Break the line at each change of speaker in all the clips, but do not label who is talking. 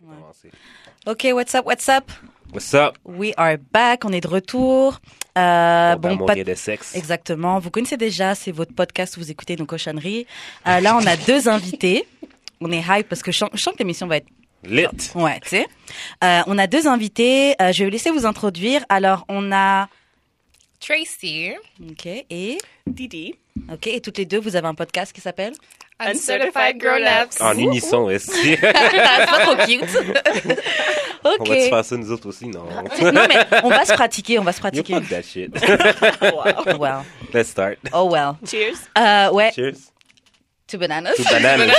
Commencer.
Ok, what's up, what's up?
What's up?
We are back, on est de retour. Euh,
Bon, d'amour
pas-
et de sexe.
Exactement, vous connaissez déjà, c'est votre podcast, vous écoutez nos cochonneries. Euh, là, on a deux invités. On est hype parce que je sens, je sens que l'émission va être...
Lit.
Ouais, tu sais. Euh, on a deux invités, Euh, je vais vous laisser vous introduire. Alors, on a...
Tracy,
Ok, et...
Didi.
Ok, et toutes les deux, vous avez un podcast qui s'appelle...
Uncertified Grown Ups.
En unisson, est-ce que-
c'est pas trop cute. ok.
On va-tu faire ça nous autres aussi? Non.
Non, mais on va se pratiquer, on va se
You
pratiquer.
fuck that shit.
Wow.
Oh well.
Let's start.
Oh well.
Cheers.
Euh, ouais,
Cheers.
two bananas.
Two bananas.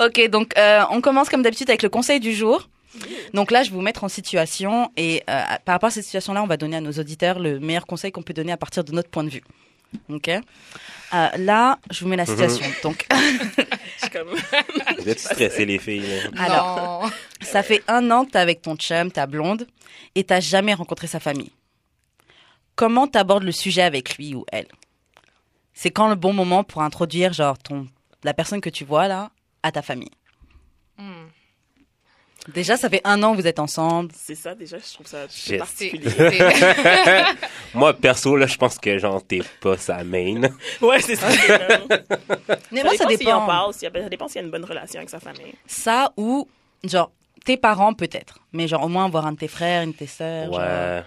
ok, donc euh, on commence comme d'habitude avec le conseil du jour. Donc là, je vais vous mettre en situation et euh, par rapport à cette situation-là, on va donner à nos auditeurs le meilleur conseil qu'on peut donner à partir de notre point de vue. Ok. Euh, là, je vous mets la situation. Donc,
Je suis comme.
Vous êtes stressé, les filles. là?
alors,
Alors,
ça fait un an que t'es avec ton chum, ta blonde, et t'as jamais rencontré sa famille. Comment t'abordes le sujet avec lui ou elle C'est quand le bon moment pour introduire genre ton la personne que tu vois là à ta famille.
Hmm.
Déjà, ça fait un an que vous êtes ensemble.
C'est ça, déjà, je trouve ça
Shit.
particulier.
Moi, perso, là, je pense que, genre, t'es pas sa main.
Ouais, c'est ça. ça
Mais moi, ça
dépend. s'il en
dépend.
parle, s'il y a- ben, ça dépend s'il y a une bonne relation avec sa famille.
Ça ou genre tes parents peut-être, mais genre au moins voir un de tes frères, une de tes sœurs. genre,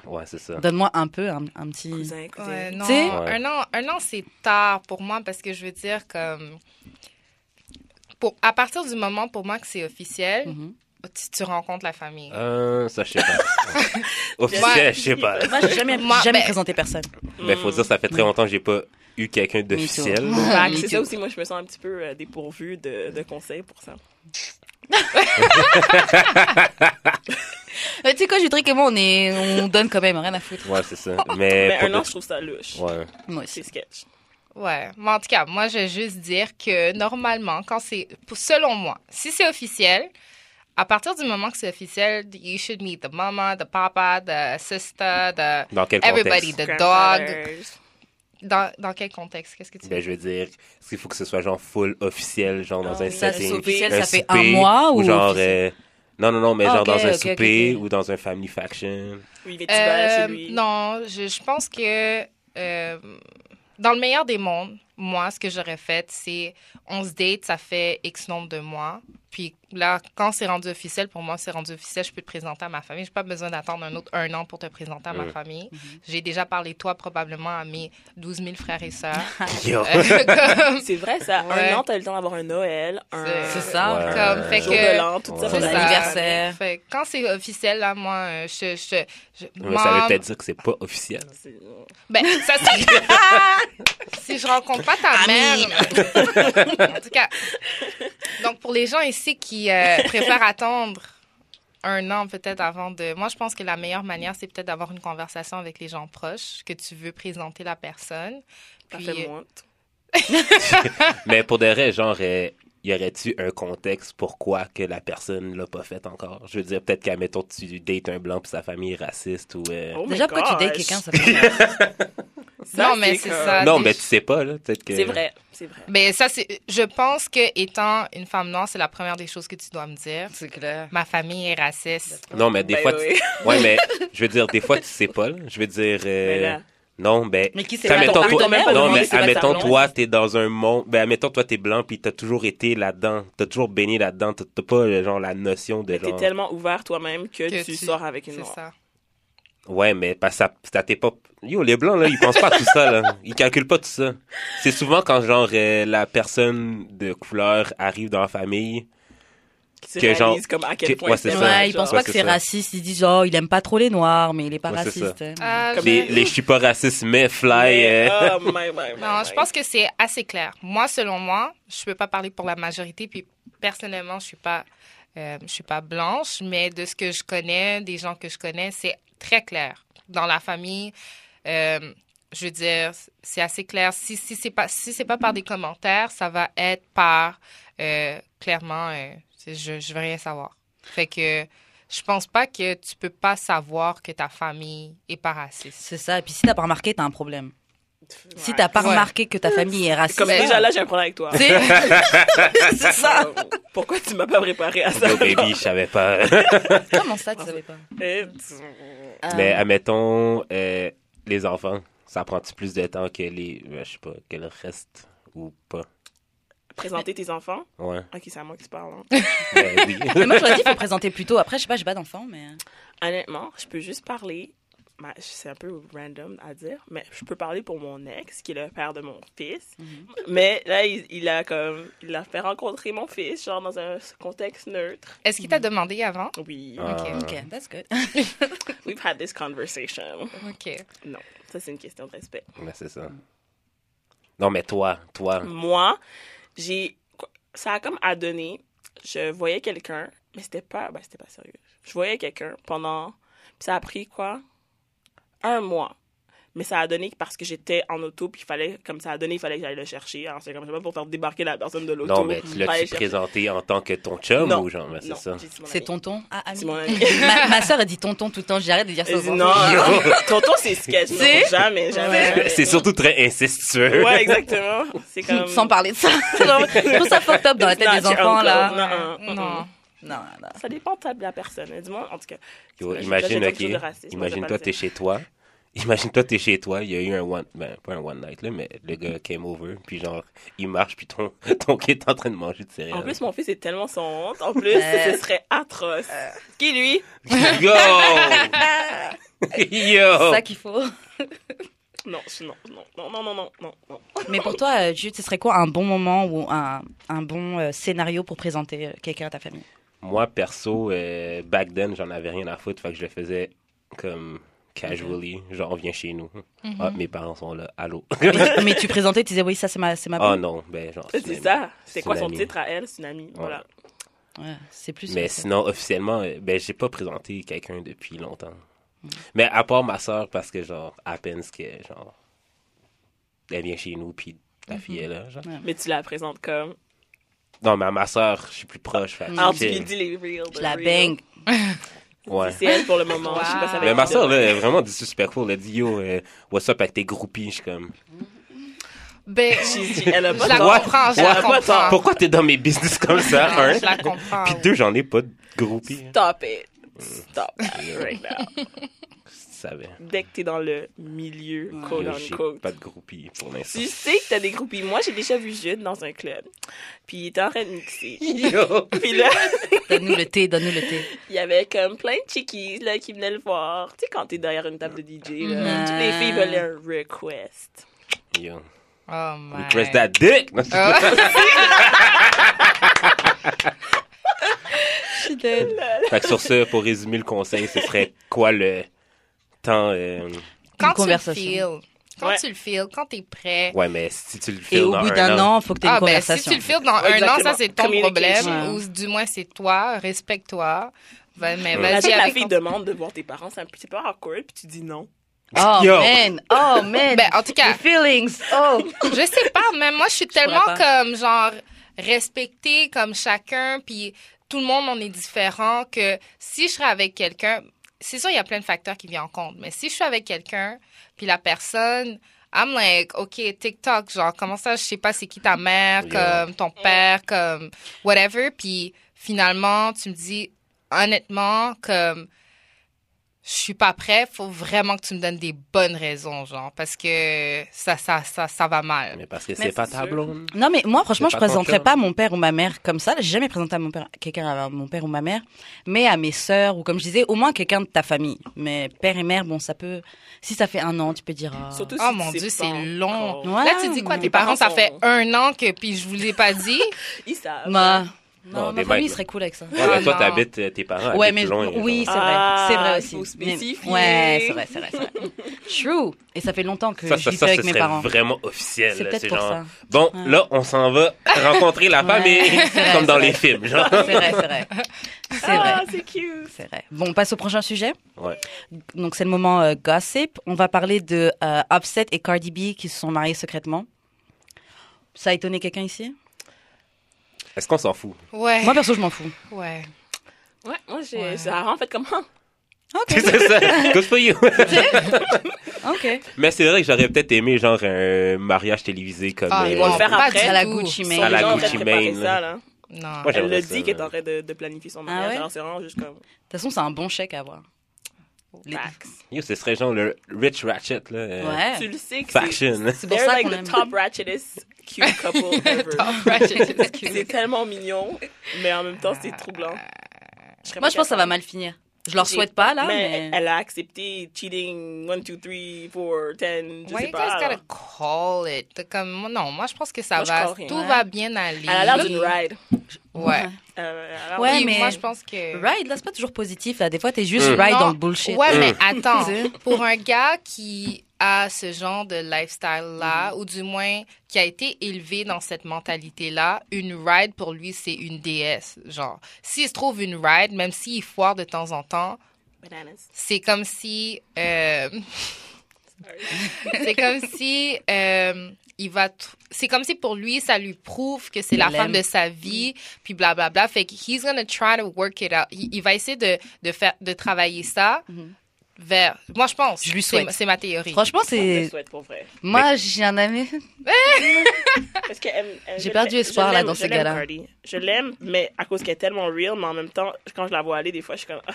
Ouais, ouais, c'est ça.
Donne-moi un peu un, un petit.
Cousin, cousine.
ouais, non,
T'sais-
un an, un an c'est tard pour moi parce que je veux dire comme pour à partir du moment pour moi que c'est officiel,
Mhm.
tu, tu rencontres la famille.
Euh, ça, je sais pas. Officiel,
Ben. Ouais.
je sais pas.
Moi, j'ai jamais,
Moi,
j'ai jamais
ben-
présenté personne.
Ben, faut dire, ça fait très longtemps que j'ai pas eu quelqu'un d'officiel.
Me too.
Fait que
Me
C'est
too.
ça aussi, moi, je me sens un petit peu euh, dépourvue de, de conseils pour ça.
Euh, tu sais quoi, Jutrick et moi, on, est, on donne quand même, rien à foutre.
Ouais, c'est ça.
Mais
Mais,
un
Eh, pour
an,
de-
je trouve ça louche.
Ouais.
Moi
C'est
aussi.
sketch.
Ouais, mais en tout cas, moi, je vais juste dire que normalement, quand c'est, pour- selon moi, si c'est officiel, à partir du moment que c'est officiel, you should meet the mama, the papa, the sister, the
Dans quel contexte?
everybody, the dog.
Grandfathers.
Dans, dans quel contexte Qu'est-ce que tu
Ben, je veux dire, est-ce qu'il faut que ce soit genre full officiel, genre dans
Ah
un
oui.
Ça,
setting?
c'est officiel, ça fait
souper,
un mois ou
genre.
officiel?
euh, non, non, non, mais
Ah,
genre
ok,
dans un
ok, ok,
souper
ok.
ou dans un family faction.
Oui, mais tu vas
Euh,
chez lui.
non, je, je pense que euh, dans le meilleur des mondes, moi, ce que j'aurais fait, c'est on se date, ça fait X nombre de mois. Puis là, quand c'est rendu officiel, pour moi, c'est rendu officiel, je peux te présenter à ma famille. J'ai pas besoin d'attendre un autre un an pour te présenter à ma
Mm.
famille. J'ai déjà parlé, de toi, probablement, à mes 12 000 frères et sœurs.
Ah,
Yo.
Euh, comme,
C'est vrai, ça.
Ouais.
Un an, t'as le temps d'avoir un Noël, un
C'est ça.
Ouais.
comme, fait
jour
que-
de l'an, tout ça.
Jour
Ton
de
ça.
anniversaire.
Fait que quand c'est officiel, là, moi, euh, je... je, je-
Mais ça veut
Mom,
peut-être dire que c'est pas officiel.
C'est-
Ben, ça c'est... si je rencontre pas ta mère. en tout cas. Donc, pour les gens ici qui euh, préfèrent attendre un an peut-être avant de... Moi, je pense que la meilleure manière, c'est peut-être d'avoir une conversation avec les gens proches que tu veux présenter la personne.
Ça
Puis, euh,
fait moins. Oh
mais pour de vrai, genre, euh, y aurait-tu un contexte pourquoi que la personne l'a pas fait encore? Je veux dire, peut-être qu'à mettons, tu dates un blanc puis sa famille est raciste ou. euh,
Oh my
Déjà, pourquoi tu dates
gosh.
quelqu'un, ça fait
Ça,
Non, mais c'est
comme-
ça.
non,
des-
mais tu sais pas, là. Peut-être que.
C'est vrai, c'est vrai.
Mais ben, ça, c'est... Je pense que étant une femme noire, c'est la première des choses que tu dois me dire.
C'est clair.
Ma famille est raciste.
Non, mais des
Ben
fois.
oui.
tu- Ouais, mais je veux dire, des fois, tu sais pas, là. Je veux dire. euh,
Mais là-
Non, ben.
Mais qui c'est
Ça,
pas
mettons,
ton-
toi,
ton mère
non,
demandé
mais
si c'est
admettons,
ta blonde.
toi, t'es dans un monde. Ben, admettons, toi, t'es blanc, puis t'as toujours été là-dedans. T'as toujours baigné là-dedans. T'as t'as pas, euh, genre, la notion de
T'es
genre.
tellement ouvert toi-même que,
Que
tu,
tu-
sors avec une
C'est
noire.
ça.
Ouais, mais parce que ça, ça t'est pas. Yo, les blancs, là, ils pensent pas à tout ça, là. Ils calculent pas tout ça. C'est souvent quand, genre, euh, la personne de couleur arrive dans la famille. Que
Qui que
genre-
comme à quel
que-
point
ouais, c'est
Ouais,
ça.
ils
genre,
pensent pas
Ouais,
que
c'est
c'est
ça.
raciste. Ils disent, oh, il aime pas trop les noirs, mais il est pas
Ouais, c'est
raciste.
Ah,
Comme
Les,
je-
les, je suis pas raciste, mais fly.
mais,
euh,
oh, my, my, my,
Non,
my.
je pense que c'est assez clair. Moi, selon moi, je peux pas parler pour la majorité, puis personnellement, je suis pas, euh, je suis pas blanche, mais de ce que je connais, des gens que je connais, c'est très clair. Dans la famille, euh, je veux dire, c'est assez clair. Si si c'est pas si c'est pas par des commentaires, ça va être par euh, clairement, euh, c'est- je je veux rien savoir. Fait que je pense pas que tu peux pas savoir que ta famille est pas raciste.
C'est ça. Et puis si t'as pas remarqué, t'as un problème. Si t'as pas
Ouais.
remarqué que ta famille est raciste.
Comme
Mais-
déjà là, j'ai un problème avec toi.
tu sais, c'est ça.
Euh, Pourquoi tu m'as pas préparé à ça?
Yo, baby, je savais pas.
Ah.
Comment ça, tu savais pas
Et-
Mais admettons, euh, les enfants, ça prend-tu plus de temps que les. ben, je sais pas, que le reste ou pas?
Présenter tes enfants.
Ouais.
Ok, c'est à moi qui se parle. hein.
Ben oui.
Mais moi, j'aurais dit, faut présenter plus tôt. Après, je sais pas, j'ai pas d'enfant, mais. euh,
Honnêtement, je peux juste parler. ma- C'est un peu random à dire, mais je peux parler pour mon ex, qui est le père de mon fils.
Mhm.
Mais là, il, il a comme. Il a fait rencontrer mon fils, genre dans un contexte neutre.
Est-ce qu'il t'a demandé avant?
Oui.
Ah.
Ok, that's good.
We've had this conversation.
OK.
Non, ça, c'est une question de respect.
Ah, Mais c'est ça. Non, mais toi, toi.
Moi, j'ai. Ça a comme à donner. Je voyais quelqu'un, mais c'était pas. Ben, c'était pas sérieux. Je voyais quelqu'un pendant. Puis ça a pris quoi? Un mois. Mais ça a donné parce que j'étais en auto, puis il fallait. Comme ça a donné, il fallait que j'aille le chercher. Alors, c'est comme je sais pas pour faire débarquer la personne de l'auto.
Non, mais tu
Fallait
l'as-tu
chercher-
présenté en tant que ton chum
Non,
ou genre, mais c'est
non,
ça.
j'ai dit mon
C'est
ami.
tonton. Ah, ami.
C'est mon ami.
ma, ma soeur, elle dit tonton tout le temps. J'arrête de dire ça.
Elle
aux
dit,
enfants.
non, tonton, c'est sketch. non,
C'est-
jamais, jamais. jamais.
C'est surtout très incestueux.
Ouais, exactement. C'est comme.
Sans parler de ça. Je trouve ça fucked up dans la tête
euh, It's
des
not your
enfants,
uncle.
Ah,
là.
Non,
euh,
non, non.
Non.
Non, non.
Ça dépend de la personne. Dis-moi, en tout cas.
Yo,
Là, j'ai- là, j'ai
imagine,
quelque chose de
ok.
raciste. Moi, j'ai pas
Imagine-toi,
le
t'es chez toi. Imagine-toi, t'es chez toi. Il y a eu un one, ben, pas un one night, là, mais le gars came over, puis genre, il marche, puis ton, ton kid est en train de manger de céréales.
En plus, mon fils est tellement sans honte. En plus,
Euh.
ce serait atroce. Qui, lui?
Yo!
C'est
Yo!
ça qu'il faut.
Non, je- non, non, non, non, non, non, non, non.
Mais pour toi, euh, Jude, ce serait quoi un bon moment ou un, un bon euh, scénario pour présenter euh, quelqu'un à ta famille
Moi, perso, euh, back then, j'en avais rien à foutre, fait que je le faisais comme casually, genre, on vient chez nous.
Mm-hmm.
Ah,
Mm.
mes parents sont là, allô?
Ah
mais, mais tu présentais, tu disais, oui, ça, c'est ma, c'est ma
Ah
bonne.
non, ben genre.
C'est
tsunami.
ça. C'est quoi son
Tsunami.
titre à elle? Tsunami. Voilà.
Ouais, c'est plus.
Mais
ça.
sinon, officiellement, euh, ben j'ai pas présenté quelqu'un depuis longtemps.
Mm.
Mais à part ma soeur, parce que genre, à peine ce que genre, elle vient chez nous, puis
Mm-hmm.
la fille est là, genre.
Mais tu la présentes comme.
Non, mais à ma soeur, je suis plus proche, fait que
Alors, Ah, tu
chill.
lui dis les real.
Je la bang.
Ouais.
C'est elle pour le moment. Je sais pas ça va
Mais
être
ma
qui
soeur, là,
d'autre.
elle est vraiment disrespectful. Elle dit, yo, euh, what's up avec tes groupies? Je suis comme,
Ben,
She- Elle a
Je la
pas
What?
comprends,
What?
je la
Ah.
comprends.
pourquoi t'es dans mes business comme ça, un?
Je la comprends.
Puis
oui.
deux, j'en ai pas de groupies.
Stop it.
Mm.
Stop it right now.
Tu savais.
Dès que t'es dans le milieu, quote
Yo,
unquote.
J'ai pas de groupies pour l'instant.
Tu sais que t'as des groupies. Moi, j'ai déjà vu Jude dans un club. Puis il était en train de mixer.
Yo!
Puis là,
Donne-nous le thé, donne-nous le thé.
il y avait comme plein de chickies là, qui venaient le voir. Tu sais, quand t'es derrière une table de DJ, là,
Mhm.
toutes les filles veulent un request.
Yo.
Oh, my.
Request that dick! Non, c'est-
Ah.
Je suis dead.
Fait que sur ce, pour résumer le conseil, ce serait quoi le temps? euh,
Quand tu le
conversation.
feels, quand
Ouais.
tu le feels, quand t'es prêt.
Ouais, mais si tu le fais
Et au
dans
bout
un
d'un
an,
an, faut que tu aies
Ah,
une
ben, si
conversation.
tu le feels dans un an, ça,
Exactement.
c'est ton
Communication.
problème.
Ouais.
Ou du moins, c'est toi. Respecte-toi. Va- mais
La,
vas-y
la
avec
fille demande de voir tes parents, c'est un petit peu awkward, puis tu dis non.
Oh
Yo.
man, oh man.
Ben, en tout cas,
Les feelings, oh.
je sais pas, mais moi, je suis tellement
pourrais
comme, genre, respectée comme chacun, puis tout le monde, on est différent, que si je serais avec quelqu'un, c'est sûr, il y a plein de facteurs qui viennent en compte, mais si je suis avec quelqu'un, puis la personne, I'm like, OK, TikTok, genre, comment ça, je sais pas c'est qui ta mère,
Yeah.
comme ton père, comme whatever, puis finalement, tu me dis, honnêtement, comme, je suis pas prêt, faut vraiment que tu me donnes des bonnes raisons, genre, parce que ça, ça, ça, ça va mal.
mais parce que
Mais
c'est pas
c'est
ta
sûr.
blonde.
Non mais moi franchement
C'est
je
pas hein. ton
présenterais
cas.
pas mon père ou ma mère comme ça. J'ai jamais présenté à mon père quelqu'un à mon père ou ma mère, mais à mes sœurs ou comme je disais au moins quelqu'un de ta famille. Mais père et mère bon ça peut si ça fait un an tu peux dire ah.
Surtout
Oh
si
mon
tu
Dieu,
sais
c'est
pas encore.
long.
Ouais.
Là, tu dis quoi,
Mes
tes parents, ça
parents
fait
sont-
un an que, puis je vous l'ai pas dit.
Ils savent.
ma Bah, non,
Non,
ma
des
famille
mecs,
serait cool avec ça.
Ouais, mais toi,
non.
t'habites, euh, tes parents
Ouais,
habitent
mais
loin.
oui, c'est
genre.
vrai,
Ah,
c'est vrai
il
aussi.
faut spécifier.
Mais- ouais, c'est vrai, c'est vrai, c'est vrai. True. Et ça fait longtemps que
Ça,
je
ça,
vis
ça,
plus
ce
avec mes
serait
parents.
vraiment officiel.
C'est
là,
peut-être
C'est
pour
genre,
ça.
bon,
Ouais.
là, on s'en va rencontrer la
Ouais,
famille,
c'est vrai,
comme dans
c'est
les
vrai.
films, genre.
Ah, C'est vrai, c'est vrai. C'est vrai.
Ah, c'est cute.
C'est vrai. Bon, on passe au prochain sujet.
Ouais.
Donc, c'est le moment euh, gossip. On va parler de euh, Offset et Cardi B qui se sont mariés secrètement. Ça a étonné quelqu'un ici
Est-ce qu'on s'en fout?
Ouais.
Moi, perso, je m'en fous.
Ouais.
Ouais, moi, j'ai.
Ouais.
ça rend en fait comment?
c'est ça. Good for you.
Ok.
Mais c'est vrai que j'aurais peut-être aimé, genre, un mariage télévisé comme. euh,
Ah,
ils vont le
non,
faire
pas
après.
du
À la
tout.
Gucci
Ils
Mane.
sont
À la
déjà en train de
Gucci
préparer
Mane,
ça, là.
Non.
Moi,
Elle
j'aimerais
le
ça,
dit qu'elle est
là.
en train de, de planifier son mariage.
ouais?
Alors, c'est vraiment juste comme.
toute façon, c'est un bon chèque à avoir. Les-
Facts.
Yo, ce serait genre le Rich Ratchet, là. euh,
Ouais.
Tu le sais que c'est.
Faction.
Hein. C'est pour
They're
ça
like
qu'on
the
aime.
top ratchetest cute couple ever.
Top ratchet.
c'est tellement mignon, mais en même temps, c'est troublant. serais
Moi,
pas
je pense que ça va mal finir. Je leur souhaite pas, là, mais...
Mais elle a accepté cheating 1, 2, 3, 4, 10, je
Why
sais
you guys
pas.
gotta
alors.
call it? T'as Comme, non, moi, je pense que ça
Moi, je
va.
crois rien.
Tout
Ouais.
va bien aller.
Elle a l'air d'une ride.
Ouais.
Euh, elle a l'air
Ouais,
Puis
mais-
Moi, je pense que.
Ride, là, c'est pas toujours positif, là. Des fois, t'es juste
Mm.
ride
Non.
dans le bullshit.
Ouais,
Mm.
mais attends,
C'est-
pour un gars qui a ce genre de lifestyle-là, ou du moins qui a été élevé dans cette mentalité-là, une ride pour lui, c'est une déesse. Genre, s'il se trouve une ride, même s'il foire de temps en temps,
bananas.
c'est comme si. euh, c'est comme si. euh, il va. tr- C'est comme si pour lui, ça lui prouve que c'est
Il
la
l'aime.
femme de sa vie, puis blablabla. Fait que he's gonna try to work it out. Il, il va essayer de, de, faire, de travailler ça
Mhm.
vers. Moi, je pense.
Je lui
C'est-
souhaite.
C'est ma théorie.
Franchement,
Je le
c'est...
souhaite pour vrai.
Moi, j'ai un ami...
Parce que elle- elle-
J'ai
je
perdu
l'aime-
espoir,
je
là,
l'aime-
dans
je
ce
l'aime,
gars-là.
Cardi. Je l'aime, mais à cause qu'elle est tellement real, mais en même temps, quand je la vois aller, des fois, je suis comme. ah,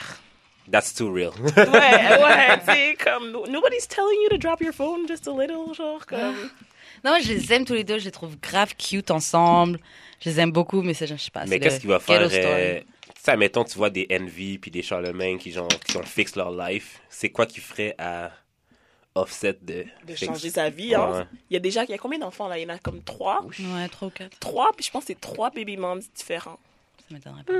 That's too real.
Ouais, ouais, tu sais, comme. Nobody's telling you to drop your phone just a little, genre, comme.
Non, moi, je les aime tous les deux. Je les trouve grave cute ensemble. Je les aime beaucoup, mais c'est... Je sais pas. Ah, c'est
Mais qu'est-ce
le
qu'il va faire?
ghetto story.
euh, Tu sais, mettons, tu vois des Envy puis des Charlemagne qui, genre, qui ont fixe leur life. C'est quoi qui ferait à Offset de,
De
fix-
changer sa vie,
Ouais,
hein.
ouais.
Il y a déjà. Il y a combien d'enfants, là Il y en a comme trois.
Ouais, trois ou quatre.
Trois, puis je pense que c'est trois baby moms différents.
Ça m'étonnerait pas.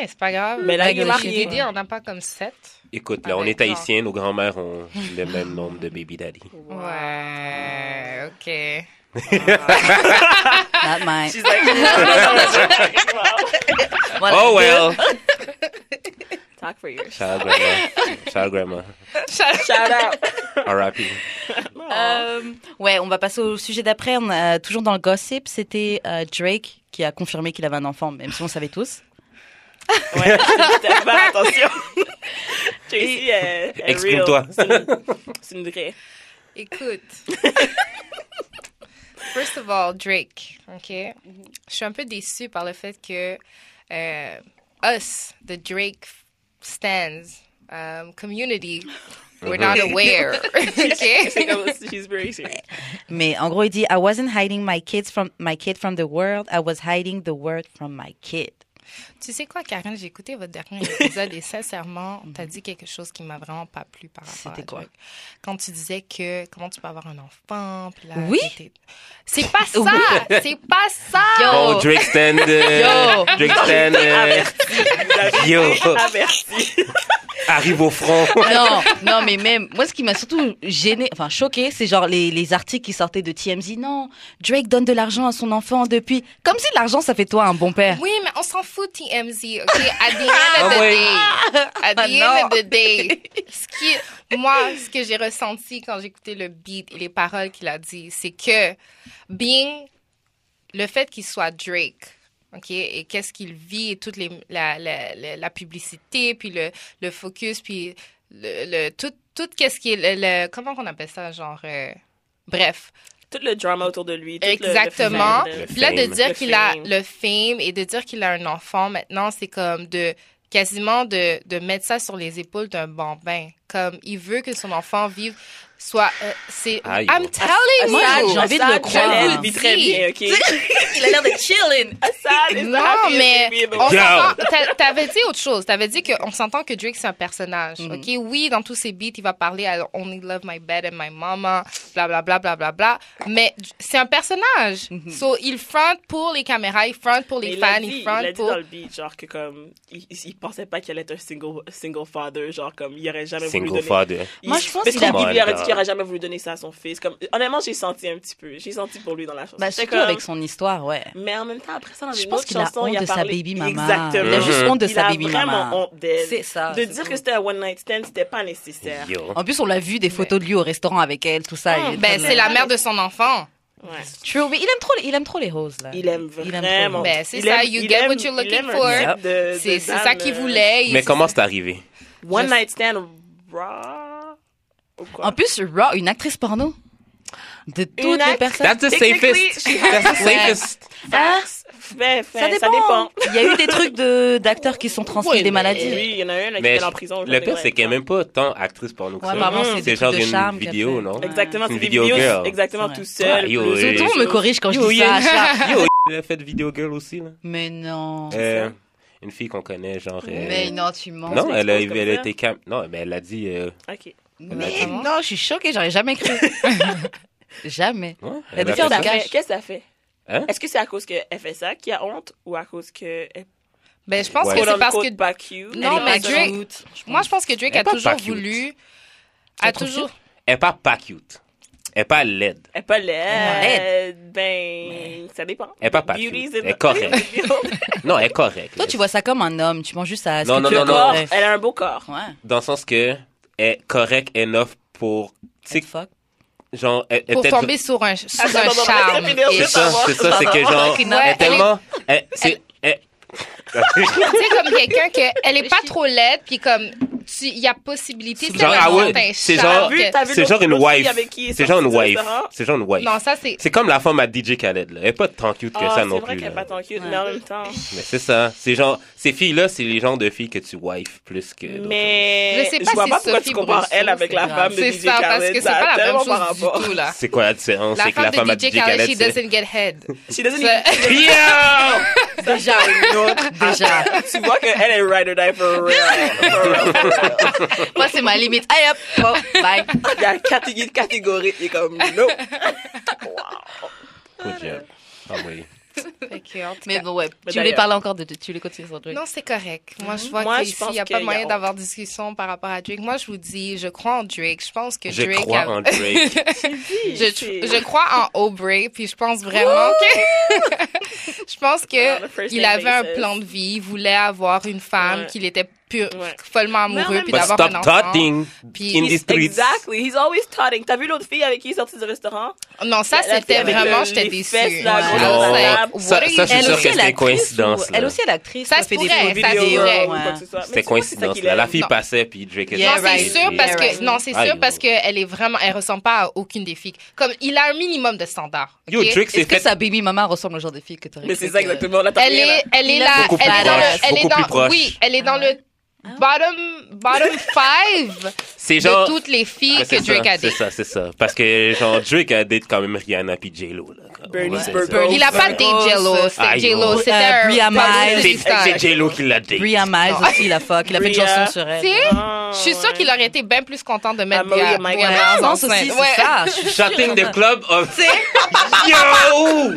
Eh, c'est pas grave.
Mais là, il est
Avec
marié.
Dédé, on n'a pas comme sept.
Écoute, là, on
Avec
est
toi.
haïtiens, nos grands-mères ont le même nombre de baby daddy.
Ouais, OK.
Not mine.
She's like, wow.
Voilà.
Oh well!
Talk for yours.
Shout out grandma. Shout out grandma.
Shout out.
R.I.P.
Euh, ouais, on va passer au sujet d'après. On a toujours dans le gossip, c'était euh, Drake qui a confirmé qu'il avait un enfant, même si on savait tous.
Ouais, t'as pas attention. Tracy euh, est, est
Exprime-toi.
real. C'est une- C'est une vraie.
Écoute. First of all, Drake, OK?
Mhm.
Je suis un peu déçue par le fait que euh, us, the Drake stands, um, community, we're not aware,
Uh-huh. C'est
OK?
comme, she's very serious.
Mais en gros, il dit I wasn't hiding my kids from my kid from the world, I was hiding the world from my kid.
tu sais quoi, Karen, j'ai écouté votre dernier épisode et sincèrement, t'as dit quelque chose qui m'a vraiment pas plu par rapport
Mhm. C'était
à
quoi?
Drake. Quand tu disais que comment tu peux avoir un enfant, puis là,
Oui.
t'étais- C'est pas ça! C'est pas ça!
Bon, Oh, Drake Stand. euh,
Yo.
Drake Stand. euh, Yo.
Averti.
Arrive au front.
Non, non, mais même, moi, ce qui m'a surtout gêné, enfin, choqué, c'est genre les, les articles qui sortaient de TMZ. Non, Drake donne de l'argent à son enfant depuis. Comme si l'argent, ça fait de toi un bon père.
Oui, mais on s'en fout, TMZ, OK? At the end of the
Ah ouais.
day. At the
Ah,
end
non.
of the day. Ce qui, moi, ce que j'ai ressenti quand j'écoutais le beat et les paroles qu'il a dit, c'est que Bing, le fait qu'il soit Drake, OK, et qu'est-ce qu'il vit, et toute les, la, la, la, la publicité, puis le, le focus, puis le, le- tout, tout qu'est-ce qui est... le- le- comment qu'on appelle ça, genre... euh, bref.
Tout le drama autour de lui. tout le- le
Exactement.
phénomène.
Le
Puis là, de
fame.
dire
Le
qu'il a
fame.
le fame et de dire qu'il a un enfant maintenant, c'est comme de quasiment de, de mettre ça sur les épaules d'un bambin. Comme il veut que son enfant vive, soit. euh, c'est.
Aïe.
I'm
Ah,
telling
Moi,
you!
j'ai envie de
Assad,
le croire.
Jalel vit très bien, OK?
Il a l'air d'être chillin'.
Assad is
Non,
happy as
mais
can be,
on
but-
Yo.
s'entend- t'a- t'avais dit autre chose. T'avais dit qu'on s'entend que Drake, c'est un personnage. OK? Oui, dans tous ses beats, il va parler I only love my bed and my mama, bla, bla, bla, bla, bla, bla. Mais c'est un personnage. So, il front pour les caméras, il front pour les
Mais il
fans,
l'a dit,
il
il l'a
front
dit
pour...
dans le beat, genre que comme, il, il pensait pas qu'il allait être un single, single father, genre comme, il aurait jamais voulu
Single
donner...
father. Oh
Il-
Moi, je pense
parce
qu'il a-
qu'au début, il aurait dit
Come on,
qu'il aurait jamais voulu donner ça à son fils. Comme, honnêtement, j'ai senti un petit peu. J'ai senti pour lui dans la chanson.
Bah,
J'étais
surtout
comme-
avec son histoire, ouais.
Mais en même temps, après ça, dans
Je
une
pense
autre
qu'il a
chanson,
honte
il a
de sa
parlé...
baby mama.
Exactement.
Il a juste
honte de sa baby
Il a
mama.
vraiment honte d'elle.
C'est ça,
De
c'est
dire
tout.
que c'était un one night stand, c'était pas nécessaire.
Yo.
En plus, on l'a vu des photos de lui au restaurant avec elle, tout ça. il est
Ben,
très
c'est
bien.
la mère de son enfant.
Ouais.
True, mais il aime trop, les- il aime trop les roses là.
Il aime
Il aime
vraiment.
trop.
Ben, c'est
Il
ça,
aime-
you
il
get
aime-
what you're
il
looking
aime un
for.
type de- de
C'est c'est
dame,
ça qu'il
euh,
voulait.
Mais
Il-
comment c'est arrivé?
One
Je-
night stand raw. ou quoi.
En plus, Raw, une actrice porno. De toutes les
actrice-
personnes.
That's the
Technically,
safest.
she-
That's the
Ouais.
safest.
Hein?
Ah,
Fait- fait,
Ben, ça dépend. Il y a eu des trucs de- d'acteurs qui se sont transmis
Oui,
des
mais-
maladies.
Oui, il y en a un là, qui
Mais
est en prison.
le pire, c'est qu'elle est même pas tant actrice porno que
Ouais,
ça.
apparemment, c'est des
c'est
trucs
genre
de
une
charme
vidéo,
qu'elle fait.
non?
Ouais.
Exactement,
C'est
c'est
une
des
vidéo
vidéos
girl.
C'est
exactement tout
vrai.
seul.
Ah, yo,
plus-
yo,
Surtout, on me corrige quand je
Yo,
dis
yeah.
ça. Charles.
Yo, elle a fait de Video Girl aussi, là.
Mais non.
Euh, une fille qu'on connaît, genre. euh,
Mais non, tu mens.
Non,
tu
elle a,
l'exposes comme
elle a
ça.
été cam... Non, mais elle a dit. euh,
Ok.
Mais
Exactement.
non, je suis choquée, j'aurais jamais cru. jamais.
ouais,
Elle a
a
dû
fait
faire
Qu'est-ce
la-
ça.
que ça fait? Qu'est-ce que ça fait?
Hein?
Est-ce que c'est à cause qu'elle fait ça qu'il y a honte ou à cause que elle
Ben, je pense
Ouais.
que c'est
Quote,
parce que.
unquote, back you?
Non,
Elle est
mais
pas
Drake-
genre-
Moi, je pense que Drake
Elle est
a
pas
toujours
cute.
voulu.
la
A
trouves
toujours.
Elle est pas pas cute. Elle est pas laide.
Elle est pas
Elle
laide. Ben, ça dépend.
Elle est pas pas cute.
Beauty's in
Elle est
the-
correcte. Non, elle est correcte.
Toi, tu vois ça comme un homme, tu penses juste à. ce
Non,
que
non,
tu
non,
veux.
non.
Corps,
Ouais.
Elle a un beau corps.
Ouais.
Dans le sens que elle est correcte enough pour. Tu sais,
Fuck.
genre. Elle, elle
Pour
était-
tomber sur un, sur
Attends,
un
attends, attends,
charme.
laisse-moi finir,
Et-
C'est ça, c'est ça, c'est que genre.
Ouais,
Elle est
elle est-
tellement. Elle, c'est. Elle...
Tu sais, comme quelqu'un que elle est pas trop laide, puis comme tu- il y a possibilité de
Genre, ah ouais, c'est genre-
T'as vu- t'as vu
C'est
l'autre
genre une
aussi
wife.
avec qui il est
C'est genre une
sorti du
wife.
restaurant?
C'est genre une wife.
Non, ça c'est
C'est comme la femme à DJ Khaled, là. Elle est pas tant cute que
Ah,
ça
c'est
non
vrai
plus.
qu'elle est
là.
pas tant cute, mais
Ouais.
en même temps.
Mais c'est ça. Ces gens, ces filles-là, c'est les genres de filles que tu wife plus que. d'autres
Mais
Je sais pas
vois
si
pas pourquoi tu
Sophie
compares
Brousseau,
elle avec
c'est
la
grave.
femme de
c'est
DJ
ça parce que
Khaled.
c'est
Ça
pas
a
la même
tellement par
chose
rapport.
du tout là.
choses. C'est quoi la différence?
La
c'est que
femme
la femme
de
à
DJ
DJ
Khaled, she
Khaled, c'est.
doesn't get head.
She doesn't
Ça-
even-
Yo!
Déjà. Déjà.
tu vois qu'elle est ride or die for real. For real.
Moi, c'est ma limite. Allez hop, bon, bye.
Il y a catégorie, catégorie, il est comme no.
Good job. Ah oui.
Fait que, en tout
Mais
cas-
bon, ouais.
Mais
tu voulais
d'ailleurs-
parler encore de. Tu voulais continuer sur Drake.
Non, c'est correct. Moi, je vois
Mhm. Moi, je
qu'ici, il
pense
n'y a
qu'il
pas
y a
moyen
honte.
d'avoir discussion par rapport à Drake. Moi, je vous dis, je crois en Drake. Je pense que
Je
Drake.
crois
a-
en Drake.
je, je crois en Aubrey, puis je pense vraiment que. je pense
On a
que
first
il
name
avait un
basis.
plan de vie. Il voulait avoir une femme
Ouais.
qu'il était pur,
Ouais.
follement
Mais en
amoureux,
même
puis
But
d'avoir un
stop
enfant.
talking
Puis-
in the streets.
Exactly, he's always totting. T'as vu l'autre fille avec qui il est sorti du restaurant?
Non, ça,
La- la fille
c'était
avec
vraiment,
le-
j'étais
les
déçue.
fesses, là,
Ouais.
Non,
I was like,
ça-
what
Oh. ça,
are you
ça, je suis
doing?
sûr que c'était une coïncidence.
Elle
là.
aussi, elle est actrice.
Ça
elle
se
fait des
pourrait,
vidéos.
ça se
Video
pourrait.
girl ou quoi que
C'était
ce soit. Mais tu vois, c'est ça
coïncidence.
qu'il
là. La
aime.
fille
Non.
passait, puis Drake était
Yeah,
Non,
sorti.
c'est
right.
sûr parce
Yeah,
que
right.
non, c'est
Ah,
sûr
yo.
parce que elle est vraiment elle ressemble pas à aucune des filles. Comme il a un minimum de standards. ok?
Yo, Drake s'est
Est-ce que
fait
sa baby mama ressemble au genre de fille que t'aurais
Mais
cru
c'est ça
que-
exactement. Là, t'as
Elle
rien, là.
est elle est
Il a
là,
beaucoup
elle
plus
est dans
proche,
le elle est
beaucoup plus
dans
proche.
oui, elle est dans le bottom bottom
Ah.
five
C'est
de
genre.
toutes les filles
Ah,
que
c'est
Drake
ça,
a
C'est
date.
ça, c'est ça. Parce que, genre, Drake a date quand même Rihanna puis J-Lo. là. On
Bernie
va se dire
Spears.
ça.
Bernie.
Il a pas
Ouais. Oh,
date J-Lo, c'était
Aïe,
J-Lo,
ouais.
c'était
Oh, Euh,
un
Bria
bottom
C'est
Miles.
c'est
freestyle.
J-Lo qui l'a date.
Bria Miles aussi, il a fuck. Il a fait une
Bria.
chanson sur elle.
Tu sais,
Ah,
je suis sûre
ouais.
qu'il aurait été bien plus content de mettre
Ah,
Bria
Maria Miles.
Bria
Ah,
Miles
non,
en
ceci, c'est
scène. Ouais.
ça. Je suis-
Shutting the club of. Yo!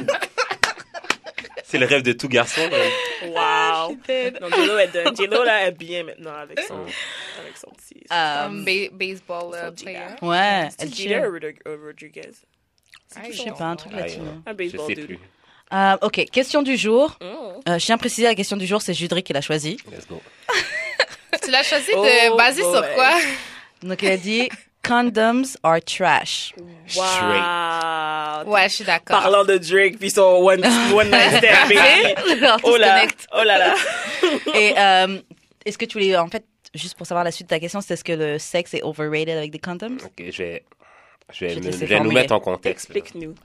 C'est le rêve de tout garçon. là.
Wow. Non, J-Lo, elle donne. J-Lo, là, elle est bien maintenant avec son, avec son petit.
Euh,
Um, ba- baseball euh, player.
Ouais,
C'est
elle
Gina
chill.
ou Rodri- ou euh, Rodriguez?
I
Je sais
don't
pas, un
know.
truc
Aïe,
latino.
ouais.
Un
Je
baseball
sais
dude.
plus.
Euh, ok, question du jour.
Mm.
Euh, je tiens à préciser la question du jour, c'est Judry qui l'a choisie.
Let's go.
Tu l'as choisi
Oh,
de basé sur
boy.
quoi
Donc elle a dit Condoms are trash.
Wow.
Ouais, je suis d'accord.
Parlant de Drake puis son one, one night stand, baby.
Alors, tout
Oh
se
là,
connecte.
oh là là.
Et euh, est-ce que tu voulais, en fait, juste pour savoir la suite de ta question, c'est est-ce que le sexe est overrated avec des condoms
Ok, je vais, je vais
Je te
me-
laisse
je vais nous
formuler.
mettre en contexte. là.
Explique-nous.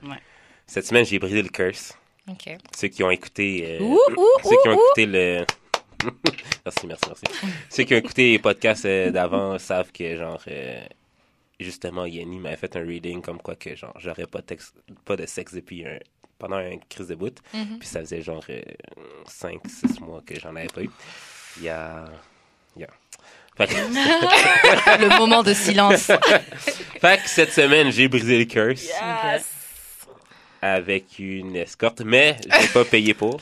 Cette semaine, j'ai brisé le curse.
OK.
Ceux qui ont écouté, euh,
Ouh, ouh,
ceux qui ont
ouh,
écouté le, merci, merci, merci. ceux qui ont écouté les podcasts euh, d'avant savent que genre, euh, justement, Yanni m'avait fait un reading comme quoi que genre, j'aurais pas de texte- pas de sexe depuis un- pendant une crise de bout.
Mm-hmm.
Puis ça faisait genre 5 6 mois que j'en avais pas eu. Il y a il y a- Fait que-
Le moment de silence.
fait que cette semaine, j'ai brisé le curse.
Yes.
avec une escorte, mais j'ai pas payé pour.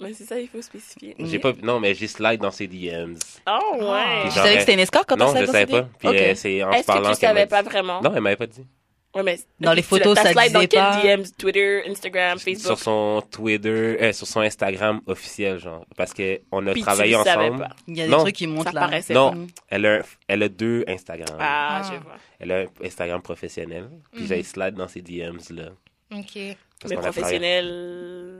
Mais c'est ça, il faut spécifier.
J'ai pas non mais j'ai slide dans ses DMs.
Oh, ouais.
Tu
Genre,
savais que c'était une escorte quand
non,
t'as
je savais pas. Puis euh, c'est en se
Est-ce que
parlant
tu
qu'elle
savais
m'a
pas
dit-
vraiment?
Non, elle m'avait pas dit.
Ouais, mais
Dans les
tu
photos,
l'as-
ça
t'as slide
disait
dans
pas.
quel DMs? Twitter, Instagram, Facebook?
Sur son Twitter, euh, sur son Instagram officiel genre parce que on a
Puis tu
travaillé
le savais
ensemble.
pas.
Il y a des
Non.
trucs qui montent
Ça
là.
paraissait
Non,
pas.
elle a elle a deux Instagram.
Ah,
Ah.
je vois.
Elle a un Instagram professionnel, puis j'ai slide dans ses DMs là.
OK.
Parce
Mais
qu'on a travaillé-
professionnel...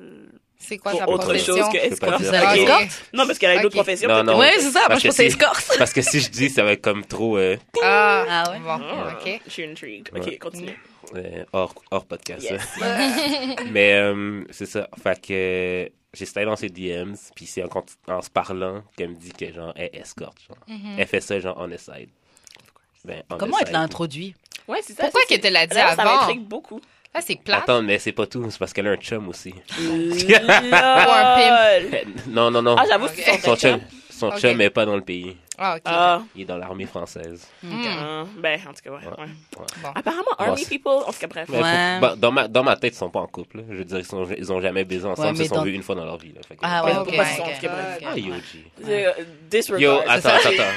C'est quoi ta
pour autre
profession?
chose que
Je peux pas
escorte.
dire.
Ah,
Ok.
escorte?
Non, parce qu'elle a d'autres
Ok.
professions.
Non,
peut-être.
non.
Ouais, c'est ça. Moi,
Parce
je
que
pensais
si-
escorte.
Parce que si je dis, ça va être comme trop euh,
Ah,
Ah ouais?
Bon,
Ouais.
OK.
Je suis intrigued. Ok,
Ouais.
continue.
euh, hors, hors podcast.
Yes.
Mais euh, c'est ça. Fait que euh, j'ai slide dans ses DMs, puis c'est en, conti- en se parlant qu'elle me dit que genre, elle escorte. Genre. Elle fait ça, genre, on the side. Ben, on
Mm-hmm. Comment
the
elle
side.
l'a introduit
Ouais, c'est ça.
Pourquoi
ça,
qu'elle
c'est-
te l'a dit
Là, Ça
avant?
m'intrigue beaucoup.
Là, Ah, c'est plate.
Attends, mais c'est pas tout, c'est parce qu'elle a un chum aussi. Ben,
Lol.
non, non, non.
Ah, j'avoue,
Ok.
c'est
son
son
chum,
chum.
son
Ok.
chum est pas dans le pays.
Ah, OK.
Ah,
Il est dans l'armée française.
Hmm.
euh, ben, en tout cas, ouais.
Ouais.
ouais.
Ouais.
Apparemment,
Ouais,
Army
c'est-
People, en tout cas, bref.
Mais faut-
Ouais.
bah, dans, ma, dans ma tête, ils sont pas en couple. là. Je veux dire, ils, sont, ils ont jamais baisé ensemble.
Ouais,
ils
mais
se sont
dans-
vus une fois dans leur vie. là. Fait que-
Ah ouais,
Ouais,
ok.
pourquoi ils sont-
ok.
ok, bref.
Ah, Yoji.
Euh, Disregard.
Yo,
Ça,
attends, attends,
c'est-
attends.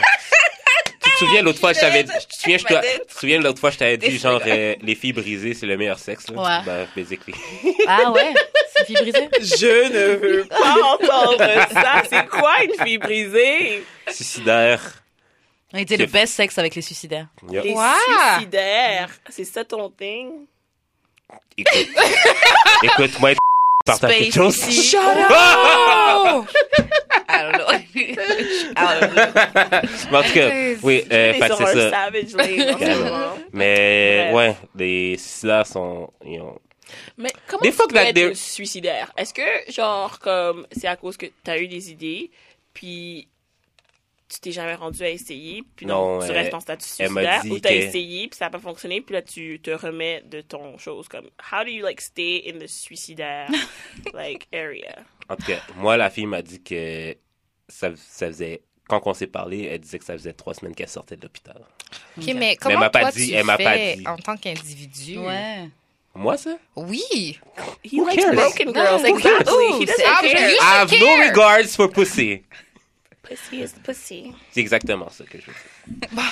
Tu te souviens l'autre fois, je t'avais dit, tu te souviens, je t'ai-
Imagine.
tu te souviens l'autre fois, je t'avais dit,
Des
genre, euh, les filles brisées, c'est le meilleur sexe, là?
Ouais.
Ben, basically.
Ah ouais C'est fille brisée
Je ne veux pas entendre ça. C'est quoi une fille brisée?
Suicidaire.
On était le best sexe avec les suicidaires.
Yo.
Les
Wow.
suicidaires. C'est ça ton thing?
Écoute. Écoute-moi, partage quelque chose.
ici.
Shut
Oh I don't know. I
Ah,
don't know.
Mais en tout cas, oui, euh, fait
T'es
que
sur un
c'est ça.
savage lane en ce
Carrément.
moment.
Mais,
Bref.
ouais, les suicidaires sont, ils ont,
Mais comment
Des
tu
fois que
peux
la-
être
des-
une suicidaire? Est-ce que, genre, comme, c'est à cause que t'as eu des idées, puis tu t'es jamais rendu à essayer, puis
Non,
donc tu
elle-
restes en statut
elle m'a
suicidaire,
dit
ou t'as
que-
essayé, puis ça n'a pas fonctionné, puis là, tu te remets de ton chose, comme, how do you, like, stay in the suicidaire, like, area?
En tout cas, moi, la fille m'a dit que ça, ça faisait. Quand on s'est parlé, elle disait que ça faisait trois semaines qu'elle sortait de l'hôpital.
OK, mais comment
m'a pas
toi,
dit,
tu
elle m'a pas
fais
dit.
en tant qu'individu?
Ouais.
Moi, ça?
Oui.
He
Who
likes
cares?
broken
Non,
girls,
who
exactly.
cares?
He
C'est
doesn't care.
obvious.
I have no
care.
regards for pussy.
Pussy is pussy.
C'est exactement ça que je veux dire.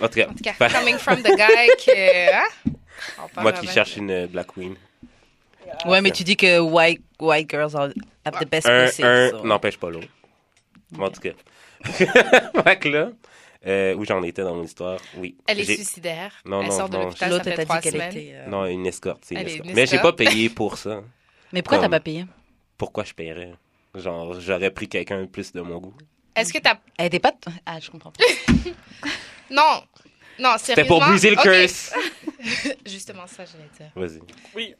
En tout cas,
En tout cas,
fait-
coming from the guy que... hein? On parle
moi qui
avec-
cherche une euh, Black Queen.
Ouais, mais tu dis que white, white girls are, have the best
Un,
pussy,
un
so.
n'empêche pas l'autre. Mais En tout cas. fait que là, euh, où j'en étais dans mon histoire, oui.
Elle est
J'ai-
suicidaire.
Non,
elle
non,
sort de
non.
l'hôpital, ça
L'autre, elle t'a
fait trois
dit qu'elle
semaines.
était. euh,
Non, une escorte, c'est une
Elle est
escorte.
une
Mais j'ai pas
escorte.
payé pour ça.
Mais pourquoi t'as
Comme-
pas payé
Pourquoi je paierais? Genre, j'aurais pris quelqu'un plus de mon goût.
Est-ce que t'as...
Elle était pas. t- Ah, je comprends pas.
Non. Non, sérieusement.
C'était pour briser le
OK.
curse.
Justement, ça, j'allais dire.
Vas-y.
Oui.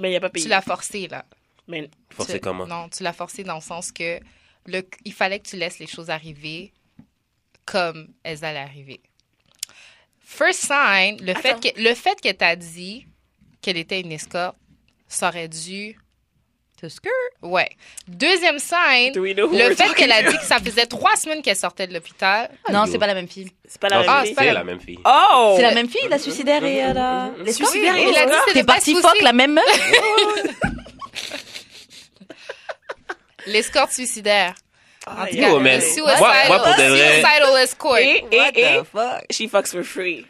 Mais il n'y a pas payé.
Tu l'as forcé, là.
Mais
Forcé
Tu-
comment?
Non, tu l'as forcé dans le sens que le, il fallait que tu laisses les choses arriver comme elles allaient arriver. First sign, le
Attends.
fait que le fait que t'as dit qu'elle était une escorte, ça aurait dû,
T'as skirt.
ouais. Deuxième sign,
do we know who
le
we're
fait qu'elle a
talking
dit que ça faisait trois semaines qu'elle sortait de l'hôpital.
Non,
yo.
c'est pas la même fille.
to? C'est pas la
Non,
Ah,
même
c'est
fille.
pas
la...
la-
même fille.
Oh!
C'est la même fille, la suicidaire et euh, la.
Mhm.
l'escorte?
Suicidaire et
Oui,
la-
c'est
T'es
le
parti
best
fuck
souci.
la même meuf
L'escorte suicidaire.
Ah,
En tout
yeah.
Yo,
cas,
man.
suicidal,
Moi- moi, pour de vrai-
suicidal escort.
Et, et, et,
fuck
she fucks for free.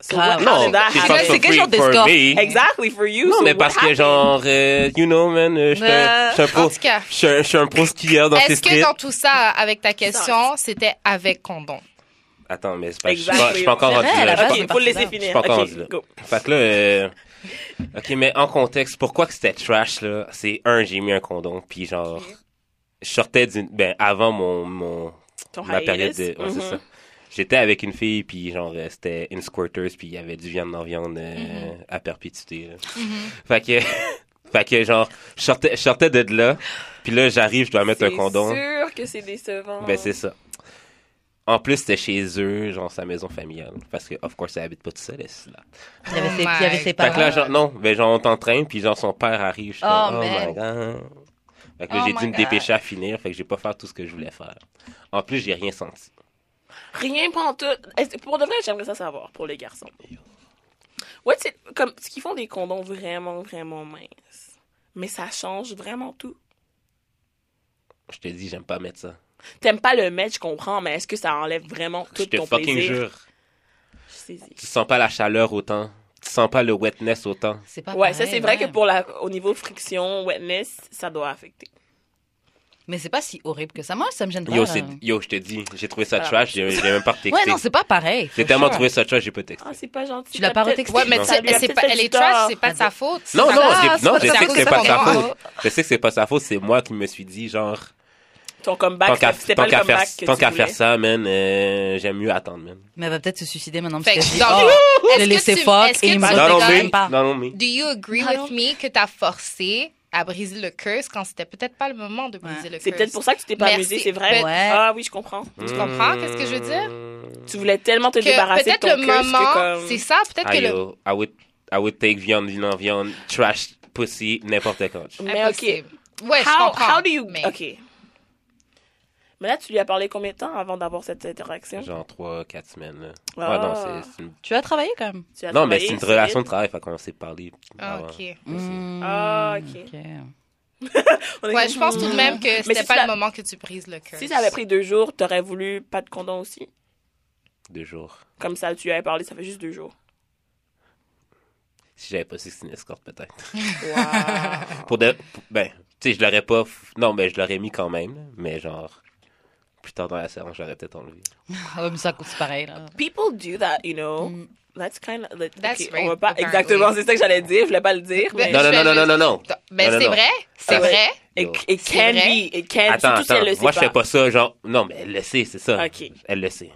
So
Grave.
what-
Non,
how did that
she
happen?
fucks
C'est
for
quel
free
genre
for
d'escorte?
me.
Exactly for you.
Non,
so
mais
what
parce que
happened?
genre, euh, you know, man, euh, je suis un- je suis un pro-
En tout cas.
je suis un- je suis un pro skieur dans ces
Est-ce que
streets.
dans tout ça, avec ta question, c'était avec condom?
Attends, mais c'est pas, je suis
Exactly.
pas, je suis pas encore
C'est
rendu
vrai, à
là.
la
Je
base,
suis
Ok,
pas-
faut le laisser
parti
je suis
finir.
pas encore
Ok,
rendu là.
go.
Fait que là, euh, ok, mais en contexte, pourquoi que c'était trash, là, c'est un, j'ai mis un condom, puis genre, je sortais d'une, ben, avant mon, mon,
Ton
ma période
hiatus.
de, ouais, c'est
Mhm.
ça. J'étais avec une fille, puis genre, euh, c'était une squirters, puis il y avait du viande en viande euh, à perpétuité. là. Fait que, fait que genre, je sortais, je sortais de là, puis là, j'arrive, je dois mettre un condom.
C'est sûr que c'est décevant.
Ben, c'est ça. En plus, c'était chez eux, genre sa maison familiale. Parce que, of course, elle habite pas tout seul, c'est là.
Il y avait ses,
Oh my
il y avait ses
Fait
parents.
que là, genre, non, ben, genre, on t'entraîne, puis genre, son père arrive. Je suis
Oh,
comme, oh
man.
my god. Fait que là,
Oh
j'ai
my
dû me
God.
dépêcher à finir, fait que j'ai pas fait tout ce que je voulais faire. En plus, j'ai rien senti.
Rien pas en tout. Est-ce- Pour de vrai, j'aimerais ça savoir pour les garçons. What's it, comme, ce qu'ils font des condoms vraiment, vraiment minces. Mais ça change vraiment tout.
Je te dis, j'aime pas mettre ça.
T'aimes pas le mettre, je comprends, mais est-ce que ça enlève vraiment tout
Je te
ton
fucking
plaisir?
jure.
Je saisis.
Tu sens pas la chaleur autant. Tu sens pas le wetness autant.
C'est pas
Ouais, ça,
pareil,
c'est vrai
ouais.
que pour la, au niveau friction, wetness, ça doit affecter.
Mais c'est pas si horrible que ça. Moi, ça me gêne pas.
Yo,
euh.
c'est- yo, je te dis, j'ai trouvé ça
Voilà.
trash, j'ai j'ai même pas texté.
Ouais, non, c'est pas pareil.
J'ai
for
tellement
sure.
trouvé ça trash, j'ai pas texté.
Ah, c'est pas gentil.
Tu l'as
T'as
pas
peut-être-
retexté.
Ouais, mais
Non.
tu sais,
Ça lui a
c'est
peut-être
pas,
fait
elle
du
est trash,
tort.
c'est pas de sa faute.
Non,
C'est
non,
pas grave,
je- non,
c'est
je
de
sais
sa
que
faute,
c'est pas sa
moi.
faute. Je sais que c'est pas sa faute, c'est moi qui me suis dit, genre,
Ton
tant
comeback,
qu'à
c'était- c'était Bah,
tant
pas le
qu'à faire,
comeback que
tant
tu
qu'à
voulais.
faire ça, man, euh, j'aime mieux attendre, man.
Mais elle va peut-être se suicider maintenant parce
Fait
qu'elle
que,
dit,
genre,
oh,
est-ce
je l'ai
que
laissé
tu-
fuck
est-ce que
et il
tu
me
me
Non, non,
regarde
mais,
même Bah, pas.
non, non, mais.
Do you agree with me que t'as forcé à briser le curse quand c'était peut-être pas le moment de briser le curse?
C'est peut-être pour ça que tu t'es pas
Merci.
amusé, c'est vrai.
Ouais.
Ah oui, je comprends.
Tu comprends qu'est-ce que je veux dire?
Tu voulais tellement te
Que
débarrasser de
peut-être
ton
le
curse
moment,
que
c'est
comme...
ça, peut-être
Ah,
que le...
yo, I would, I would take viande, viande, viande, trash, pussy, n'importe quand.
Mais ok,
Impossible. Ah, Ouais, je
How-
comprends.
how do you-
mais-
OK. Mais là, tu lui as parlé combien de temps avant d'avoir cette interaction?
Genre 3, 4 semaines, là.
Ah.
Ouais, non, c'est- c'est une-
Tu as travaillé quand même.
Tu as
Non, mais
travaillé
c'est une
ici?
relation de travail, fait qu'on s'est parlé.
Ah,
avant.
ok.
Mm.
Aussi.
Ah, ok.
ok.
On est
Ouais,
comme-
je pense tout de même que
Mais
c'était
si
pas
ça-
le moment que tu brises le curse.
Si ça avait pris deux jours, t'aurais voulu pas de condom aussi?
Deux jours.
Comme ça, tu lui avais parlé, ça fait juste deux jours.
Si j'avais pas su que c'était une escorte, peut-être.
Wow.
Pour de. pour- Ben, tu sais, je l'aurais pas. f- Non, mais je l'aurais mis quand même, là, mais genre. Plus tard dans la séance, j'aurais peut-être enlevé.
Ah ouais, mais ça, c'est pareil, là. Mm.
People do that, you
Oh.
know. That's kind of...
That's
on va
rape,
pas...
apparently.
Exactement, c'est ça que j'allais dire. Je voulais pas le dire, mais...
Ben,
Non, non,
je
non,
fais
non, non,
juste-
non, non.
Mais
Non, non,
c'est
non.
vrai, c'est
Ah ouais.
vrai.
It,
Yo.
it can
vrai?
be. It can
Attends,
surtout si elle le
attends.
sait
Moi, je fais
pas.
pas ça, genre. Non, mais elle le sait, c'est ça.
Ok.
Elle le sait.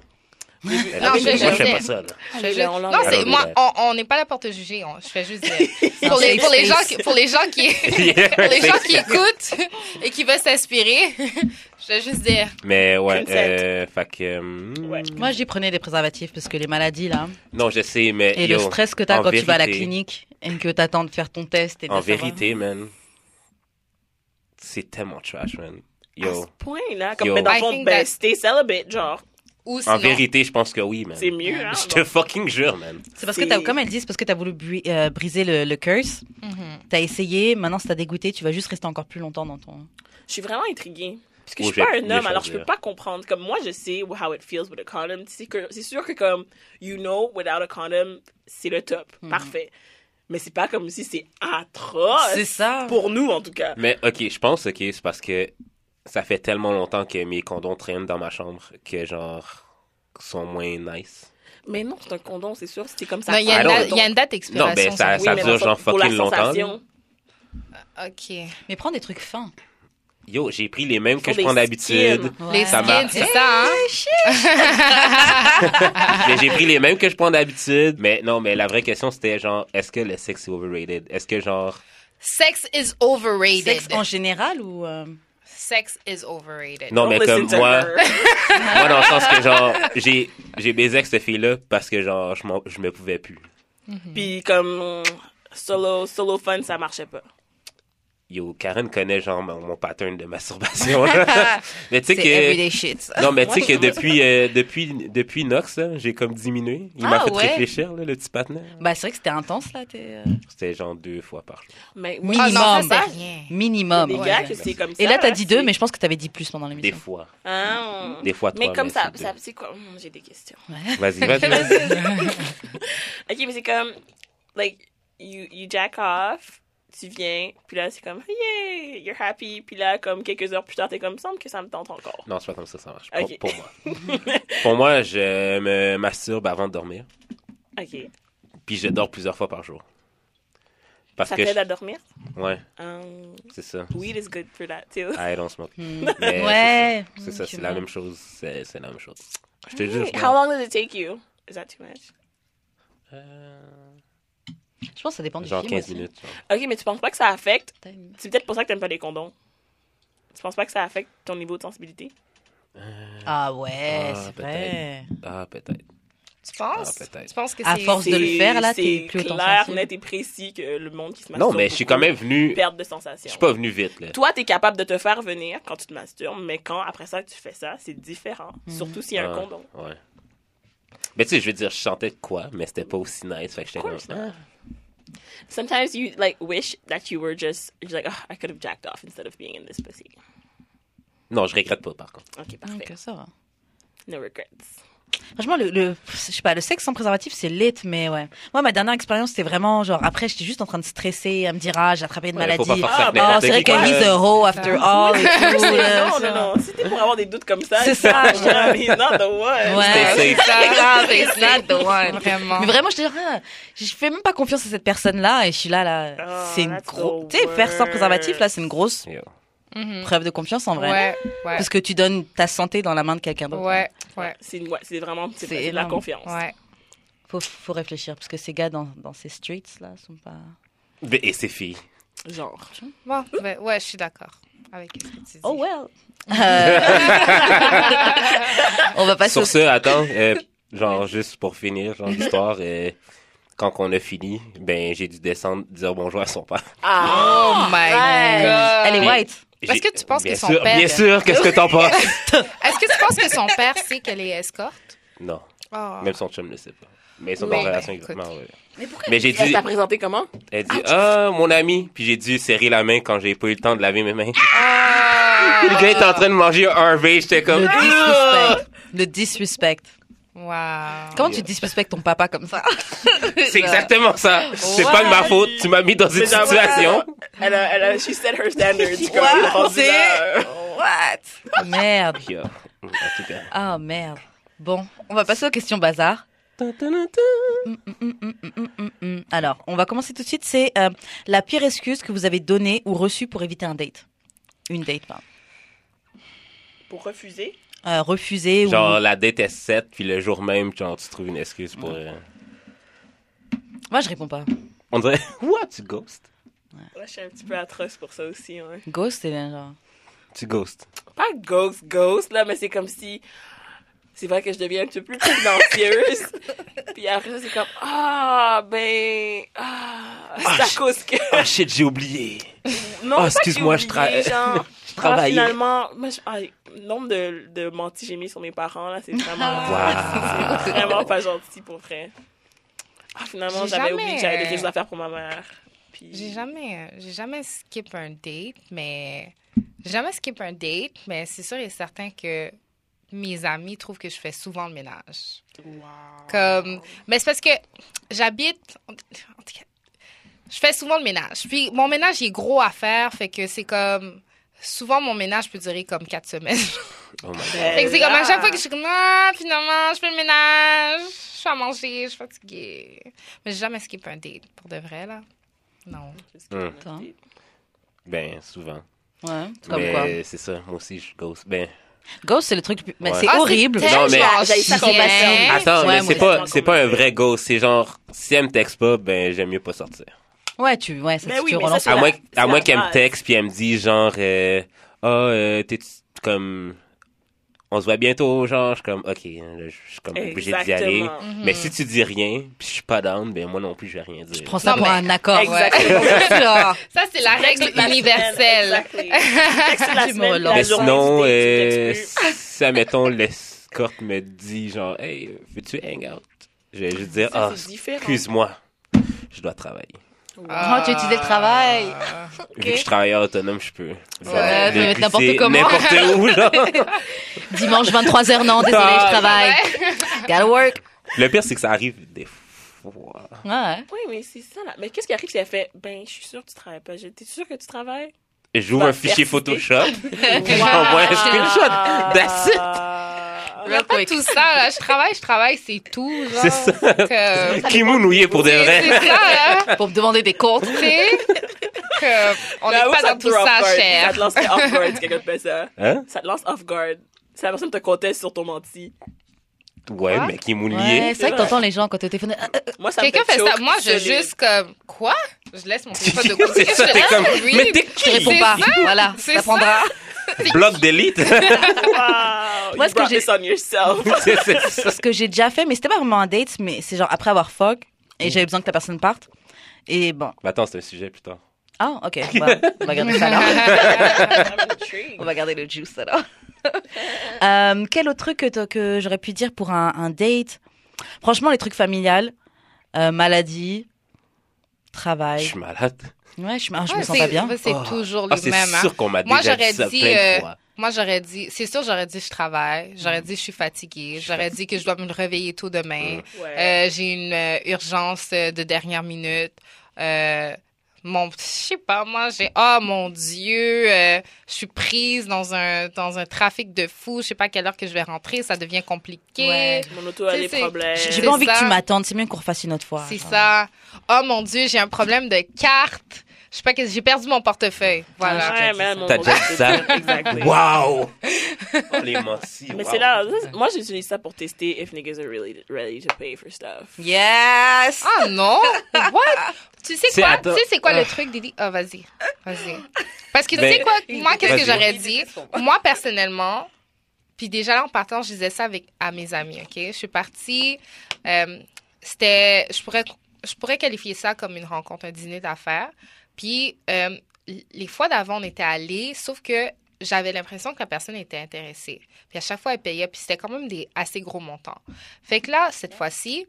Elle
Non,
le
je-
sait.
je
Moi, je
sais.
fais pas ça, là.
Je- je-
Allez, on
non,
l'enlève.
c'est
Allez,
moi,
Ah ouais.
on on n'est pas là pour te juger. on- je fais juste dire. pour, les, pour, les gens qui, pour les gens qui, pour les gens qui écoutent et qui veulent s'inspirer, je vais juste dire.
Mais ouais,
Consent.
euh, fait que. euh,
Ouais.
Moi, j'y prenais des préservatifs parce que les maladies, là,
Non, je sais, mais.
et
yo,
le stress que t'as
en
quand tu vas à la
vérité-
clinique et que t'attends de faire hein. ton test. Et de
En
savoir-
vérité, man. C'est tellement trash, man.
À
Yo.
ce point-là, comme
Yo.
mais dans le
I
fond,
think
ben,
that-
stay celibate, genre.
Ou sinon,
En vérité, je pense que oui, man.
C'est mieux, hein.
Je te fucking jure, man.
C'est parce que, t'as,
C'est-
comme elles disent, parce que t'as voulu bri- euh, briser le, le curse,
Mhm.
t'as essayé, maintenant, si t'as dégoûté, tu vas juste rester encore plus longtemps dans ton.
Je suis vraiment intriguée. Parce que
Oh,
je suis pas
j'ai-
un homme,
j'ai
alors je
choisi.
peux pas comprendre. Comme moi, je sais how it feels with a condom. C'est que- c'est sûr que comme, you know, without a condom, c'est le top.
Mm-hmm.
Parfait. Mais c'est pas comme si c'est atroce.
C'est ça.
Oh, Pour nous, en tout cas.
Mais ok, je pense, ok, c'est parce que ça fait tellement longtemps que mes condoms traînent dans ma chambre que genre sont moins nice.
Mais non, c'est un condom, c'est sûr. C'était comme ça.
non, il y, a
Ah,
une
non,
date- il y a
Oui,
une date d'expiration.
Non, ben, ça-
mais
ça
dans
dure,
le fond,
genre,
pour la
fucking longtemps.
sensation.
Ok.
Mais prends des trucs fins.
Yo, j'ai pris les mêmes que
Ils
je
font
prends
des
d'habitude.
skins.
Ouais. Ah,
Les
Ça
skins,
marche.
c'est ça, hein?
Mais j'ai pris les mêmes que je prends d'habitude. Mais non, mais la vraie question c'était genre, est-ce que le sexe est overrated? Est-ce que genre,
Sex is overrated.
Sexe en général ou. euh,
Sex is overrated.
non,
Don't
mais
listen
comme
to
moi,
her.
moi dans le sens que genre, j'ai, j'ai baisé avec cette fille-là parce que genre, je, m'en- je me pouvais plus.
Puis comme solo, solo fun, ça marchait pas.
Yo, Karen connaît genre mon, mon pattern de masturbation. mais tu sais
C'est
que.
everyday shit.
Non, mais tu sais
Ouais.
que depuis, euh, depuis, depuis Nox, là, j'ai comme diminué. Il m'a
Ah,
fait
ouais.
réfléchir, là, le petit patin.
Bah, c'est vrai que c'était intense, là, t'es. euh,
C'était genre deux fois par jour.
Mais
Oui.
Ah, non,
Minimum.
ça, c'est rien.
Minimum.
les
ouais.
gars, que c'est comme ça.
Et là, t'as
là,
dit deux,
c'est-
mais je pense que t'avais dit plus pendant
Des
l'émission.
fois.
Ah.
Des fois, trois.
Mais comme ça,
c'est
ça
deux.
c'est quoi Hum, J'ai des questions.
Vas-y, vas-y. vas-y.
Ok, mais c'est comme, like, you, you jack off, tu viens, puis là, c'est comme, yeah, you're happy, puis là, comme quelques heures plus tard, t'es comme, semble que ça me tente encore.
non, c'est pas comme ça, ça marche. Pour,
Ok.
pour moi. pour moi, je me masturbe avant de dormir.
Ok.
Puis je dors plusieurs fois par jour. Parce
Ça
que.
t'aide
je-
à dormir?
Ouais,
Um,
c'est ça.
weed is good for that, too.
I don't smoke.
Hmm.
Mais
Ouais. Hmm,
C'est ça, c'est
Ok,
la
ouais.
même chose. C'est c'est la même chose. Je te jure.
Ah, How long does it take you? Is that too much?
Euh,
Je pense que ça dépend du
Genre
film
15
aussi.
minutes. genre.
Ok, mais tu penses pas que ça affecte
T'as une-
C'est peut-être pour ça que t'aimes pas les condoms. Tu penses pas que ça affecte ton niveau de sensibilité?
Ah ouais,
Ah,
c'est
peut-être.
vrai.
Ah, peut-être.
Tu penses?
Ah, peut-être.
tu penses que c'est...
À force de le faire, là,
C'est-
t'es plus
C'est
autant
clair,
sensible.
net et précis que le monde qui se masturbe.
Non, mais je suis quand même venu.
Perte de
Je
sensation.
suis pas venu vite, là.
Toi, t'es capable de te faire venir quand tu te masturbes, mais quand après ça que tu fais ça, c'est différent.
Hmm.
Surtout s'il y a un
Ouais,
condom.
Ouais. Mais tu sais, je veux dire, je sentais de quoi, mais c'était pas aussi nice. Fait que j'étais comme.
course not. Sometimes you like wish that you were just you're like oh, I could have jacked off instead of being in this pussy.
Non, je regrette pas, par contre.
Ok,
Ah,
parfait.
que ça.
No regrets.
Franchement, le, le- je sais pas, le sexe sans préservatif, c'est lit, mais ouais. Moi, ma dernière expérience, c'était vraiment genre, après, j'étais juste en train de stresser, à me dire, ah, j'ai attrapé une
Ouais, faut
maladie.
pas faire ça
Ah,
avec
bah,
Oh,
n'importe
c'est vrai
qui, quoi.
qu'elle is a hoe after
Ah.
all et tout. là,
non,
Oh, ça.
non, non. Si t'es pour avoir des doutes comme ça,
C'est ça,
je dirais, he's not the one.
Ouais.
Stay
C'est
safe.
ça, it's not the one, vraiment.
Mais vraiment, je dirais, ah, je fais même pas confiance à cette personne-là et je suis là, là.
Ah,
Oh,
c'est une
that's
grosse.
the
Tu sais, faire sans préservatif,
worst.
là, c'est une grosse
Yo.
Mhm.
preuve de confiance en vrai.
Ouais, ouais,
Parce que tu donnes ta santé dans la main de quelqu'un d'autre.
ouais, ouais,
C'est une- ouais, c'est vraiment c'est
C'est
de la
énorme.
confiance.
ouais.
Faut, faut réfléchir, parce que ces gars dans, dans ces streets, là, sont pas.
Mais- Et ses filles.
Genre.
Bon, ben, ouais, je suis d'accord avec ce que tu dis.
Oh well. Euh, On va passer au-
Sur ce, attends, euh, genre, juste pour finir, genre, l'histoire, euh, quand on a fini, ben, j'ai dû descendre, dire bonjour à son père.
Ah!
Oh my god.
Elle est
Mais-
white.
J'ai-
Est-ce que tu penses
bien
que son
sûr,
père-
Bien sûr, qu'est-ce que t'en penses?
Est-ce que tu penses que son père sait qu'elle est escorte?
Non,
Ah.
Oh.
même son chum ne sait pas. Mais ils sont
Mais-
en relation,
écoute.
exactement, ouais.
Mais pourquoi
Mais j'ai
Elle
dit,
t'a présenté comment?
elle dit, ah, mon ami. Puis j'ai dû serrer la main quand j'ai pas eu le temps de laver mes mains. Le gars était en train de manger un V, j'étais comme,
Ah!
ah!
Le disrespect. Le disrespect.
Wow.
Comment tu disrespectes ton papa comme ça
c'est exactement ça. C'est pas de ma faute, tu m'as mis dans une
Mais genre,
situation.
Elle a, elle a, she set her standards. comme
Ouais,
elle est rendue
c'est-
là, euh,
What Oh, Merde.
Yo. euh, En tout cas.
Ah merde. Bon, on va passer aux questions bazar. Mm, mm, mm, mm, mm, mm, mm. Alors, on va commencer tout de suite. C'est euh, la pire excuse que vous avez donnée ou reçue pour éviter un date. Une date, pardon.
Pour refuser.
Euh, refuser
Genre,
ou...
la date est 7, puis le jour même, genre, tu trouves une excuse pour. euh,
Moi, je réponds pas.
On dirait, what? Tu ghostes?
Là, je suis un petit peu atroce pour ça aussi. Hein.
Ghost, c'est bien genre...
Tu ghostes.
Pas ghost, ghost, là, mais c'est comme si. C'est vrai que je deviens un petit peu plus silencieuse. Puis après, ça, c'est comme, ah, ben. Ah, c'est à cause que.
Ah shit, j'ai oublié. Ah,
Non, pas que j'ai
excuse-moi, je
oublié,
tra-
genre,
Je travaillais.
Ah, finalement, moi, je- ah, le nombre de, de mentis que j'ai mis sur mes parents, là, c'est vraiment.
Ah.
Wow.
c'est vraiment pas gentil pour vrai. Ah, finalement,
J'ai
j'avais
jamais- euh,
oublié que j'avais des choses à faire pour ma mère. Puis.
J'ai jamais, j'ai jamais skip un date, mais j'ai jamais skip un date, mais c'est sûr et certain que mes amis trouvent que je fais souvent le ménage. Comme, mais c'est parce que j'habite, en tout cas, je fais souvent le ménage. Puis mon ménage il est gros à faire, fait que c'est comme souvent mon ménage peut durer comme quatre semaines.
Oh my god.
Ben
Fait que c'est comme à
là.
chaque fois que je suis comme, ah, finalement, je fais le ménage, je fais à manger, je suis fatiguée. Mais j'ai jamais skip un date, pour de vrai, là. Non.
Hum.
Attends.
Ben, souvent.
Ouais, comme
mais
quoi.
c'est ça, moi aussi, je ghost. Ben,
Ghost, c'est le truc... le plus- Mais
Ouais.
c'est
Ah,
c'est
horrible.
tellement
Non, mais-
J'ai ça qu'on passe
chien.
en-
attends,
Ouais,
mais
moi
c'est
aussi.
pas, c'est pas un vrai ghost. C'est genre, si elle me texte pas, ben, j'aime mieux pas sortir.
Ouais, tu, ouais, ça,
Mais
tu
oui,
tu
mais
relances.
ça,
À
la-
moins,
c'est
à
la
moins qu'elle me
base.
texte puis elle me dit genre euh, ah euh, t'es comme on se voit bientôt genre je suis comme ok hein, là, je suis comme obligé d'y aller.
Exactement.
Mhm.
Hmm.
Mais si tu dis rien puis je suis pas down ben moi non plus je vais rien dire.
Je prends ça
Non,
pour
mais-
un accord.
Exactement.
Genre,
Ça, c'est la règle universelle.
Exactly. Texte la
Tu me
semaine,
relances.
la
Mais
journée
sinon
du date, tu
euh,
textes plus.
si admettons l'escorte me dit genre hey euh, veux-tu hang out je vais juste dire
Ça,
ah
c'est différent.
excuse-moi je dois travailler.
Ah, tu as utilisé le travail.
Vu que je travaille autonome je peux.
Ouais, tu peux mettre n'importe
glisser
comment.
N'importe où genre.
dimanche 23h, non, désolé,
Ah,
je travaille. Gotta work.
Le pire c'est que ça arrive des fois.
Ouais.
Oui, mais c'est ça. Là. Mais qu'est-ce qui arrive si elle fait Ben, je suis sûre que tu travailles pas. Je- T'es sûre que tu travailles
J'ouvre
Bah,
un fichier
persister.
Photoshop, j'envoie un screenshot. That's it.
Ah.
Mais pas tout ça, là. Je travaille, je travaille, c'est tout, genre.
C'est ça.
Que-
Qui mouillé pour de
C'est
vrai.
ça, là.
Pour me demander des comptes.
Tu sais, que on
Mais
n'est
avoue,
pas dans
te
tout
throw
ça,
off guard. Ça
cher.
te lance off guard si quelqu'un te fait ça.
Hein?
Ça te lance off guard. Si la personne te conteste sur ton menti.
Ouais, mais qui mouillé.
Ouais, c'est vrai que t'entends les gens quand t'es au téléphone. Ah, ah, ah.
Moi, ça me
Quelqu'un fait
choke
ça. Moi, je
solide.
juste comme, quoi? Je laisse mon téléphone de côté.
C'est ça,
Je
t'es
laisse-
comme,
oui.
mais t'es
Je te
qui?
réponds
C'est
pas.
ça.
Voilà,
C'est
ça prendra.
Bloc d'élite.
Wow.
Moi, ce
Moi, you
que
brought
j'ai-
this on yourself.
C'est- c'est ça.
Ce que j'ai déjà fait, mais c'était pas vraiment un date, mais c'est genre après avoir fog et j'avais besoin que la personne parte. Et bon.
Mais attends, c'est un sujet plus tard.
Ah, ok. Bah, on va garder ça là.
I'm intrigued.
On va garder le juice alors. Euh, quel autre truc que, t'as- que j'aurais pu dire pour un, un date Franchement, les trucs familiales, euh, maladie,
Je
travail.
suis malade.
Ouais, je, suis- ah, je
Ouais,
me sens
c'est-
pas bien.
C'est
Oh.
toujours
Ah,
les
c'est
mêmes. hein.
sûr qu'on m'a
Moi,
déjà dit
j'aurais
ça
dit,
plein de
euh,
fois.
Moi, j'aurais dit, c'est sûr, j'aurais dit je travaille, j'aurais
Mm.
dit je suis fatiguée, j'aurais dit que je dois me réveiller tôt demain,
Ouais.
euh, j'ai une euh, urgence euh, de dernière minute, euh, mon, je sais pas, moi, j'ai, oh mon Dieu, euh, je suis prise dans un, dans un trafic de fou, je sais pas à quelle heure que je vais rentrer, ça devient compliqué.
Ouais.
Mon auto a
Euh, Tu
des
sais,
problèmes.
J'ai
C'est
pas envie que
ça.
tu m'attendes, c'est mieux qu'on refasse une autre fois.
C'est
genre.
ça. Oh mon Dieu, j'ai un problème de carte. Je sais pas qu'est-ce j'ai perdu mon portefeuille. Voilà.
T'as
Ouais, man, mon
déjà
auto,
dit
c'est
ça?
Exactly.
Wow! Oh, les mentis,
Mais
wow.
c'est là, moi j'utilise ça pour tester if niggas are really ready to pay for stuff.
Yes!
Ah non! What? Tu sais
C'est-
quoi?
attends.
Tu sais c'est quoi
Ah.
le truc, Didi? Ah, vas-y. Vas-y. Parce que tu
Ben,
sais quoi? Moi, qu'est-ce que
vas-y.
j'aurais dit? Moi, personnellement, puis déjà là, en partant, je disais ça avec, à mes amis, OK? Je suis partie. euh, c'était... Je pourrais, je pourrais qualifier ça comme une rencontre, un dîner d'affaires. Puis euh, les fois d'avant, on était allés, sauf que j'avais l'impression que la personne était intéressée. Puis à chaque fois, elle payait, puis c'était quand même des assez gros montants. Fait que là, cette fois-ci,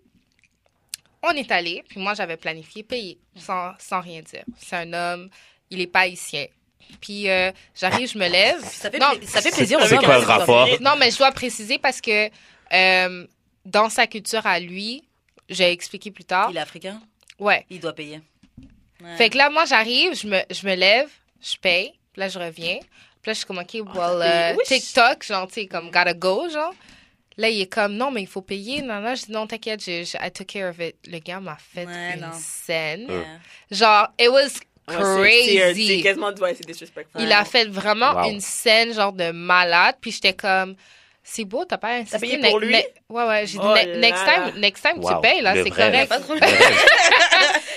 on est allé, puis moi, j'avais planifié payer, sans, sans rien dire. C'est un homme, il est pas haïtien. Puis euh, j'arrive, je me lève.
Ça fait,
Non,
pla- ça fait plaisir.
C'est-
aux
c'est
gens
quoi
qui
le
restent
rapport?
dans-
non, mais je dois préciser parce que euh, dans sa culture à lui, j'ai expliqué plus tard.
Il est africain,
Ouais.
il doit payer. Ouais.
Fait que là, moi, j'arrive, je me, je me lève, je paye, puis là, je reviens. Puis là, je suis comme, OK,
Ah,
well,
t'as
euh,
payé, oui.
TikTok, genre, tu sais, comme, gotta go, genre. Là, il est comme, non, mais il faut payer. Non, non, je dis, non, t'inquiète, j'ai- j'ai- I took care of it. Le gars m'a fait
Ouais,
une
non.
scène.
Euh. Ah,
Genre, it was
Ouais, c'est- c'est, euh, C'est
crazy.
quasiment ouais, c'est disrespectful.
il a fait vraiment
Wow.
une scène, genre, de malade. Puis j'étais comme, c'est beau, t'as pas insisté.
payé
Ne-
pour lui?
ne- Ouais, ouais, j'ai dit,
Oh
ne- next,
là là.
time, next time,
Wow,
tu payes, là,
le
c'est
vrai.
correct.
Pas trop.
Le rêve.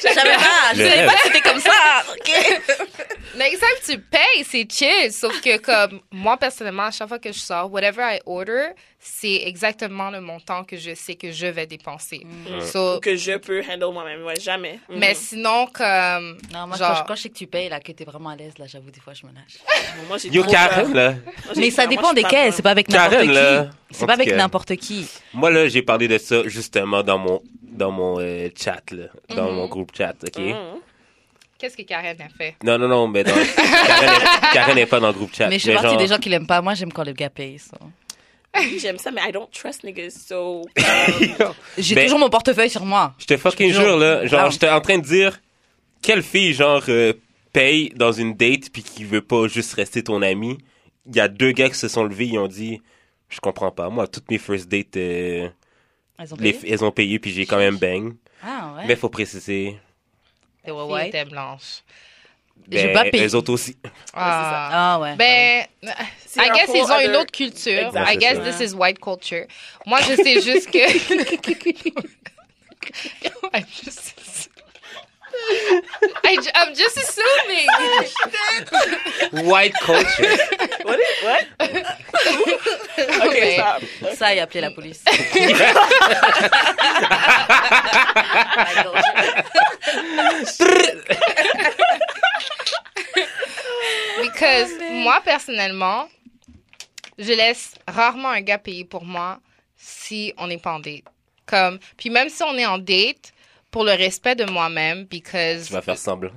J'avais
Ah,
pas, je
Le
savais
rêve.
pas que c'était comme ça. ok.
Next time tu payes, c'est chill. Sauf que, comme, moi, personnellement, à chaque fois que je sors, whatever I order, c'est exactement le montant que je sais que je vais dépenser.
Mm.
So,
que je peux handle moi-même. Ouais, jamais. Mhm.
Mm-hmm.
Mais sinon, comme,
Non, moi, quand,
genre,
je, quand je sais que tu payes, là, que t'es vraiment à l'aise, là, j'avoue, des fois, je me lâche.
Moi, j'ai
Yo,
trop peur.
Karen, là.
Moi, j'ai
Mais ça
peur. Moi,
dépend
je suis
desquels, c'est pas avec n'importe
Karen, là.
qui. C'est pas
En tout
avec
cas.
n'importe qui.
Moi, là, j'ai parlé de ça justement dans mon, dans mon euh, chat, là. Dans
Mm-hmm.
mon groupe chat, OK?
Mhm.
qu'est-ce que Karen a fait?
Non, non, non, mais dans. Karen est- Karen n'est pas dans le groupe chat.
Mais je suis partie
genre-
des gens qui l'aiment pas. Moi, j'aime quand les gars payent. ça.
Oui, J'aime ça, mais I don't trust niggas, so... um,
Yo,
J'ai
Ben-
toujours mon portefeuille sur moi.
Je te fucking
Genre-
jure, là.
Ah.
Genre, j'étais en train de dire, quelle fille, genre, euh, paye dans une date puis qui veut pas juste rester ton ami. Il y a deux gars qui se sont levés, ils ont dit, je comprends pas. Moi, toutes mes first dates, euh,
Elles ont
les
payé.
filles, elles ont payé puis j'ai quand même bang.
Ah ouais.
Mais faut préciser.
Des
Elle
Huawei.
était blanche.
J'ai
ben,
pas payé.
Elles autres aussi.
Ah.
Ah ouais.
Ben,
C'est
I
un
guess
whole
ils ont une
other-
autre culture.
Exact.
I guess
Ouais,
c'est ça.
this is white culture. Moi, je sais juste que. I'm just. I ju- I'm just assuming.
Ah,
White culture.
What? is- What? OK,
Mais-
stop.
Ça, il a appelé la police.
Because moi, personnellement, je laisse rarement un gars payer pour moi si on n'est pas en date. Comme, puis même si on est en date, pour le respect de moi-même,
tu
because
vas faire semblant.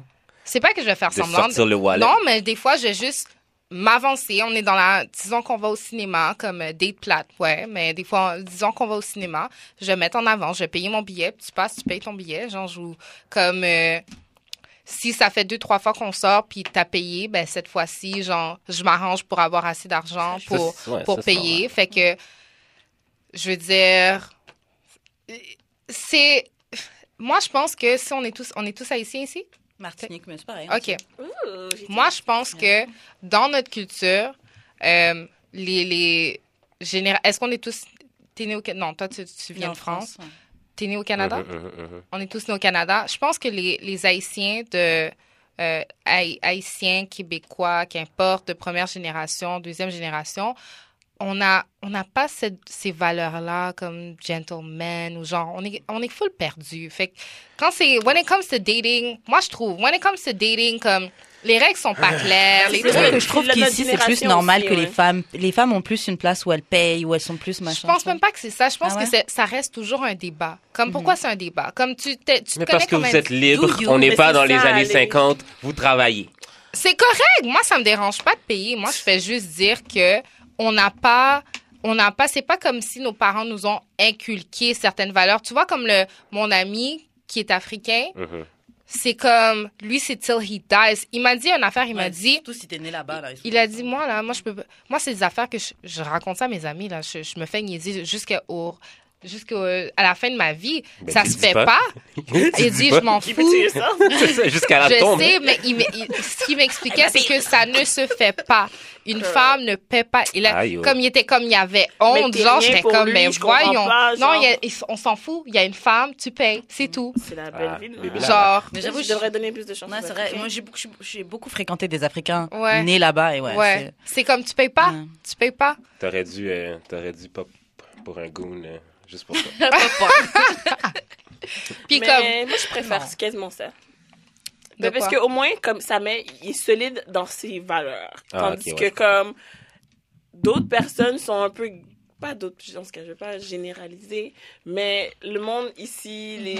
c'est pas que je vais faire
De
semblant.
sortir le wallet.
Non, mais des fois, je vais juste m'avancer. On est dans la... Disons qu'on va au cinéma, comme euh, date plate, ouais. Mais des fois, disons qu'on va au cinéma, je vais mettre en avant, je vais payer mon billet, puis tu passes, tu payes ton billet, genre, joue comme... euh, si ça fait deux, trois fois qu'on sort, puis t'as payé, ben cette fois-ci, genre, je m'arrange pour avoir assez d'argent
Ça,
pour,
c'est- ouais,
pour
ça, c'est
payer. Fait que, je veux dire, c'est... Moi, je pense que si on est tous, on est tous haïtiens ici?
Martinique, mais c'est pareil.
OK.
Ooh, j'ai-
Moi, je pense que dans notre culture, euh, les, les généra- Est-ce qu'on est tous. T'es né au Ca- Non, toi, tu, tu viens de France. T'es né au Canada?
Mhm, mhm, mhm.
On est tous nés au Canada. Je pense que les, les Haïtiens de. euh, Haï- Haïtiens, Québécois, qu'importe, de première génération, deuxième génération, on a on n'a pas cette- ces valeurs-là comme gentleman ou genre, on est, on est full perdu. Fait que quand c'est. When it comes to dating, moi je trouve, when it comes to dating, comme. Les règles sont pas claires. Les
C'est
C'est
trucs-
vrai que je trouve
La- notre
qu'ici, c'est plus
génération
normal
aussi,
que
ouais.
les femmes. Les femmes ont plus une place où elles payent, où elles sont plus machin.
Je pense même pas que c'est ça. Je pense
Ah ouais? Mhm.
que c'est- ça reste toujours un débat. Comme pourquoi c'est un débat Comme tu, t'es- tu te
Mais
connais
parce que
comme
vous
un-
êtes libre,
Do you?
on n'est
Mais
pas
c'est
dans les
ça,
années
les-
50, vous travaillez.
C'est correct. Moi, ça me dérange pas de payer. Moi, je fais juste dire que on n'a pas, on n'a pas. C'est pas comme si nos parents nous ont inculqué certaines valeurs. Tu vois, comme le mon ami qui est africain,
Mhm.
c'est comme lui, c'est till he dies. Il m'a dit une affaire. Il m'a dit.
Surtout si t'es né là-bas. Là,
Il a dit moi là, moi je peux, pas- moi c'est des affaires que je, je raconte ça à mes amis là. Je, je me fais niaiser jusqu'à au, jusqu'à à la fin de ma vie.
Ben,
ça
tu
se
dis
fait
pas.
pas. Il dit je m'en
Keep
fous.
it to yourself.
Jusqu'à la
Je
tombe.
sais, mais il, m'e- il- ce qu'il m'expliquait, c'est que ça ne se fait pas. Une femme ne paie pas. Il a,
Aïe, ouais.
comme il était comme il y avait honte,
Euh. Mais t'es
genre
rien
j'étais
pour
comme
lui,
mais
je comprends
voyons.
pas, genre. Mm.
Non, il y a- il s- on s'en fout. Il y a une femme, tu payes, c'est tout.
C'est la belle
Ah,
ville.
bébé
hein.
là.
Genre,
Mais
J'avoue,
j'avoue,
je devrais donner plus de chance.
Non,
aux
Ah, c'est vrai.
Africains.
Moi, j'ai beaucoup, j'ai- j'ai beaucoup fréquenté des Africains
Ouais.
nés là-bas et ouais.
ouais, c'est comme tu payes pas,
Ouais.
tu payes pas.
T'aurais dû, euh, t'aurais dû pop pour un goon, euh, juste pour ça.
c'est-
Puis
Mais
comme
moi, je préfère
Non.
quasiment ça.
De
Mais parce
quoi?
qu'au moins, comme ça met, il est solide dans ses valeurs.
Ah,
Tandis
ok,
que,
ouais.
comme d'autres personnes sont un peu. Pas d'autres, je pense que je ne vais pas généraliser, mais le monde ici, les,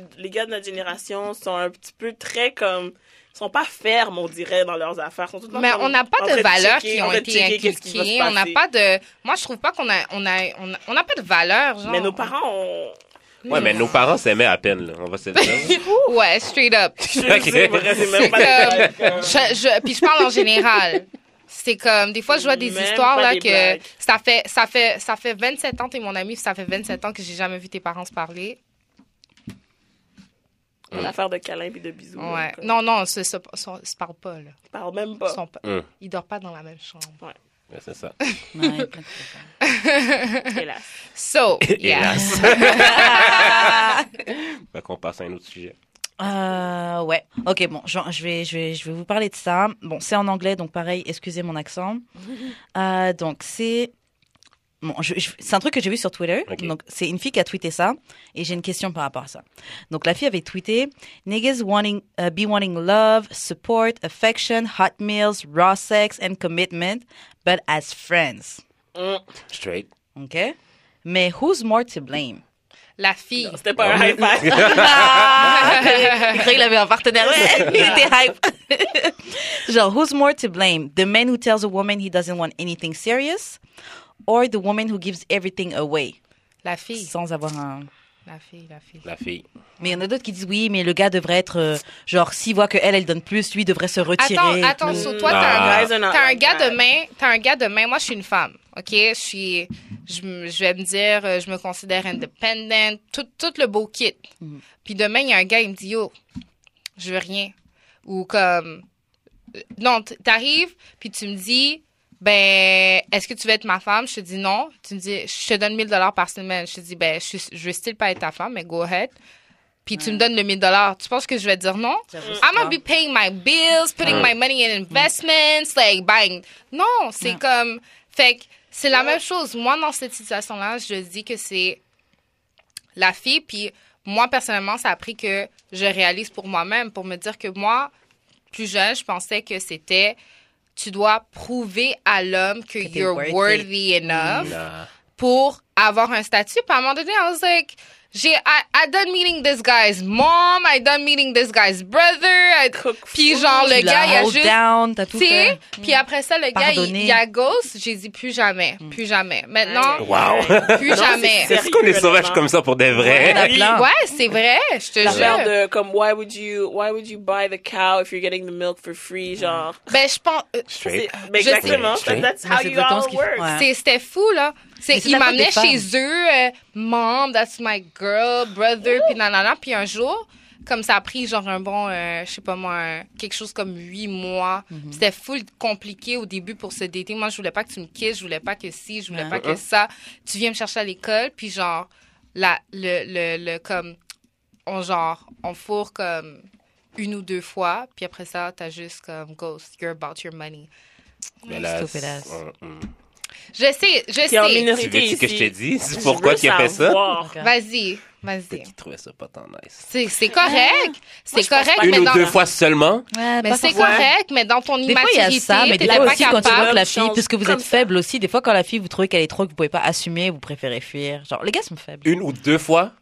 Mhm.
les gars de notre génération sont un petit peu très comme. sont pas fermes, on dirait, dans leurs affaires. Sont tout le temps
Mais
comme
on n'a
en
pas de
train
valeurs
checker,
qui
en
ont
train de
été
checker qu'est-ce qui va se
inculquées. On n'a
passer.
pas de. Moi, je trouve pas qu'on a, on a, on a- on n'a pas de valeurs. Genre.
Mais nos parents ont.
Ouais, mais nos parents s'aimaient à peine, là. On va se le dire.
Ouais, straight up.
Je sais, vrai, c'est même pas des
Comme-
blagues, hein.
je, je, puis je parle en général. C'est comme, des fois, je vois des
Même
histoires,
pas
là,
des
que
blagues.
ça fait, ça fait, ça fait 27 ans, t'es mon ami, puis ça fait 27 ans que j'ai jamais vu tes parents se parler.
L'affaire de câlin puis de bisous.
Ouais.
donc, euh,
Non, non, ils se, se- se parlent pas, là.
Je parle même
Ils
pas.
sont pas-
Hum.
ils dorment pas dans la même chambre.
Ouais, c'est ça.
Ouais, il y a plein de trucs, hein.
Hélas.
So, yeah.
Hélas. Fait qu'on passe à un autre sujet.
Euh, ouais. Ok, bon, je, je vais, je, vais, je vais vous parler de ça. Bon, c'est en anglais, donc pareil, excusez mon accent. Euh, donc, c'est. Bon, je- je- c'est un truc que j'ai vu sur Twitter.
Ok.
Donc, c'est une fille qui a tweeté ça. Et j'ai une question par rapport à ça. Donc, la fille avait tweeté Niggas wanting, uh, be wanting love, support, affection, hot meals, raw sex and commitment, but as friends.
Hum.
Straight.
Ok? Mais who's more to blame?
La fille.
C'était pas un high five.
Ah, il croyait qu'il avait un partenaire. il était hype. Genre, who's more to blame? The man who tells a woman he doesn't want anything serious or the woman who gives everything away?
La fille.
Sans avoir un...
La fille, la fille.
La fille.
Mais il y en a d'autres qui disent oui, mais le gars devrait être... euh, genre, s'il voit qu'elle, elle donne plus, lui devrait se retirer.
Attends, attends, so toi,
Ah.
t'as un,
Guys are not
t'as un
like
gars
that.
demain, t'as un gars demain, moi, je suis une femme, OK? Je suis, je, m- je vais me dire, euh, je me considère independent, tout, tout le beau kit.
Mm-hmm.
Puis demain, il y a un gars, il me dit, yo, je veux rien. Ou comme, euh, non, t- t'arrives, puis tu me dis, ben, est-ce que tu veux être ma femme? Je te dis non. Tu me dis, je te donne 1000 dollars par semaine. Je te dis, ben, je, suis- je veux still pas être ta femme, mais go ahead. Puis tu me donnes le 1000 dollars. Tu penses que je vais te dire non?
J'avoue, c'est
I'm
pas-
gonna be paying my bills, putting my money in investments, like buying. Non, c'est comme, fait que c'est la même chose. Moi, dans cette situation-là, je dis que c'est la fille. Puis moi, personnellement, ça a pris que je réalise pour moi-même, pour me dire que moi, plus jeune, je pensais que c'était tu dois prouver à l'homme que,
Que t'es
you're
worth it.
worthy enough
Nah.
pour avoir un statut. Puis à un moment donné, I was like, j'ai, I, I done meeting this guy's mom, I done meeting this guy's brother. I-
Cook
puis genre, le
Tu l'as
gars, il a
hold
juste...
down, t'as tout
Tu sais,
fait.
puis après ça, le gars, il,
Pardonner.
il a ghost. J'ai dit plus jamais, plus jamais. Maintenant,
Wow.
plus jamais.
c'est-
Est-ce qu'on est sauvage
Sérieux,
comme ça pour des vrais?
T'as plein.
Ouais, c'est vrai, je te
L'affaire
jure.
de comme why would you why would you buy the cow if you're getting the milk for free genre
Ben, je pense... euh,
Straight.
C'est- mais
Je sais.
exactement
Straight.
that's
Mais
how
c'est
you
exactement
all
ce qu'il faut.
work
Ouais.
C'est- C'était fou, là. C'est,
Mais c'est
il
la faute des
m'amenait chez
femmes.
eux, euh, mom, that's my girl, brother, puis nanana. Puis un jour, comme ça a pris genre un bon, euh, je sais pas moi, un- quelque chose comme huit mois.
Mhm.
C'était full compliqué au début pour se dater. Moi, je voulais pas que tu me quittes, je voulais pas que si, je voulais
Ouais.
pas que ça. Tu viens me chercher à l'école, puis genre, la, le, le, le, comme, on genre, on fourre comme une ou deux fois, puis après ça, t'as juste comme ghost, you're about your money.
Mais là,
Stupid ass.
c'est- hum, hum.
Je sais, je
T'es en
sais.
Tu
minorité
veux
ici
que je te dise
Je
pourquoi
veux
tu as fait ça?
savoir.
Ok.
C'est
Vas-y, vas-y.
qu'il trouvait ça pas tant nice.
C'est c'est
Ah.
correct, c'est
pense
correct,
pas
mais
Une ou
dans,
deux fois seulement?
Ouais,
mais
pas
c'est
forcément.
correct, mais dans ton
Des fois, il y a
immaturité,
ça, mais des
t'étais
fois
pas
aussi, quand tu vois que
capable.
la
de
fille,
changer
puisque vous
comme
êtes
ça.
faible aussi, des fois, quand la fille, vous trouvez qu'elle est trop, que vous pouvez pas assumer, vous préférez fuir. Genre, les gars sont faibles.
Une ou deux fois?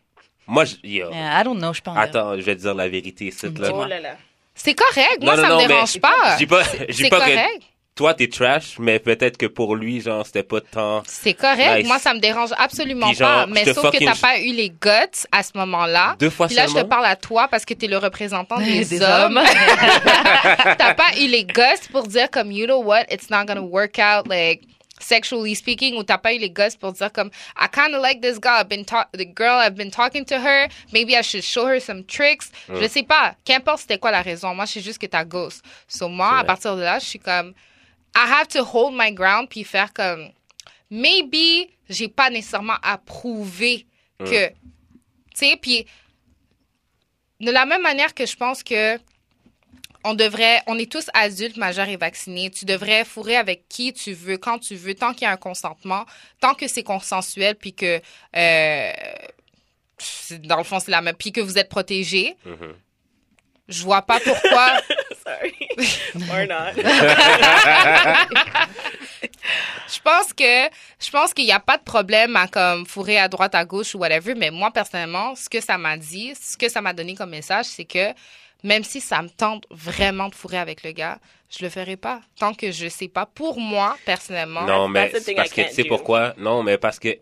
Moi, je... yo.
Mais, euh, I don't know, je parle.
Attends, je vais te dire la vérité ici, là.
oh là là
C'est correct. Moi,
Non,
ça
non,
me
non,
dérange
mais-
pas.
Je dis pas, je dis
C'est
pas que
correct.
toi, t'es trash, mais peut-être que pour lui, genre, c'était pas tant.
C'est correct.
Nice.
Moi, ça me dérange absolument
Puis genre,
pas. Mais
je te
sauf que
fucking-
t'as pas eu les guts à ce moment-là.
Deux fois
Puis là, je te
seulement.
parle à toi parce que t'es le représentant des,
Ben, Des
hommes.
hommes.
t'as pas eu les guts pour dire comme, you know what, it's not gonna work out, like, sexually speaking, ou t'as pas eu les guts pour dire comme, I kind of like this guy, I've been ta- the girl, I've been talking to her, maybe I should show her some tricks. Je sais pas. Qu'importe c'était quoi la raison. Moi, je sais juste que t'as ghost. So, moi, à
vrai.
partir de là, je suis comme, I have to hold my ground puis faire comme maybe j'ai pas nécessairement à prouver que tu sais puis de la même manière que je pense que on devrait on est tous adultes majeurs et vaccinés tu devrais fourrer avec qui tu veux quand tu veux tant qu'il y a un consentement tant que c'est consensuel puis que euh, c'est- dans le fond c'est la même puis que vous êtes protégé
Mhm.
je vois pas pourquoi
Sorry. Or not.
Je pense que je pense qu'il n'y a pas de problème à comme fourrer à droite à gauche ou whatever, mais moi personnellement, ce que ça m'a dit, ce que ça m'a donné comme message, c'est que même si ça me tente vraiment de fourrer avec le gars, je le ferai pas tant que je sais pas pour moi personnellement.
Non, mais
that's
c'est
the thing
parce
I
que tu
can't
sais
do.
pourquoi? Non, mais parce que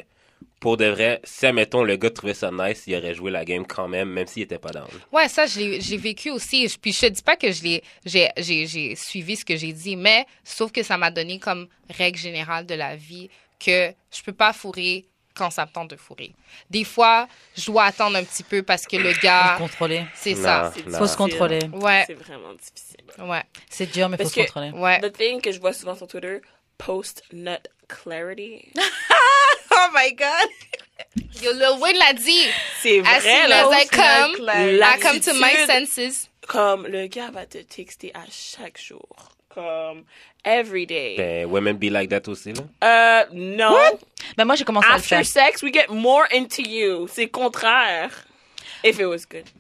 pour de vrai, si admettons le gars trouvait ça nice, il aurait joué la game quand même, même s'il était pas down.
Ouais, ça je l'ai je l'ai vécu aussi, Je- puis je te dis pas que je l'ai j'ai j'ai j'ai suivi ce que j'ai dit, mais sauf que ça m'a donné comme règle générale de la vie que je peux pas fourrer quand ça me tente de fourrer. Des fois, je dois attendre un petit peu parce que le gars
Contrôler.
C'est
Non,
ça.
non.
Faut se contrôler.
Ouais,
C'est vraiment difficile.
ouais,
C'est dur, mais faut
Parce
se
que-
contrôler.
ouais.
The thing que je vois souvent sur Twitter, post nut clarity.
Oh my god!
Yo, Lil Wayne l'a dit.
C'est
As
vrai,
soon
là.
as I
Post
come,
nut
I come to my
L'attitude.
senses.
Comme le gars va te texter à chaque jour. Comme every day.
Ben, women be like that aussi, là.
Euh, non.
Ben moi, j'ai commencé à le
After
faire.
sex, we get more into you. C'est contraire. If it was good.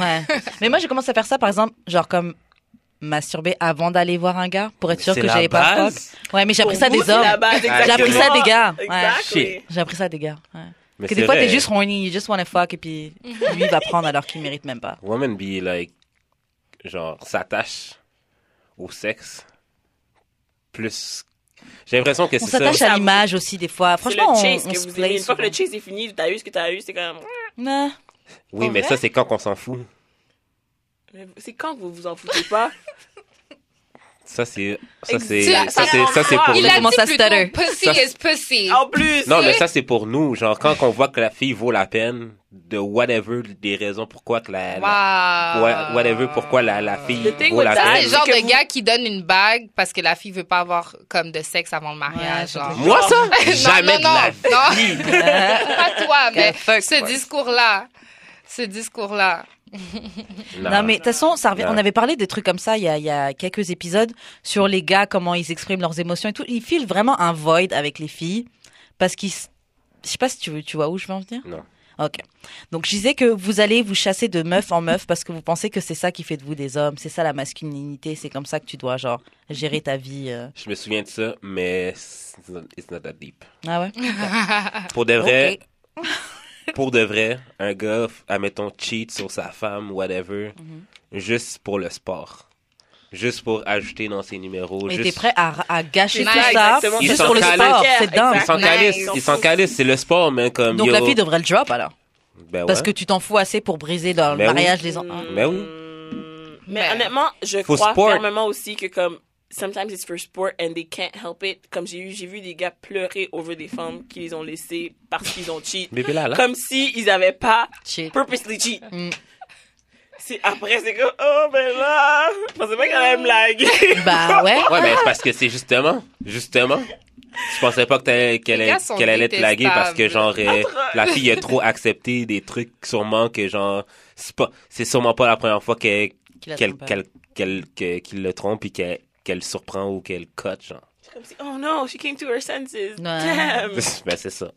Ouais. Mais moi, j'ai commencé à faire ça, par exemple, genre comme masturber avant d'aller voir un gars pour être sûr
C'est
que
la
j'avais pas
base.
fuck. Ouais, mais j'ai appris
Pour
ça
vous,
des
c'est la
hommes.
base,
J'ai
appris ça des gars. Ouais.
Exactly.
Shit.
J'ai appris ça des gars. Ouais.
Mais
que
c'est
des fois, t'es
vrai.
juste horny, you just wanna fuck, et puis
Mhm.
lui, il va prendre alors qu'il mérite même pas.
Women be like, genre, s'attache au sexe plus. J'ai l'impression que
On
c'est ça.
s'attache à l'image aussi, des fois.
C'est
Franchement,
le chase
on, on
que
se
vous aimez.
place.
Une fois que le chase est fini, t'as eu ce que t'as eu, c'est comme.
Non.
Oui, mais
Pour
ça,
vrai?
c'est quand qu'on s'en fout.
Mais C'est quand que vous vous en foutez pas?
Ça, c'est. Ça,
Exact.
c'est.
Tu l'as-
Ça, c'est ça, c'est
Il
pour
Il
nous.
a
commence
dit
à stutter.
plutôt pussy
Ça,
is pussy.
En plus!
Non, mais ça, c'est pour nous. Genre, quand on voit que la fille vaut la peine, de whatever, des raisons pourquoi que la. la-
Wow.
wha- whatever, pourquoi la, la fille
The thing
vaut
with
la
that
C'est
peine.
le genre
Ah, Que
de
vous-
gars qui donne une bague parce que la fille veut pas avoir comme de sexe avant le mariage.
Ouais,
genre.
Moi, ça?
Non,
Jamais
non, non,
de la
non.
vie.
pas toi, mais
fuck
ce
first.
discours-là. Ce discours-là.
Non.
Non, mais de toute façon, ça revient-
Non.
on avait parlé des trucs comme ça il y, a, il y a quelques épisodes sur les gars, comment ils expriment leurs émotions et tout. Ils filent vraiment un void avec les filles parce qu'ils. s- Je sais pas si tu, tu vois où je veux en venir.
Non.
Ok. Donc je disais que vous allez vous chasser de meuf en meuf parce que vous pensez que c'est ça qui fait de vous des hommes, c'est ça la masculinité, c'est comme ça que tu dois genre gérer ta vie. euh.
Je me souviens de ça, mais it's not, it's not that deep.
Ah ouais.
Pour de vrai,
Ok.
pour de vrai, un gars, f- admettons, cheat sur sa femme, whatever,
Mhm.
juste pour le sport. Juste pour ajouter dans ses numéros.
Mais
juste...
t'es prêt à, à gâcher
Nice,
tout ça
exactement,
Ils
juste
s'en
pour le
calent.
sport, c'est dingue.
Ils s'en
Nice.
calissent, ils
Ils
s'en
s'en
calissent, c'est le sport, mais comme.
Donc
yo,
la fille devrait le drop alors
ben
parce
ouais.
que tu t'en fous assez pour briser
Ben
le
oui.
mariage des
Mm.
enfants.
Mais oui.
Mais
Mais-
honnêtement, je
Faut
crois
sport.
fermement aussi que comme sometimes it's for sport and they can't help it. Comme j'ai eu, j'ai vu des gars pleurer over des femmes qui les ont laissés parce qu'ils ont cheat.
Bébé là, là.
Comme si ils avaient pas
Cheat.
purposely cheat.
Mm.
C'est après c'est comme oh ben là, je pensais pas qu'elle allait me laguer.
Bah ouais.
Ouais, mais c'est parce que c'est justement, justement. Je pensais pas que t'allais- qu'elle
Les
allait,
gars sont
qu'elle allait te laguer parce que genre
détestables.
euh, la fille a trop accepté des trucs sûrement que genre c'est pas c'est sûrement pas la première fois qu'elle
Qu'il la
qu'elle
trompe,
qu'elle qu'elle que- qu'il le trompe et qu'elle qu'elle le surprend ou qu'elle cote genre.
C'est comme si oh no, she came to her senses.
Ouais. Mm.
Damn.
ben c'est ça.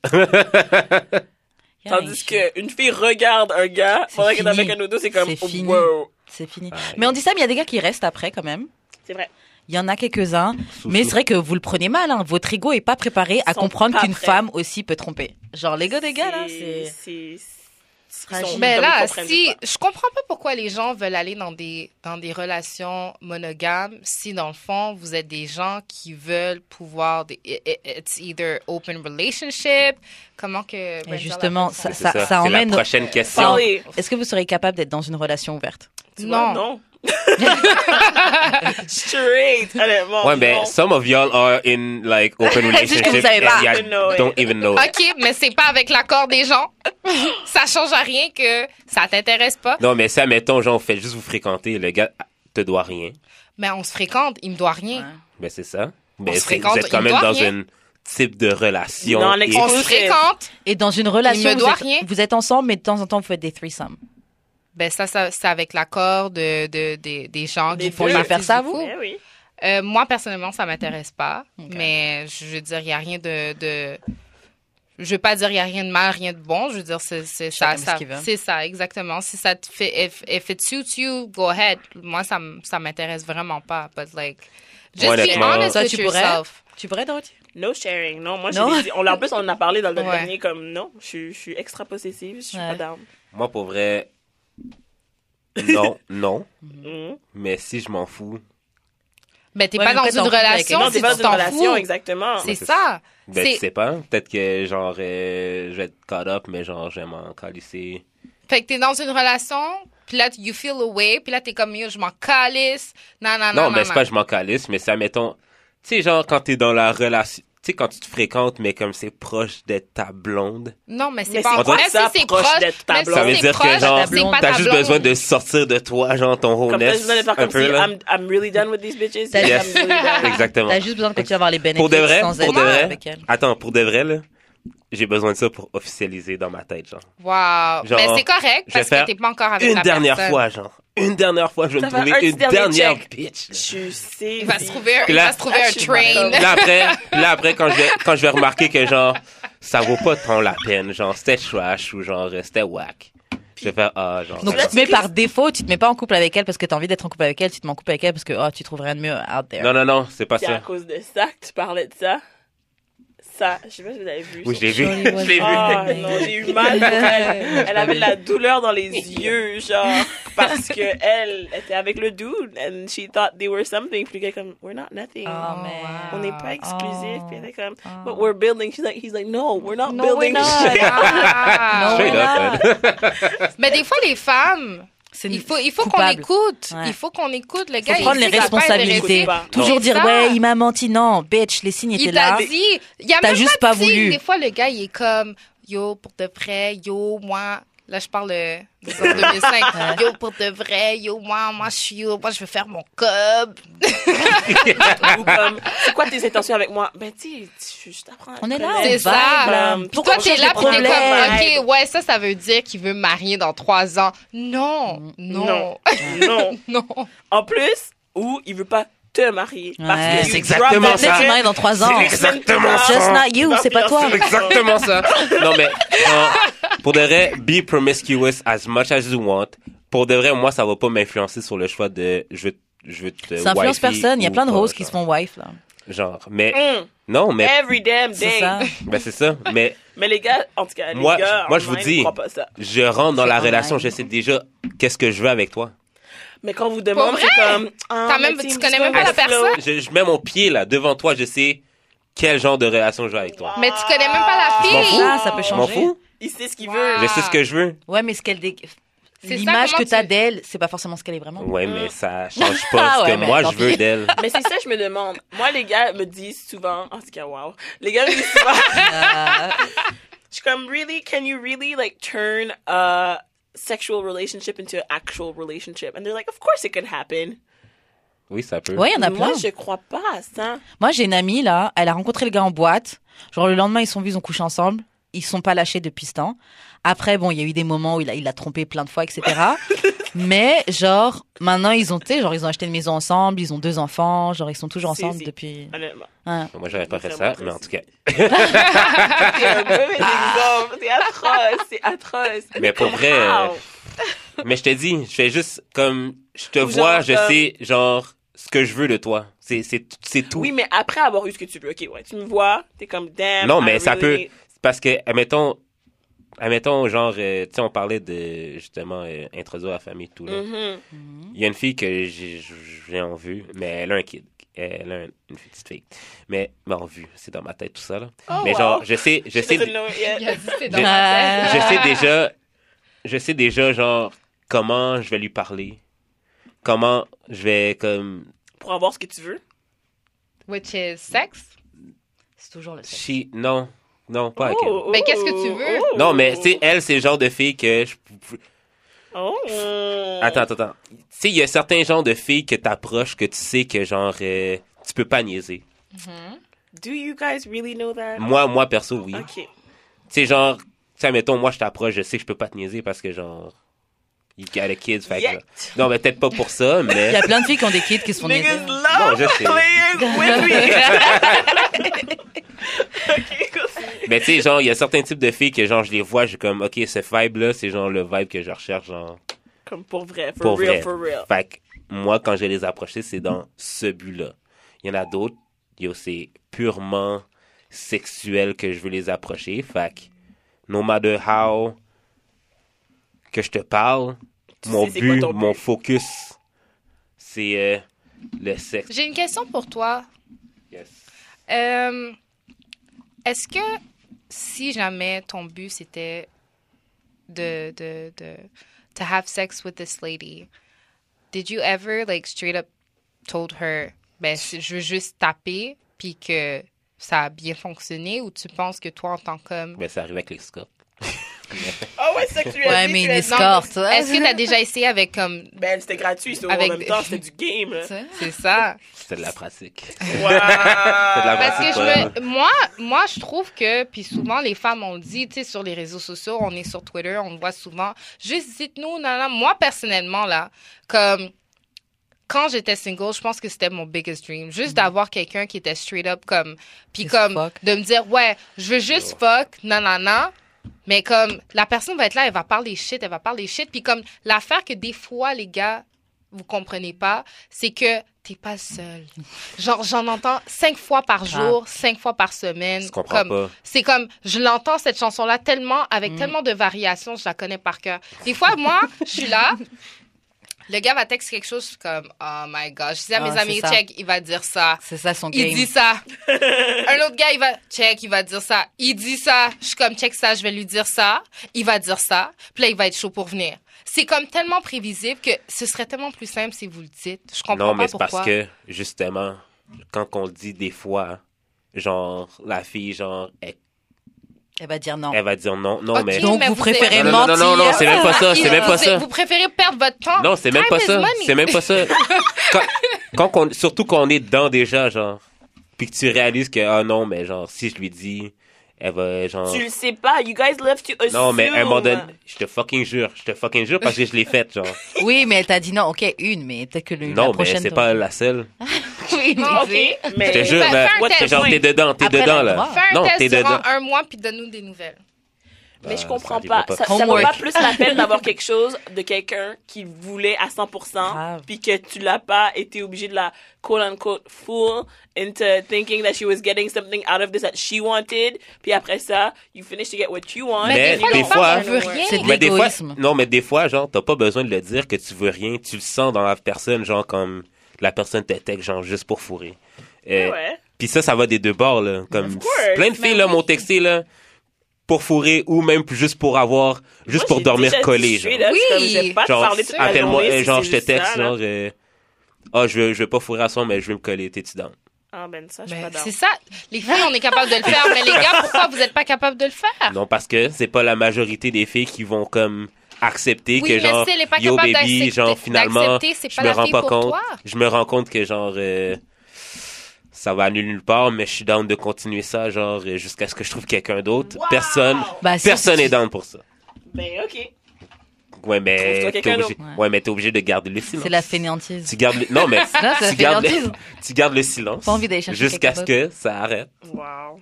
Yeah,
Tandis
shit.
qu'une fille regarde un gars
C'est
pendant qu'elle est avec
fini.
un autre, c'est comme
C'est
oh,
fini.
wow.
C'est fini.
Aïe.
Mais on dit ça, mais il y a des gars qui restent après quand même.
C'est vrai.
Il y en a quelques-uns.
Sous-
Mais
sous.
c'est vrai que vous le prenez mal. Hein. Votre ego est pas préparé à
Sont
comprendre
pas
qu'une
prêts.
femme aussi peut tromper. Genre l'ego des gars là,
C'est-
c'est.
c'est Ils sont
Mais
comme, ils
là,
comprennent
si
pas.
je comprends pas pourquoi les gens veulent aller dans des dans des relations monogames si dans le fond vous êtes des gens qui veulent pouvoir des i- i- it's either open relationship comment que Brenda
Et justement,
l'appelle
ça,
C'est
ça, ça,
c'est
emmène.
la prochaine question.
Ça-
Parlez.
Est-ce que vous serez capable d'être dans une relation ouverte
Tu vois,
Non.
non. Straight, honnêtement.
ouais, ben,
non.
some of y'all are in, like, open
Juste
relationship.
que vous savez
and
pas.
y'all
No way.
don't even know. it.
ok mais c'est pas avec l'accord des gens ça change à rien que ça t'intéresse pas
Non, mais ça, mettons, genre, on fait juste vous fréquenter, le gars ah, te doit rien.
mais on se fréquente il me doit rien
Ben, c'est ça. Mais
se
c'est- vous
fréquente,
êtes quand
il
même
doit
dans
rien.
un type de relation.
Non,
et-
l'excuse-
on se
Exclusive.
fréquente
Et dans une relation,
me
vous,
doit
êtes,
rien.
vous êtes ensemble, mais de temps en temps, vous faites des threesomes.
ben ça, ça c'est avec l'accord de, de, des- des gens
Des
qui font
deux.
partie
Faire ça,
du
vous?
couple.
Ben oui.
Euh, moi, personnellement, ça m'intéresse pas.
Ok.
Mais je veux dire, il n'y a rien de, de. Je veux pas dire, il n'y a rien de mal, rien de bon. Je veux dire, c'est c'est ça.
Chacun fait ce
ça-
qu'il veut.
C'est ça, exactement. Si ça te fait. If, if it suits you, go ahead. Moi, ça, m- ça m'intéresse vraiment pas. But like. Just
Moi,
be
honnêtement-
honest
Toi,
with
tu pourrais?
yourself.
Tu pourrais, Dorothy
No sharing. Non, moi, je
Non.
l'ai dit. On, l'a- en plus, on en a parlé dans le
Ouais.
dernier, comme, non, je, suis- je suis extra possessive, je suis
Ouais.
pas down.
Moi, pour vrai, non, non.
Mhm.
Mais si je m'en fous,
Mais t'es
Ouais,
pas
mais
dans
après,
une
t'en fous avec
relation
Non,
quelqu'un.
si
c'est
tu
pas une
t'en
relation,
fous.
exactement.
C'est
c'est-
ça.
ben,
C'est-
tu sais pas. Peut-être que, genre, euh, je vais être caught up, mais genre, je vais m'en calisser.
Fait que t'es dans une relation, puis là, you feel away, puis là, t'es comme, yo, je m'en calisse. Non, non, non.
Non, mais c'est
non.
pas je m'en calisse, mais ça, mettons, tu sais, genre, quand t'es dans la relation, tu sais, quand tu te fréquentes, mais comme c'est proche de ta blonde,
Non, mais c'est
Mais
pas
c'est
encore.
pas
Même si
ça,
c'est
proche
proche,
d'être ta
même si
blonde.
ça veut
c'est
dire que,
proche,
genre,
c'est pas
t'as
ta
juste
blonde.
besoin de sortir de toi, genre, ton
Comme t'as juste
wholeness,
besoin de faire
un
comme si,
peu, là.
I'm, I'm really done with these bitches.
T'as-
I'm really done.
Exactement.
T'as juste besoin de continuer à avoir les bénéfices
Pour de vrai,
sans
pour
être
de vrai,
avec elle.
attends, pour de vrai, là, j'ai besoin de ça pour officialiser dans ma tête, genre.
Wow.
Genre,
mais c'est correct
je vais
parce
faire
que t'es pas encore avec
Une
la
dernière
personne.
fois, genre. Une dernière fois, je vais
Ça
me
va, un
trouver
petit
une
dernier
dernière
check.
bitch. là.
Je suis saisie.
Il va se trouver,
Puis
il
là-
va se trouver
Ah,
un
je suis d'accord.
train.
Là après, là après quand je vais, quand je vais remarquer que genre ça vaut pas tant la peine, genre c'était trash ou genre euh, c'était whack. Je vais faire ah genre
Donc,
ça-
tu te mets par défaut, tu te mets pas en couple avec elle parce que t'as envie d'être en couple avec elle, tu te mets en couple avec elle parce que oh, tu trouves rien de mieux out there.
Non non non, c'est pas
C'est à
ça.
cause de ça que tu parlais de ça. Ça, je sais pas si vous l'avez vu.
Oui, je l'ai vu.
Jolly
Je l'ai vu.
Ah non, j'ai eu mal pour elle. Elle avait de la douleur dans les yeux, genre, parce que elle était avec le dude and she thought they were something. Puis le gars comme, we're not nothing.
Oh,
Oh,
man.
wow.
On n'est pas exclusif.
Oh.
Puis elle était comme, but we're building. She's like, he's like, no, we're not
No,
building.
we're not.
Ah.
Straight
Non,
up, man.
Mais des fois, les femmes,
C'est
il faut, il faut qu'on
coupable.
écoute.
Ouais.
Il faut qu'on écoute. Le
Faut
gars, il
prendre les
sait que ça va pas
responsabilités.
intéresser.
pas.
Toujours
Non.
dire
Ça.
ouais, il m'a menti. Non, bitch, les signes étaient
Il
là.
t'a dit. Il a
T'as
même
juste pas
dit.
voulu.
Des fois, le gars, il est comme, yo, pour de vrai, yo, moi. Là, je parle de des années 2005. Yo, pour de vrai, yo, moi, moi, je suis, yo, moi, je veux faire mon cob.
Ou comme, c'est quoi tes intentions avec moi? Ben, tu sais, je- je t'apprends. à
On
te
est là,
connaître.
on
C'est
vibe,
ça.
là.
Puis
Pourquoi
Toi,
on
t'es
cherche
là
des
pour t'es
problèmes
comme, OK, ouais, ça, ça veut dire qu'il veut me marier dans trois ans. Non, non,
Non.
non.
En plus, ou il veut pas te marier. Parce
Ouais.
que
C'est
you
exactement
drop that
Peut-être
ça.
tu
shit.
m'aimes dans trois ans.
C'est exactement
Just
ça.
not you,
Non,
c'est pas toi.
bien
Exactement ça. Non mais genre, pour de vrai, be promiscuous as much as you want. Pour de vrai, moi ça va pas m'influencer sur le choix de je veux- je veux te
Ça influence
wifey
personne. Il y a
ou
plein de
pas,
roses qui se
genre.
font wife là.
genre mais
Mm.
non mais
Every damn
C'est
day.
ça.
ben c'est ça mais
Mais les gars, en tout cas, les
Moi,
gars,
moi, je vous
online,
dis.
ils croient pas ça.
je rentre dans
C'est
la
online.
relation, je sais déjà qu'est-ce que je veux avec toi.
Mais quand on vous demande, c'est
vrai?
comme. ah,
T'as
mais
même-
sais,
tu
me
connais
dis
même
pas
pas la
le flow.
personne?
Je, je mets mon pied là devant toi, je sais quel genre de relation je veux avec toi.
Mais tu connais même pas la
Je m'en
fille.
fous.
Ah,
Ça, ça peut
Je m'en
changer.
fous,
Il sait ce qu'il
Wow.
veut.
je sais ce que je veux.
Ouais, mais ce qu'elle dé-
C'est ça,
l'image que
comment
t'as
tu-
d'elle, c'est pas forcément ce qu'elle est vraiment.
Ouais, mais ça change pas
Ah
ce
ouais,
que
mais
moi
tant
je veux
pis.
d'elle.
Mais c'est ça, je me demande. Moi, les gars me disent souvent. En tout cas, wow. Les gars me disent souvent. je suis comme, really? Can you really, like, turn a sexual relationship into an actual relationship? And they're like, of course it can happen.
Oui, ça peut.
Ouais, il y en a plein.
Moi, je crois pas à ça.
Moi, j'ai une amie là, elle a rencontré le gars en boîte. Genre le lendemain, ils sont vus, ils ont couché ensemble. Ils se sont pas lâchés depuis ce temps. Après, bon, il y a eu des moments où il a, il l'a trompé plein de fois, etc. Mais genre, maintenant, ils ont, tu sais, genre, ils ont acheté une maison ensemble, ils ont deux enfants, genre, ils sont toujours
Si,
ensemble
si.
depuis.
Honnêtement.
Moi, j'aurais pas fait ça,
Vraiment
mais en tout cas.
C'est un mauvais exemple. C'est atroce. C'est atroce.
Mais pour vrai, euh,
Wow.
Mais je te dis, je fais juste comme je te
Ou
vois,
genre,
je
comme-
sais genre ce que je veux de toi. C'est c'est c'est tout.
Oui, mais après avoir eu ce que tu veux, ok, ouais, tu me vois, t'es comme damn.
Non,
I
mais ça peut.
really-
Parce que, admettons, Admettons, genre, euh, tu sais, on parlait de, justement, euh, introduire la famille tout là.
Mhm.
Il y a une fille que j'ai- j'ai en vue, mais elle a un kid. Elle a un- une petite fille. Mais, mais en vue, c'est dans ma tête tout ça, là.
Oh,
mais
wow.
genre, je sais, je
She
sais,
doesn't
je
know it yet.
Il a dit, c'est dans
Je-
ma tête.
sais déjà, je sais déjà, genre, comment je vais lui parler. Comment je vais, comme,
Pour avoir ce que tu veux.
Which is sex.
C'est toujours le sexe.
she, non, non, pas avec elle.
Oh,
Mais
oh,
qu'est-ce que tu veux?
oh.
Ah, Non, mais, tu sais, elle, c'est le genre de fille que je,
Oh.
Attends, attends, attends. Tu sais, il y a certains genres de filles que t'approches que tu sais que genre euh, tu peux pas niaiser.
Do you guys really know that?
Moi, moi perso, oui. Tu
Ok.
sais, genre, tu sais, mettons, moi je t'approche, je sais que je peux pas te niaiser parce que genre, you got a kid, fait que,
Yeah.
genre. Non, mais peut-être pas pour ça,
Il y
mais
a plein de filles qui ont des kids qui se font niaiser.
Niggas love
je sais.
playing with me. ok, continue.
mais tu sais, genre, il y a certains types de filles que genre je les vois, je suis comme, ok, ce vibe là, c'est genre le vibe que je recherche, genre
Comme pour vrai, for
pour
real,
vrai.
for real.
Fait que moi, quand je les approchais, c'est dans ce but-là. Il y en a d'autres, yo, c'est purement sexuel que je veux les approcher. Fait que, no matter how que je te parle,
Tu
mon
sais c'est quoi
but,
ton but.
mon focus, c'est euh, le sexe.
J'ai une question pour toi.
Yes.
Euh, Est-ce que si jamais ton but c'était de, de, de to have sex with this lady, did you ever like straight up told her ben c- je veux juste taper puis que ça a bien fonctionné ou tu penses que toi en tant qu'homme
Mais Ben, ça arrive avec les scopes.
Ah ouais, c'est ça que tu lui as
Ouais,
dit,
mais
tu
une
lui as dit.
escorte.
est-ce que tu as déjà essayé avec comme
Ben, c'était gratuit, c'était
Avec-
en même temps, c'était du game. là.
c'est ça
C'est de la pratique. C'est
Wow.
de la
Parce que
pratique.
je
ouais.
me- moi, moi, je trouve que, puis souvent, les femmes, on le dit, tu sais, sur les réseaux sociaux, on est sur Twitter, on le voit souvent. Juste dites-nous, non, non. Moi, personnellement, là, comme, quand j'étais single, je pense que c'était mon biggest dream. Juste d'avoir quelqu'un qui était straight up, comme,
Mm-hmm.
puis
Just
comme,
fuck.
de me dire, ouais, je veux juste fuck, non, non, non. Mais comme, la personne va être là, elle va parler shit, elle va parler shit. Puis comme, l'affaire que des fois, les gars, vous comprenez pas, c'est que t'es pas seul. Genre, j'en entends cinq fois par jour, cinq fois par semaine.
Je comprends
Comme-
pas.
C'est comme, je l'entends cette chanson-là tellement, avec tellement de variations, je la connais par cœur. Des fois, moi, je suis là, le gars va texter quelque chose je suis comme, oh my gosh. Je dis à
Ah,
mes
c'est
amis,
ça.
check, il va dire ça.
C'est ça son game.
Il dit ça. Un autre gars, il va check, il va dire ça. Il dit ça. Je suis comme check ça, je vais lui dire ça. Il va dire ça. Puis là, il va être chaud pour venir. C'est comme tellement prévisible que ce serait tellement plus simple si vous le dites. Je comprends
Non,
pas
mais c'est
pourquoi.
parce que, justement, quand on le dit des fois, genre, la fille, genre, elle,
Elle va dire non.
elle va dire non. Non,
Ok,
Eh, mais.
Donc, vous préférez
êtes-
Non, non, non, non, non,
mentir.
c'est même pas ça, c'est
Vous-
même pas
vous-
ça.
Vous préférez perdre votre temps.
Non, c'est même
Time
pas
is
ça.
money.
C'est même pas ça. Quand, quand qu'on- surtout qu'on est dedans déjà, genre, puis que tu réalises que, ah non, mais genre, si je lui dis, elle va, genre.
Tu le sais pas, you guys love to assume.
Non, mais à un moment donné, je te fucking jure, je te fucking jure parce que je l'ai faite, genre.
Oui, mais elle t'a dit non. Ok, une, mais peut-être que le, la
Non, mais
prochaine.
c'est
t'auras-
pas la seule.
Oui, mais
Ok,
c'est-
Je te
mais.
jure, là,
Fais- fais un
c'est
test,
genre,
oui.
t'es dedans, t'es
Après la
dedans,
Ah.
droite.
là.
Fais un
Non, t'es
test durant
dedans.
un mois puis donne-nous des nouvelles.
Mais je
Bah,
comprends
ça
pas.
arrivera pas.
Ça, ça vaut
Homework.
pas plus la peine d'avoir quelque chose de quelqu'un qui voulait à 100%,
Grave.
puis que tu l'as pas été obligé de la quote unquote fool into thinking that she was getting something out of this that she wanted. Puis après ça, you finish to get what you want.
Mais
and you
des
don't
fois-
want
on
veut
to
rien.
work.
C'est de
mais des fois,
l'égoïsme.
non, mais des fois, genre, t'as pas besoin de le dire que tu veux rien. Tu le sens dans la personne, genre, comme la personne te texte, genre, juste pour fourrer. Euh,
Ouais.
Puis ça, ça va des deux bords, là. Comme
course.
plein de filles, là, m'ont texté, là, pour fourrer ou même juste pour avoir, juste
Moi,
pour
j'ai
dormir
déjà dit
collé,
straight
genre.
up, je suis
Oui.
comme, j'aime pas te
Genre,
parler toute la
appelle-moi,
journée,
euh,
si
genre,
c'est
je te
juste
texte,
ça, là.
genre, euh, ah, je veux, je veux pas fourrer à soi, mais je veux me coller, t'es-tu dans?
Ah, ben ça, je suis
Ben,
pas d'accord.
c'est ça. Les filles, on est capable de le faire, mais les gars, pourquoi vous n'êtes pas capable de le faire?
Non, parce que c'est pas la majorité des filles qui vont, comme, accepter
Oui,
que,
mais
genre,
si elle est pas
yo
capable d'accepter-
baby, genre, finalement,
d'accepter, c'est
je
pas
me
la
rends
fille
pas
pour
compte,
toi.
je me rends compte que, genre, euh, ça va aller nulle part, mais je suis down de continuer ça, genre, euh, jusqu'à ce que je trouve quelqu'un d'autre.
Wow!
Personne,
Bah, si,
personne
si,
n'est
si.
down pour ça.
Ben, ok.
Ouais, mais
Trouve-toi
t'es
quelqu'un
obligé,
d'autre.
ouais, mais t'es obligé de garder le silence.
C'est la fainéantise.
Tu gardes le... Non, mais
Là, c'est la
tu, gardes le...
fainéantise.
tu gardes le silence
Pas envie d'aller chercher
jusqu'à ce
quelqu'un
que ça arrête.
Wow.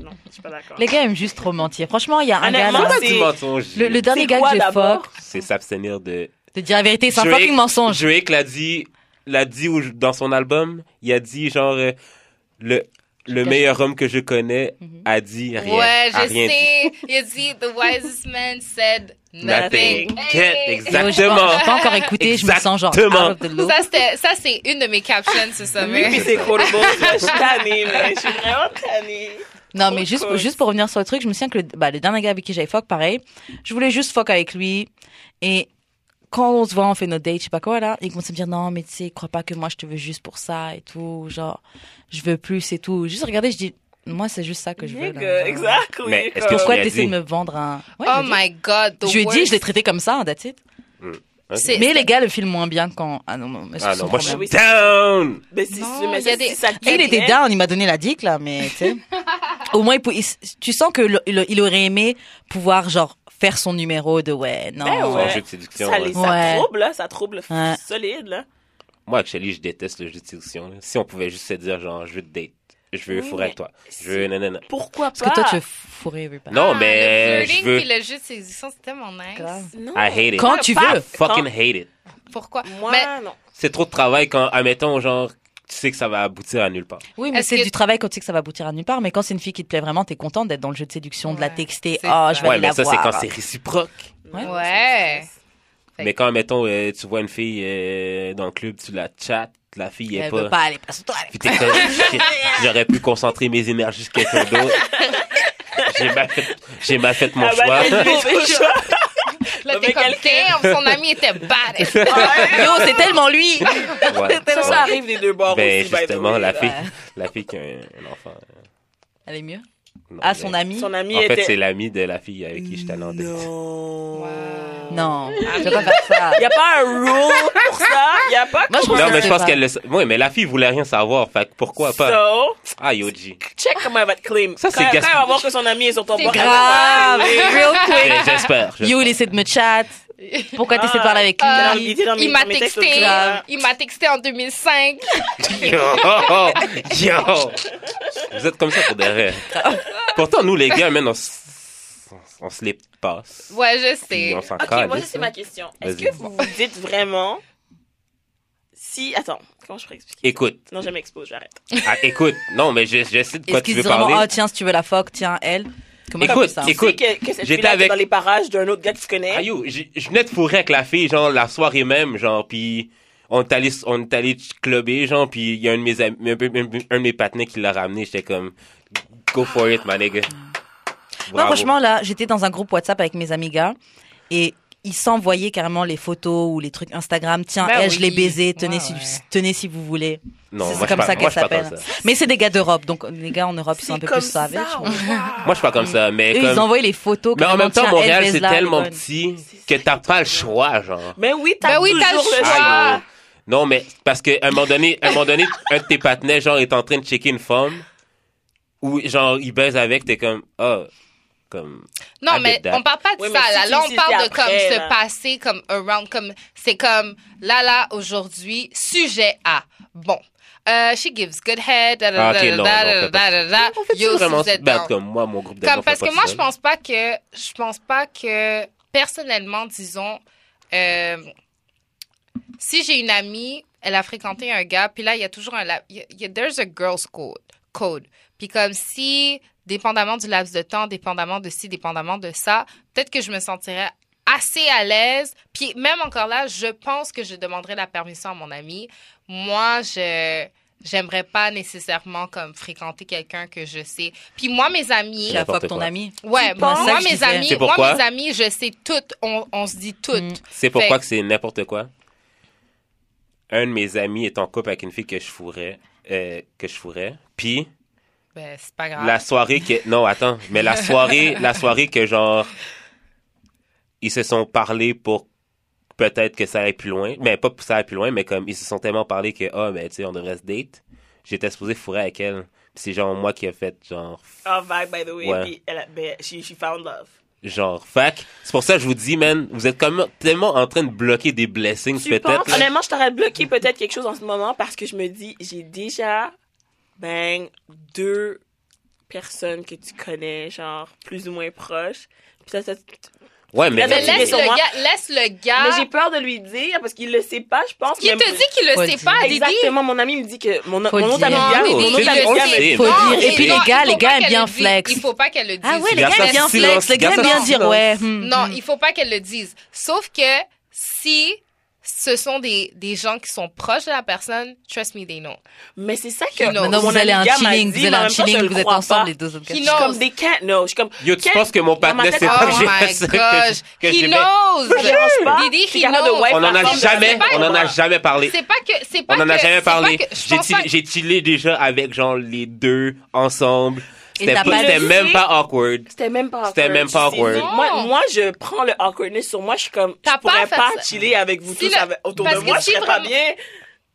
Non, je suis pas d'accord.
Les gars aiment juste trop mentir. Franchement, il y a un gars.
Honnêtement,
là-
Pas
c'est-
du mensonge.
Le, le dernier
C'est
gars
quoi,
que j'ai
d'abord
fuck,
C'est s'abstenir de...
de dire la vérité, c'est un
Drake-
fucking mensonge.
Drake l'a dit, l'a dit au- dans son album, il a dit genre... euh, le... le meilleur homme que je connais a dit rien.
ouais,
a
je
rien dit.
sais. Il dit, the wisest man said nothing.
Nothing. Quel-
Hey!
exactement.
Je n'ai pas encore écouté, je me sens genre out of the loop.
Ça, c'était- ça, c'est une de mes captions, c'est ça.
Lui pis
mais-
ses quotables. Moi, je suis tannée, là. Je suis vraiment tannée.
Non,
Trop
mais juste,
cool.
juste pour revenir sur le truc, je me souviens que le, bah, le dernier gars avec qui j'avais fuck, pareil, je voulais juste fuck avec lui. Et quand on se voit, on fait notre date, je sais pas quoi, là, il commence à me dire, non, mais tu sais, crois pas que moi, je te veux juste pour ça et tout, genre, je veux plus et tout. Juste regarder, je dis, moi, c'est juste ça que je veux. là,
Nigga,
genre.
exactly.
Mais est-ce
comme-
que-
Pourquoi
Tu lui as
t'essaies de
dit.
me vendre un... Ouais,
oh
je lui ai dit.
my God, the
Je lui ai dit,
worst.
je l'ai traité comme ça, that's it.
Ok.
C'est-
Mais les gars le filment moins bien quand... Ah non, non, mais c'est
Ah
son
non, moi je
problème.
suis down!
Mais ben, si-
Non,
mais
il y a
si-
des-
si ça
Lui, il était
t'aide,
down, il m'a donné la dick, là, mais tu sais. Au moins, il pou- il s- tu sens que le- le- il aurait aimé pouvoir, genre, faire son numéro de Eh ouais, non.
Ben
C'est un
ouais.
jeu de séduction. euh,
Ça,
ouais.
les, ça
Ouais.
trouble, là. Ça trouble
Ouais.
solide, là.
Moi, actually, je déteste le jeu de séduction. là. Si on pouvait juste se dire, genre, je veux te date, je veux
Oui,
fourrer avec
mais
toi, je veux nanana.
Pourquoi pas?
Parce que toi, tu veux fourrer everybody.
Non,
Ah,
mais
Le
je
flirting
veux.
puis le jeu de séduction, c'est tellement nice.
Grave.
Non.
I hate it.
Quand tu
I
veux.
fucking hate it.
Pourquoi?
Moi,
Mais
non.
C'est trop de travail quand, admettons, genre, tu sais que ça va aboutir à nulle part.
Oui, mais
Est-ce
c'est
que-
du travail quand tu sais que ça va aboutir à nulle part, mais quand c'est une fille qui te plaît vraiment, t'es contente d'être dans le jeu de séduction, de la
Ouais,
texter,
c'est
oh,
ça.
je vais
Ouais,
aller
mais
la
ça, c'est
voir.
quand c'est réciproque.
Ouais.
Non,
Ouais.
ça me stresse.
Fait
Mais quand, mettons, euh, tu vois une fille euh, dans le club, tu la chattes, la fille est
Elle
pas.
veut pas aller, passe-toi.
Puis t'es comme, shit, j'aurais pu concentrer mes énergies sur quelqu'un d'autre. J'ai mal fait, j'ai mal fait mon
Ah, bah,
choix.
elle fait son choix.
là, t'es
Mais
comme,
quelqu'un-
damn, son ami était bad.
Yo, c'est tellement lui.
Ouais.
C'est tellement
Ça, ça arrive des deux bords
Ben,
aussi, by the
justement,
way,
la
là.
fille, la fille qui a un, un enfant. euh,
Elle est mieux.
non,
Ah,
mais-
son ami.
Son ami
En
était...
fait, c'est l'ami de la fille avec qui j'étais allé en date.
Non.
Non, je vais pas faire ça.
Il n'y a pas un rule pour ça. Il n'y a pas
Moi, je trouve
Non,
que
mais je
c'est
pense
pas-
qu'elle le sa- Ouais, mais la fille voulait rien savoir. Fait que pourquoi pas?
So,
Ah, Yoji.
check comment elle va te claim.
Ça, c'est
Quand-
gaspillage.
Quand elle va voir que son ami est sur ton
C'est
bord, elle va-
Grave, Ah, real
Eh,
quick.
J'espère. j'espère.
Yo, il essaie de me chat. Pourquoi t'essaies de parler avec lui
Ah, il était dans mes-
Il m'a
dans mes textes
texté.
là.
Il m'a texté en 2005.
Yo! Yo! Vous êtes comme ça pour des rêves. Pourtant, nous, les gars, man, on, s- on- on se les passe.
Ouais, je
Puis
sais.
on s'en
Ok,
calisse,
moi, ça, c'est
hein.
ma question. Est-ce
Vas-y.
que vous vous dites vraiment si. Attends, comment je pourrais expliquer?
Écoute,
Non, je m'expose, j'arrête.
ah, écoute, non, mais je, je sais de quoi
Est-ce
tu
qu'ils
veux
disent vraiment,
parler.
oh tiens, si tu veux la phoque, tiens, elle Comment
Écoute,
t'appelles ça
écoute.
Tu sais que, que cette
j'étais
fille-là était
avec-
dans les parages d'un autre gars que tu connais.
Ah, yo, j- je venais de fourrer avec la fille, genre, la soirée même, genre, puis on est allé, on est allé clubber, genre, puis il y a un de mes, ami- un, peu- un de mes patinets qui l'a ramené, j'étais comme, go for it, my nigga.
Moi,
Bravo.
franchement, là, j'étais dans un groupe WhatsApp avec mes amis gars et ils s'envoyaient carrément les photos ou les trucs Instagram. Tiens,
Ben
elle, je l'ai
oui.
baisé, tenez,
Ouais,
si,
ouais.
tenez si vous voulez.
non,
c'est
moi, je
comme
suis pas-
ça
moi,
qu'elle
je suis pas comme
s'appelle. Mais c'est des gars d'Europe, donc les gars en Europe, ils sont un peu plus
ça,
savages.
wow.
Eux,
Moi, je suis pas comme ça, mais comme-
ils envoyaient les photos.
Mais en
carrément,
même temps,
tiens,
Montréal,
elle,
c'est
baise-la, elle est
tellement
bonne.
petit que t'as pas le choix, genre.
Mais oui, t'as
Ben oui,
toujours
t'as le
le
choix.
choix.
Aïe, yo. Non, mais parce que à un moment donné, à un moment donné, un de tes partenaires, genre, est en train de checker une femme, ou genre, il baise avec, t'es comme, oh, comme,
Non,
Ah,
mais
de date.
on parle pas de
Oui, mais
ça.
si
Là,
tu
là on
dis
parle de
après,
comme
là.
se passer, comme around, comme c'est comme là, là, aujourd'hui, sujet A. Bon. Euh, she gives good head. Da, da,
Ah, ok,
da,
non,
da,
non, on
da,
fait
da,
pas Ben,
da, da. Yo,
Yo,
si
vraiment
vous êtes
battre
down.
comme moi, mon groupe de
Comme
gars,
parce
fait
que
pas
moi
ça.
je pense pas que je pense pas que personnellement disons euh, si j'ai une amie, elle a fréquenté un gars, puis là il y a toujours un la- il y a- il y a- there's a girl's code code. Puis comme si dépendamment du laps de temps, dépendamment de ci, dépendamment de ça, peut-être que je me sentirais assez à l'aise. Puis même encore là, je pense que je demanderais la permission à mon ami. Moi, je j'aimerais pas nécessairement comme fréquenter quelqu'un que je sais. Puis moi mes amis,
C'est
La
N'importe
phoque, ton
quoi.
ami.
Ouais,
Tu penses? C'est ça
moi,
que je
mes
disais.
amis,
C'est
moi,
pourquoi?
mes amis, je sais toutes, on, on se dit toutes.
Mm.
C'est pourquoi
Fait-
que c'est n'importe quoi. Un de mes amis est en couple avec une fille que je fourrais, euh, que je fourrais, puis
Ben, c'est pas grave.
la soirée que non attends mais la soirée la soirée que genre ils se sont parlé pour peut-être que ça aille plus loin mais pas pour que ça aille plus loin mais comme ils se sont tellement parlé que ah ben tu sais on devrait se date j'étais supposé fourrer avec elle Puis c'est genre moi qui ai fait genre
Oh, vague, by the way.
Ouais.
Puis elle a, ben, she, she found love.
genre fac c'est pour ça que je vous dis man vous êtes comme tellement en train de bloquer des blessings
Tu penses?
peut-être là.
Honnêtement, je t'aurais bloqué peut-être quelque chose en ce moment parce que je me dis, j'ai déjà, ben, deux personnes que tu connais, genre, plus ou moins proches. Puis ça, ça-
Ouais, mais.
Mais
Mais Laisse-le
laisse
sur
le
moi.
gars, laisse le
Mais j'ai
gars.
peur de lui dire parce qu'il le sait pas, je pense.
Ah! Qui
mais-
te dit qu'il le
Faut
sait
dire.
pas, Didi?
Exactement, mon ami me dit que mon, mon
Faut
autre ami
dire.
gars,
Non,
mon
mais
autre
Didi,
ami
on
gars,
le
me
sait.
dit-
Faut
Non,
dire. Et
mais
puis,
non,
les
gars,
il
les
faut
gars
pas
aiment
qu'elle
bien
le dise.
flex.
Il faut pas qu'elle le dise.
Ah ouais, les
Garde
gars
ça
aiment bien
silence,
flex. Les gars
garde
aiment
ça
bien dire
silence.
ouais. hmm,
Non,
hmm.
il faut pas qu'elle le dise. Sauf que si ce sont des, des gens qui sont proches de la personne, trust me, they know.
Mais c'est ça que
Non.
mon
Maintenant, vous
ami
allez à un
gars Oh, m'a
chilling,
dit,
vous
mais
allez à
en
un
même temps, je
chilling,
le
vous êtes
crois pas.
ensemble, les deux autres gars.
Qui
Je
knows?
suis comme des can't know. Je suis comme.
Yo, tu
quel-
penses que mon
Dans ma
partenaire,
tête,
c'est pas
Oh
que
my
j'ai- que
gosh,
je- que
he
je vais-
knows.
Ça dérange pas.
Didi,
Je suis
he
capable de
knows.
wipe
On en a
ensemble.
jamais, on en a jamais parlé.
C'est pas que c'est pas
On en a
que-
jamais
c'est pas
parlé.
que- je
J'ai
pense
chillé-
pas que-
j'ai chillé déjà avec genre les deux ensemble.
Et
C'était
t'as
pas-
pas
c'était
dit-
même pas awkward.
C'était même pas
C'était
awkward.
même pas
C'est-
awkward.
Moi,
Non.
moi, je prends le awkwardness sur moi. Je suis comme,
T'as
je pourrais
pas à
pas
faire ça.
chiller avec vous
Si
tous
le-
avec- autour
parce
de
que
moi.
si
Je serais pas
vraiment-
bien.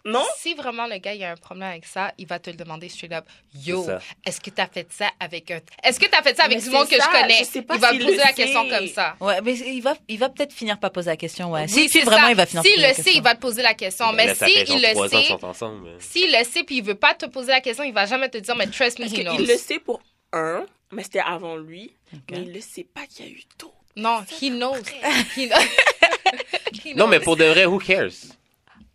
Non?
Si vraiment le gars il a un problème avec ça, il va te le demander straight up. Yo,
C'est ça.
est-ce que t'as fait ça avec un Est-ce que t'as fait ça avec
Mais
du monde
c'est
que
ça,
je connais
je sais pas
Il va
s'il
poser
le
la
sait.
question comme ça.
Ouais, mais il va, il va peut-être finir par poser la question, ouais.
Oui,
si tu
c'est
vraiment,
ça.
il va finir
S'il
par poser
le
la
sait,
question.
il va te poser la question. mais
Ben, Là, ça
si
fait genre
il le
trois ans qu'ils
sait,
sont ensemble. mais-
s'il le sait puis il veut pas te poser la question, il va jamais te dire mais trust me,
Parce
he
qu'il
knows.
le sait pour un, mais c'était avant lui. Mais il le sait pas qu'il y a eu d'autres.
Non, he knows. He kno- He
Non, mais
knows.
pour de vrai, who cares?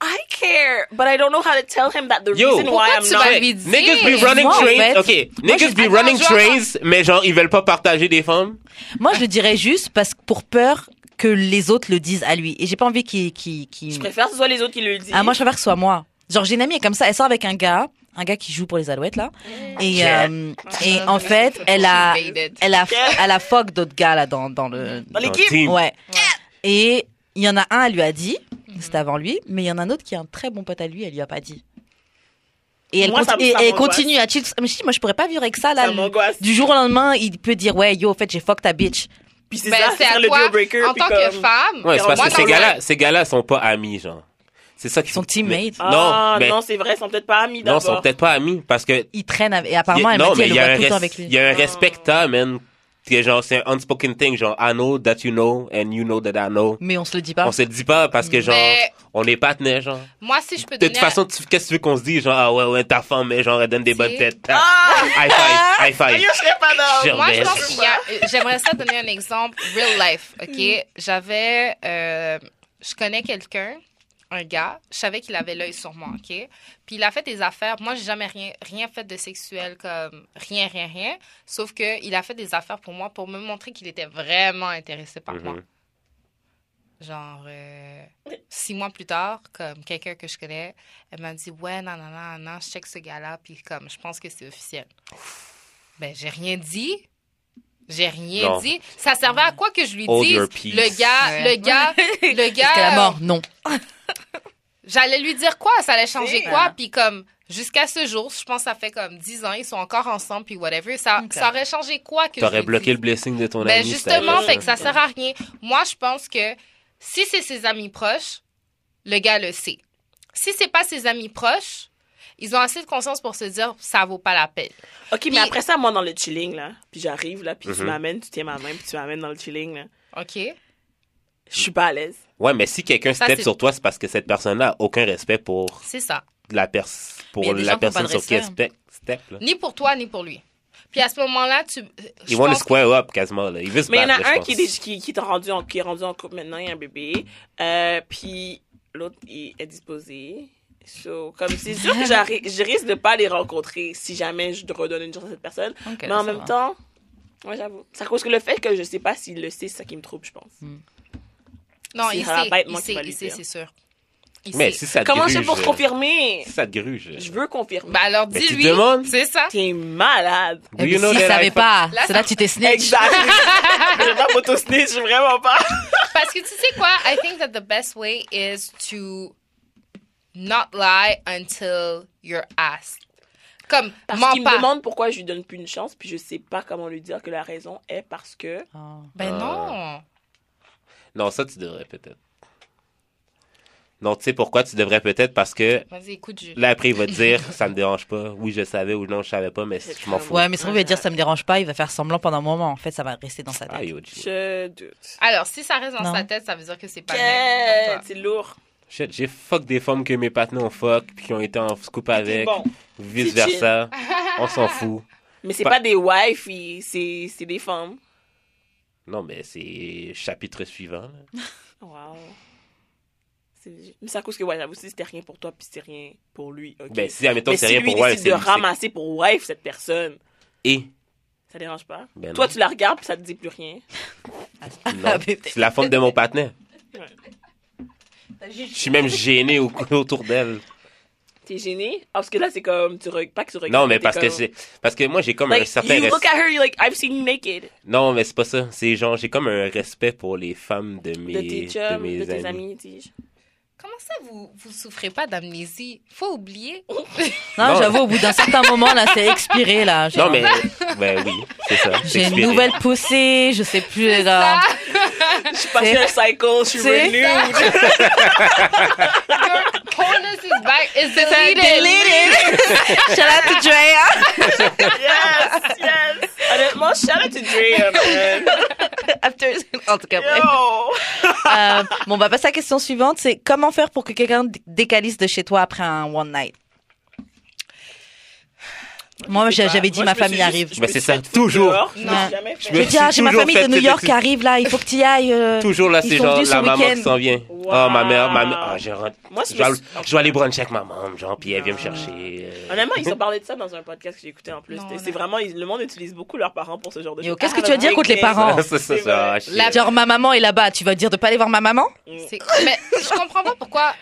I care, but I don't know how to tell him that the
Yo.
reason why
Pourquoi
I'm
tu
not.
vas
Ouais,
lui dire.
Niggas be running
Moi, en
trains.
fait,
OK.
moi,
Niggas
je-
be
Attends,
running
je vais entendre.
trains, mais genre, ils veulent pas partager des femmes.
Moi, je le dirais juste parce que pour peur que les autres le disent à lui. Et j'ai pas envie qu'il. qu'il- qu'il-
Je préfère que ce soit les autres qui le disent.
Ah, moi, je préfère que ce soit moi. Genre, j'ai une amie elle est comme ça, elle sort avec un gars, un gars qui joue pour les Alouettes, là.
Mm.
Et, euh, et en fait, elle a,
Invaded.
elle a, elle a fuck d'autres gars, là, dans, dans le.
Dans
Dans le
l'équipe.
team.
Ouais. Et il y en a un, elle lui a dit,
Mhm.
c'était avant lui, mais il y en a un autre qui est un très bon pote à lui, elle lui a pas dit. Et elle,
Moi, ça
conti-
me-
et
ça
elle
m'angoisse.
continue à chill. Mais je dis, moi, je pourrais pas vivre avec ça, là.
Ça
le-
m'angoisse.
Du jour au lendemain, il peut dire, ouais, yo, en fait, j'ai fuck ta bitch.
Puis c'est
Ben,
ça,
c'est
c'est
à
le
toi,
deal breaker.
en
puis
tant que
comme-
femme.
Ouais, c'est parce
moi,
que ces
dans
gars-là, ces gars-là sont pas amis, genre. C'est ça qu'ils
Son teammate.
Mais- Non,
Ah,
mais.
non,
Non,
c'est vrai, ils sont peut-être pas amis
ils
d'abord.
sont peut-être pas amis parce que.
Il traîne avec, et
y
apparemment,
a-
elle
non,
m'a dit, elle
il
le
y, a
voit
un
tout le temps
res-
avec lui.
il y a un respecta, man. Que genre, c'est un unspoken thing, genre, I know that you know and you know that I know.
Mais on se le dit pas.
On se le dit pas parce que, genre,
Mais-
on est partenaires, genre.
Moi, si je peux
De
donner.
toute façon, tu- qu'est-ce que tu veux qu'on se dise? Genre, ah ouais, ouais, ta femme, mais genre, elle donne des bonnes
Si.
têtes. Ah,
Ah!
High five, Mhm. high
Yo,
five.
je serais pas
Je-
dans.
Moi, je
Mais-
pense qu'il y a. J'aimerais ça donner un exemple real life, OK? J'avais. euh, je connais quelqu'un, un gars, je savais qu'il avait l'œil sur moi, OK? Puis il a fait des affaires. Moi, j'ai jamais rien, rien fait de sexuel, comme rien, rien, rien. Sauf qu'il a fait des affaires pour moi pour me montrer qu'il était vraiment intéressé par moi.
Mhm.
Genre, euh, six mois plus tard, comme quelqu'un que je connais, elle m'a dit Ouais, non, non, non, non, je check ce gars-là, puis comme, je pense que c'est officiel. Ben, j'ai rien dit. J'ai rien
Non.
dit. Ça servait à quoi que je lui
Hold
dise
your peace.
Le gars,
Ouais.
le gars, le
Parce que
gars.
Ah.
la mort, non.
J'allais lui dire quoi? Ça allait changer
Si.
quoi? Puis comme, jusqu'à ce jour, je pense que ça fait comme 10 ans, ils sont encore ensemble, puis whatever. Ça,
Ok.
ça aurait changé quoi que je
T'aurais
lui
bloqué
dise?
le blessing de ton
Ben
ami.
justement,
c'était-
fait que ça sert à rien. Moi, je pense que si c'est ses amis proches, le gars le sait. Si c'est pas ses amis proches, ils ont assez de conscience pour se dire ça vaut pas la peine.
Ok, mais
Puis-
après ça, moi, dans le chilling, là, puis j'arrive, là, puis tu
Mhm.
m'amènes, tu tiens ma main, puis tu m'amènes dans le chilling, là.
OK?
Je suis pas à l'aise.
Ouais, mais si quelqu'un
Ça,
step
c'est-
sur toi, c'est parce que cette personne-là a aucun respect pour
C'est ça.
la, pers-
Mais il y
pour
a
la
des gens qui ont pas
personne
de
sur qui elle
respect.
step. step là.
Ni pour toi, ni pour lui. Puis à ce moment-là, tu. euh, je
Il want to
pense-
square up quasiment. Là. Il veut se
Mais il y en
battre,
a
là,
un
je
qui est,
pense.
déjà- qui, qui est rendu en, qui est rendu en couple maintenant, il y a un bébé. Euh, puis l'autre il est disposé. So, comme c'est sûr que j'arri- je risque de pas les rencontrer si jamais je redonne une chance à cette personne.
Ok,
mais en
ça
même
va.
temps, moi j'avoue. C'est à cause que le fait que je sais pas s'il le sait, c'est ça qui me trouble, je pense.
Non,
C'est
il
la
sait.
bête,
Il
moi, qui
sait,
va lui
il sait,
dire.
c'est sûr. Il
Mais
sait.
si ça te
Comment je
gruge,
fais pour
euh,
confirmer?
Si ça te gruge. euh,
Je veux confirmer. Bah,
Ben alors,
Mais tu
dis-lui.
demandes.
C'est ça.
T'es malade.
do you
Et puis,
know
s'il
that
eh, savait
I fuck-
pas,
Là,
c'est
ça-
là, tu t'es snitch.
Exact. je vais pas m'auto-snitch, vraiment pas.
Parce que tu sais quoi? I think that the best way is to not lie until you're asked. Comme,
Parce
mens
qu'il me
pas.
demande pourquoi je lui donne plus une chance, puis je sais pas comment lui dire que la raison est parce que.
Oh.
Ben
Euh,
non.
Non, ça, tu devrais peut-être. Non, tu sais pourquoi tu devrais peut-être parce que
Vas-y, écoute, je...
là, après, il va te dire ça me dérange pas. Oui, je savais ou non, je savais pas, mais je m'en fous.
Ouais, mais si on veut dire ça me dérange pas, il va faire semblant pendant un moment. En fait, ça va rester dans sa
Ah,
tête.
yo, shit,
Je doute.
Alors, si ça reste dans
Non.
sa tête, ça veut dire que c'est pas net pour
Quête,
toi.
C'est lourd.
Shit, j'ai fuck des femmes que mes partenaires ont fuck, puis qui ont été en scoop avec,
bon.
vice versa. On s'en fout.
Mais c'est
Pas-
pas des wives, c'est c'est des femmes.
Non, mais c'est chapitre suivant. là.
Wow. C'est- Mais c'est à cause que, ouais, j'avoue, si c'était rien pour toi, puis c'était rien pour lui. ok.
Ben, si, admettons,
Mais
c'est
si
rien
lui
pour wife,
décide
c'est
de
lui, c'est-
ramasser pour wife cette personne,
Et
ça dérange pas.
Ben
Toi,
non.
tu la regardes, puis ça te dit plus rien.
non, c'est la faute de mon partenaire. Je suis même gêné au- autour d'elle.
T'es gêné? Ah, parce que là, c'est comme, tu re- pas que tu regardes.
Non, mais parce que c'est parce que moi j'ai comme un
Like,
certain
you
res-
look at her, you're like, I've seen you naked.
Non, mais c'est pas ça. C'est genre j'ai comme un respect pour les femmes de mes
De tes
de
chums,
mes
de tes
amis.
amis, dis-je.
Comment ça, vous vous souffrez pas d'amnésie? Faut oublier.
Oh!
Non,
Non.
j'avoue, au bout d'un certain moment, là, c'est expiré, là. J'ai-
Non, mais ben oui, c'est ça.
J'ai une
expiré.
nouvelle poussée, je sais plus,
Ah,
là.
ça.
Je suis passée un cycle, je suis
C'est
renewed.
Your wholeness is back. It's
T'as
deleted.
deleted. Shout out to Drea.
Yes, yes. Honnêtement, shout out to Dream, man.
After- En tout cas, bref.
Yo.
Euh, bon, on va passer à la question suivante. C'est comment faire pour que quelqu'un dé- décalisse de chez toi après un one night Moi,
sais
j'a-
pas.
j'avais dit
Moi,
ma
je me suis
famille
juste-
arrive.
je
Ben,
me
c'est
suis
ça,
fait foutre
toujours.
dehors, je me suis
Non.
jamais
Je
fait-
me
Je veux dire,
suis
j'ai ma
toujours
famille de
fait
New
cette
York qui
excuse-
arrive là, il faut que tu y ailles. euh.
Toujours là,
Ils
c'est
sont
genre
venus
la
ce
maman qui
week-end.
s'en vient.
Wow.
Ah, ma mère, ma mère. Ah, je rentre.
Moi,
je,
c'est
vais,
mes-
aller- je vais aller brunch avec ma maman, genre, puis elle vient me chercher. euh.
Ah. Honnêtement, ils ont parlé de ça dans un podcast que j'ai écouté en plus.
Non,
C'est-
non.
C'est vraiment, ils- le monde utilise beaucoup leurs parents pour ce genre de
Yo,
choses.
qu'est-ce
Ah,
que tu as à dire contre les
mais-
parents?
C'est ça,
C'est
ça.
vrai.
ah, shit.
La-
Genre, ma maman est là-bas, tu vas dire de pas aller voir ma maman
C'est- Mais je comprends pas pourquoi.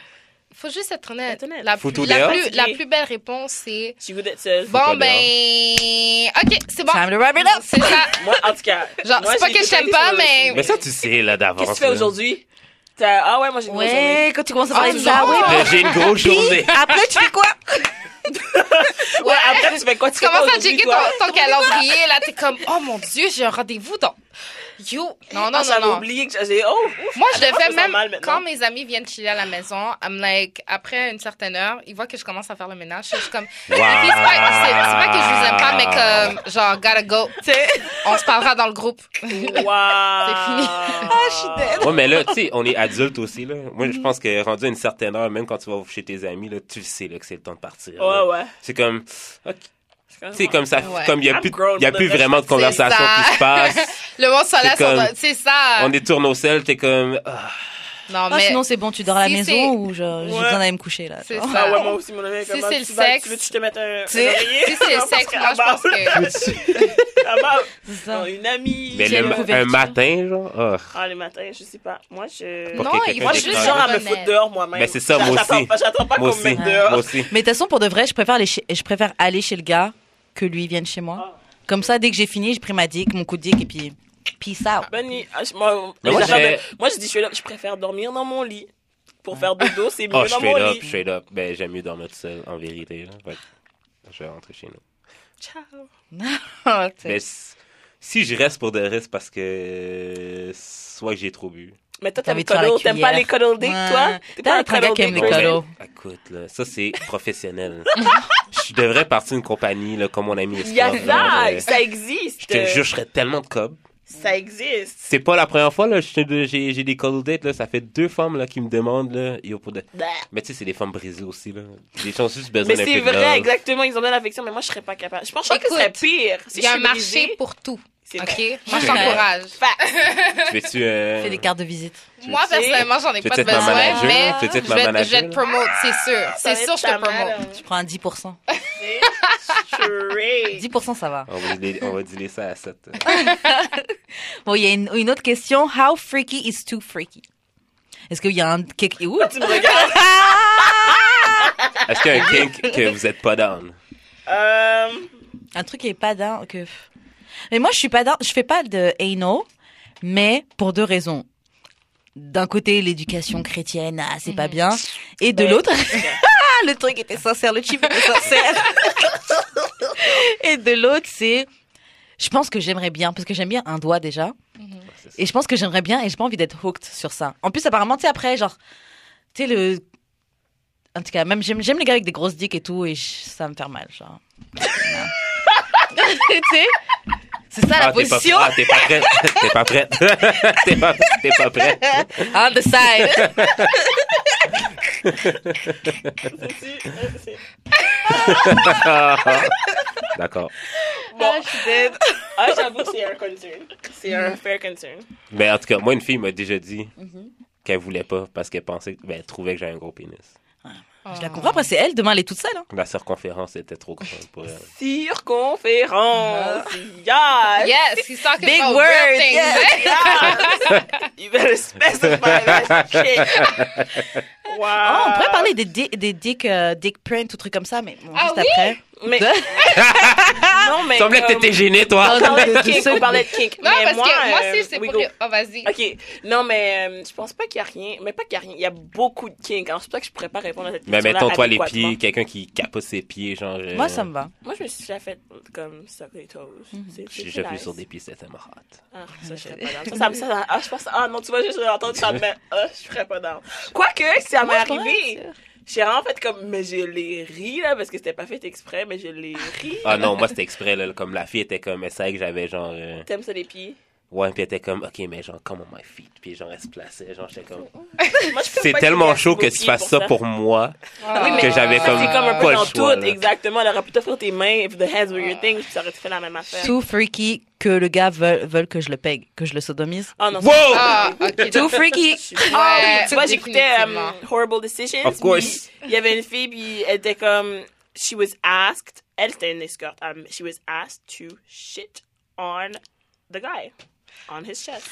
Faut juste être honnête.
Être honnête.
La,
Faut
plus,
tout
la,
dehors.
plus, la plus belle réponse, c'est
Si vous êtes seul.
tout
bon, ben. Ok, c'est
Bah.
bon.
Time to wrap it up.
C'est ça.
Moi, en tout cas.
Genre,
moi,
c'est pas
j'ai
que je
déjà
t'aime
été
pas,
sur le
mais-
Mais
sujet.
ça, tu sais, là, d'avance.
Qu'est-ce que tu fais
là.
aujourd'hui? T'as- Ah ouais, moi j'ai une grosse journée.
Ouais, quand tu commences à
Ah,
parler de ça,
genre,
oui.
Ben, J'ai une grosse journée.
Après, tu fais quoi
Ouais.
Ouais, après, tu fais quoi?
Tu
fais quoi
commences à
aujourd'hui,
checker ton,
toi?
ton calendrier, là, t'es comme, oh mon dieu, j'ai un rendez-vous dans. Yo! Non, non,
Ah,
non,
J'avais
non.
oublié que j'ai. Oh!
Moi, je le
Je me
fais
sens
même
mal maintenant.
quand mes amis viennent chiller à la maison. I'm like, après une certaine heure, ils voient que je commence à faire le ménage. Je suis comme,
Wow.
Puis c'est pas, c'est- c'est pas que je vous aime pas, mais comme, genre, gotta go. On se parlera dans le groupe.
Wow! C'est fini. Ah,
je suis dead.
Ouais, mais là, tu sais, on est adulte aussi, là. Moi, je pense que rendu à une certaine heure, même quand tu vas chez tes amis, là, tu sais, là, que c'est le temps de partir. là.
Ouais, ouais.
C'est comme,
C'est
tu sais, comme ça,
Ouais.
comme il n'y a
I'm
plus,
grown,
il y a plus
mother.
vraiment de conversation
ça.
qui se passe.
Le monde se laisse,
comme-
on- c'est ça.
on est tourne-au-sel, t'es comme, ah,
Non,
Non,
mais
sinon, c'est bon, tu dors à la
Si
maison
c'est-
ou genre, j'ai
Ouais.
besoin d'aller me coucher là. Oh,
c'est
genre.
ça.
Ah ouais, moi aussi, mon ami.
Si
comment
c'est le
tu vas-
sexe-
Tu veux que je te mette un.
Si-
si c'est le sexe, moi, je pense que.
que.
C'est ça.
Une amie.
mais ben, le,
J'ai une
ma- un
couverture.
matin, genre, ah.
Ah, le matin, je sais pas. Moi, je.
Pour
Non,
que
il
quelqu'un
Moi, je
t'écris.
suis
juste
genre à me
honnête.
foutre dehors moi-même.
Mais c'est ça, moi
J'attends
aussi.
pas- J'attends pas
Moi
qu'on me
aussi,
mette
moi
dehors.
aussi.
Mais de toute façon, pour de vrai, je préfère, les chez- je préfère aller chez le gars que lui vienne chez moi. Comme ça, dès que j'ai fini, j'ai pris ma dick, mon coup de dick et puis peace out.
Bonne nuit. Ah, je- Moi,
Mais
les
moi,
gens
je fais-
me- moi, je dis, je, suis là, je préfère dormir dans mon lit. Pour faire dodo, c'est mieux
Oh,
dans mon
straight up,
lit.
straight up. Ben, j'aime mieux dormir tout seul, en vérité, là. Fait que je vais rentrer chez nous.
Ciao.
Ah, tu sais.
Mais si- si je reste pour de reste parce que, euh, soit que j'ai trop bu.
Mais
T'as
toi, t'aimes
envie de faire la
cuddle. T'aimes pas les
cuillère.
cuddle dick, toi?
Ouais. T'as un gars qui aime les
Non,
girl?
cuddles.
mais, Écoute, là, ça c'est professionnel. je devrais partir d'une compagnie là, comme mon ami
Il y a
Esclave. là,
ça,
euh,
ça
Je
existe.
te jure, je serais tellement de cob.
Ça existe.
C'est pas la première fois, là, je te- j'ai j'ai des call dates, là, ça fait deux femmes là, qui me demandent, là, yo, pour de...
Bah.
Mais tu sais, c'est des femmes brisées aussi, là. Des gens juste besoin
Mais
d'un peu
c'est
de love.
vrai, exactement, ils ont de l'affection, mais moi je serais pas capable. Je pense je pense que
Écoute,
c'est pire. Si
Il y a
je
un
suis
marché
brisée,
pour tout.
c'est
OK?
vrai.
Moi, je
Ouais.
t'encourage.
Tu veux-tu... euh,
Fais des cartes de visite.
Moi,
sais.
personnellement, j'en ai
Tu
pas
veux être ma
besoin,
manager,
mais
là? Tu veux
je
être ma
vais, te- je
manager,
vais te
là?
promote, c'est sûr.
Ah, ça
C'est
va
sûr,
être
je te
ta mère,
promote.
Je prends un 10%.
euh, straight.
10%, ça va.
On va, dealer, on va dealer ça à 7.
Bon, il y a une, une autre question. How freaky is too freaky? Est-ce qu'il y a un... quelque- Ouh!
Tu me regardes.
Est-ce qu'il y a un kink que vous êtes pas down?
Euh,
Un truc qui est pas d'un que. Mais moi, je suis pas d'un. Je fais pas de anal, mais pour deux raisons. D'un côté, l'éducation chrétienne, ah, c'est pas bien. Et de
Ouais.
l'autre, ah, le truc était sincère, le chip était sincère. Et de l'autre, c'est, je pense que j'aimerais bien, parce que j'aime bien un doigt déjà.
C'est ça.
Et je pense que j'aimerais bien et j'ai pas envie d'être hooked sur ça. En plus, apparemment, tu sais, après, genre, tu sais, le. En tout cas, même, j'aime j'aime les gars avec des grosses dicks et tout, et je- ça va me faire mal, genre. Non. tu sais? C'est ça la
Ah, t'es pas,
position.
ah, t'es pas prête. t'es pas prête. t'es pas, t'es pas prête.
On the side.
c'est- c'est-
Ah. D'accord.
Bon.
Ah, je suis dead.
Ah, j'avoue, c'est un concern. C'est
Mm.
un fair concern.
Mais Ben, en tout cas, moi, une fille m'a déjà dit qu'elle voulait pas parce qu'elle pensait, ben, elle trouvait que j'avais un gros pénis.
Oh.
Je la comprends, après c'est elle, demain elle est toute seule. hein.
La circonférence était trop grande pour elle.
Ah,
Circonférence. Yes.
Yes, he's talking
Big
about
words,
real things.
yes.
eh?
yes. you better specify that shit. Wow.
Ah, on pourrait parler des, di- des dick, euh, dick print ou trucs comme ça, mais bon,
Ah
juste
oui?
après.
Mais non, mais.
Il semblait que
Ben, comme-
t'étais gênée, toi.
Dans-
On parlait de
de
kink,
ça.
on parlait de kink.
Non,
mais
parce
moi,
que moi,
euh,
si c'est
we
pour
go.
les... Oh, vas-y.
Ok, non, mais euh, je pense pas qu'il y a rien. Mais pas qu'il y a rien. Il y a beaucoup de kink. Alors, c'est pour ça que je pourrais pas répondre à cette
Mais
question.
mettons, toi, Ben, les pieds, quelqu'un qui capote ses pieds, genre. euh,
Moi ça me va.
Moi, je me suis déjà fait comme ça, les toes.
Mhm.
C'est- c'est
J'ai déjà vu
nice.
sur des pieds, c'était marrant.
Ah, ça, je serais pas down. Ça, ça me ça, ça- ah, je pense, ah non, tu vois, juste entendu ça, mais ah, je serais pas down. Quoique, ça
Moi,
m'est
je
arrivé. J'ai vraiment fait comme, mais je l'ai ri, là, parce que c'était pas fait exprès, mais je l'ai ri.
Ah non, moi, c'était exprès, là. Comme la fille était comme, elle savait que j'avais genre. euh,
T'aimes ça les pieds?
Ouais, puis elle était comme, ok, mais genre, come on my feet. Puis genre, elle se plaçait, genre, j'étais comme.
Moi, je peux
C'est
pas
tellement
qu'il y ait
chaud que
vos
tu
pieds
fasses ça pour moi. que j'avais
Ah Ça, c'est
comme-
comme un
pas
peu
le
dans
choix,
tout,
là.
exactement. Elle aurait pu t'offrir tes mains, if the hands were your thing, puis ça aurait fait la même affaire.
Too freaky que le gars veuille, veuille que je le pegue, que je le sodomise.
Oh non,
Wow!
Ah, ok.
Too freaky.
Ah,
Ouais,
oui, tu vois, j'écoutais
définitivement.
um, Horrible Decisions.
Of course.
puis Il y avait une fille, puis elle était comme, she was asked, elle c'était une escorte, um, she was asked to shit on the guy, on his chest.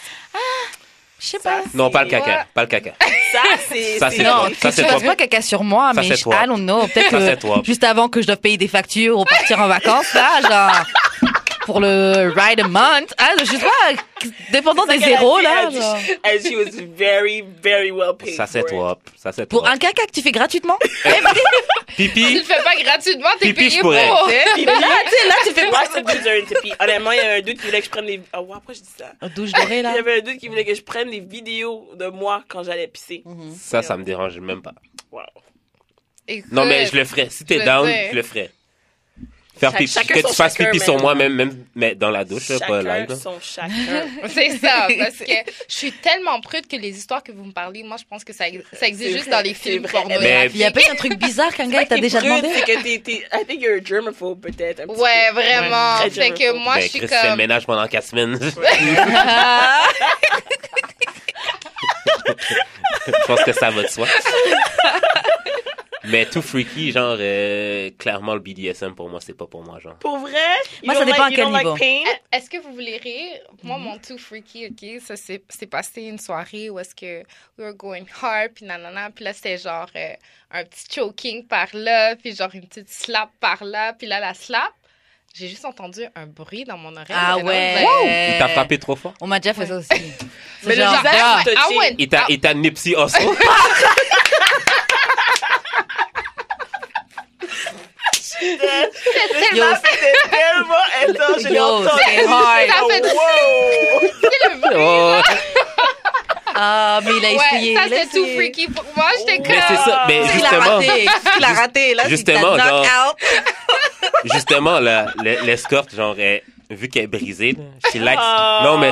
Je sais
Ça,
pas.
Non, pas le
c'est-
caca, pas le caca.
Ça, c'est.
Ça, c'est
Non,
toi. Ça,
tu
c'est
fasses
toi.
pas caca sur moi,
Ça,
mais
c'est
je,
toi.
I don't know, peut-être
Ça, c'est
que
toi.
juste avant que je dois payer des factures ou partir en vacances, là, genre, pour le ride a month, hein, je sais pas, dépendant des zéros, là, genre.
And she was very, very well paid.
Ça, c'est
for it.
toi. Ça, c'est
Pour
toi.
un caca que tu fais gratuitement,
Tu le
Pipi,
fais pas gratuitement, t'es
Pipi, je
payé pour.
pourrais.
Puis là,
Ah, tu sais, là, tu fais
moi, ce dude, j'ai un tipi. Honnêtement, il y avait un doute qui voulait que je prenne des. Oh, wow, pourquoi je dis ça?
Douche dorée,
Il
là.
y avait un doute qui voulait que je prenne des vidéos de moi quand j'allais pisser.
Mhm.
ça, ça me dérange même pas.
Wow.
Écoute,
Non, mais je le ferais. Si t'es
Je
down,
sais.
je le ferais. Faire
Chac-
pipi, que
chacun
tu
son
fasses
chacun,
pipi
man.
sur moi, même, même mais dans la douche, là, pas
Chacun
live. là.
son chacun.
C'est ça, parce que je suis tellement prude que les histoires que vous me parlez, moi, je pense que ça, ex- ça existe
C'est
juste
vrai,
dans les
c'est
films
vrai.
Mais-
pornographiques.
Il y a pas eu un truc bizarre qu'un gars t'a
T'es
déjà
prude,
demandé
C'est que t'es, t'es, I think you're a germaphobe, peut-être. un petit
Ouais, vraiment.
Ouais.
Fait que moi,
Ben,
je suis
Chris, fais le
comme...
ménage pendant 4 semaines.
Ah
je pense que ça va de soi. Mais tout freaky, genre, euh, clairement, le BDSM, pour moi, c'est pas pour moi, genre.
peu. Pour vrai? you
Moi, ça
don't
dépend à
you
quel
don't
niveau.
pain?
Est-ce que vous voulez rire?
Mm-hmm.
Moi, mon tout freaky, OK, ça s'est s'est passé une soirée où est-ce que we were going hard, puis nanana, puis là, c'était genre euh, un petit choking par là, puis genre une petite slap par là, puis là, la slap, j'ai juste entendu un bruit dans mon oreille.
Ah
And I was like,
ouais.
Il
Euh.
t'a frappé trop fort?
On m'a déjà fait ça aussi. C'est
Mais le
genre,
visage,
ah,
t'as-
I
touché.
went
Il t'a, il t'a nipsy aussi.
yo,
C'était tellement intense. Je l'ai
Yo,
entendu.
c'est hard.
Oh, wow.
Oh.
ah, mais il a essayé.
Ouais, ça
il a
c'est tout
essayé.
freaky pour moi.
Oh.
J'étais
Mais c'est
comme.
ça, mais
Il l'a
justement,
raté, il l'a raté, là, c'est
Justement,
ta
genre-
knock-out.
justement, la, la- l'escorte, genre, elle- vu qu'elle est brisée, là, she likes...
Oh.
Non, mais...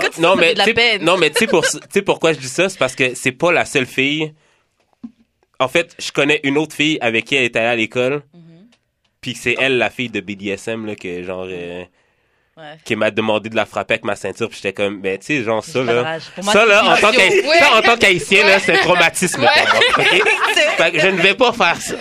mais.
non,
fait
mais,
de la
tu sais-
peine.
non, mais tu sais pour, tu sais pourquoi je dis ça? C'est parce que c'est pas la seule fille. En fait, je connais une autre fille avec qui elle est allée à l'école.
Mm-hmm.
Puis c'est elle, la fille de BDSM, là, que, genre, euh,
Ouais.
qui m'a demandé de la frapper avec ma ceinture. Puis j'étais comme, ben, tu sais, genre, ça,
J'ai pas de
là.
rage. Pour moi,
Ça,
c'est
là, en
une
tant, qu'Haï-
Ouais.
ça, en tant qu'haïtien, là,
Ouais.
c'est un traumatisme.
Ouais.
pour moi, ok? Fait que je ne vais pas faire ça.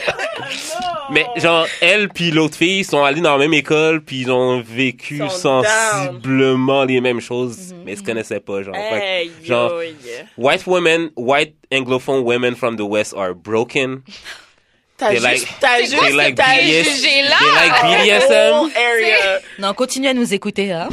Mais genre, elle puis l'autre fille sont allées dans la même école, puis ils ont vécu
Sont
sensiblement les mêmes choses, mais ils se connaissaient pas, genre. Fait que-
Hey,
genre-
yo, yeah.
White women, white anglophone women from the West are broken.
T'as
They
juste.
like-
t'as
C'est
juste.
quoi
they like
t'as Oh,
BDS.
juste-
jugé là?
They like BDSM.
Whole area.
Non, continuez à nous écouter, hein.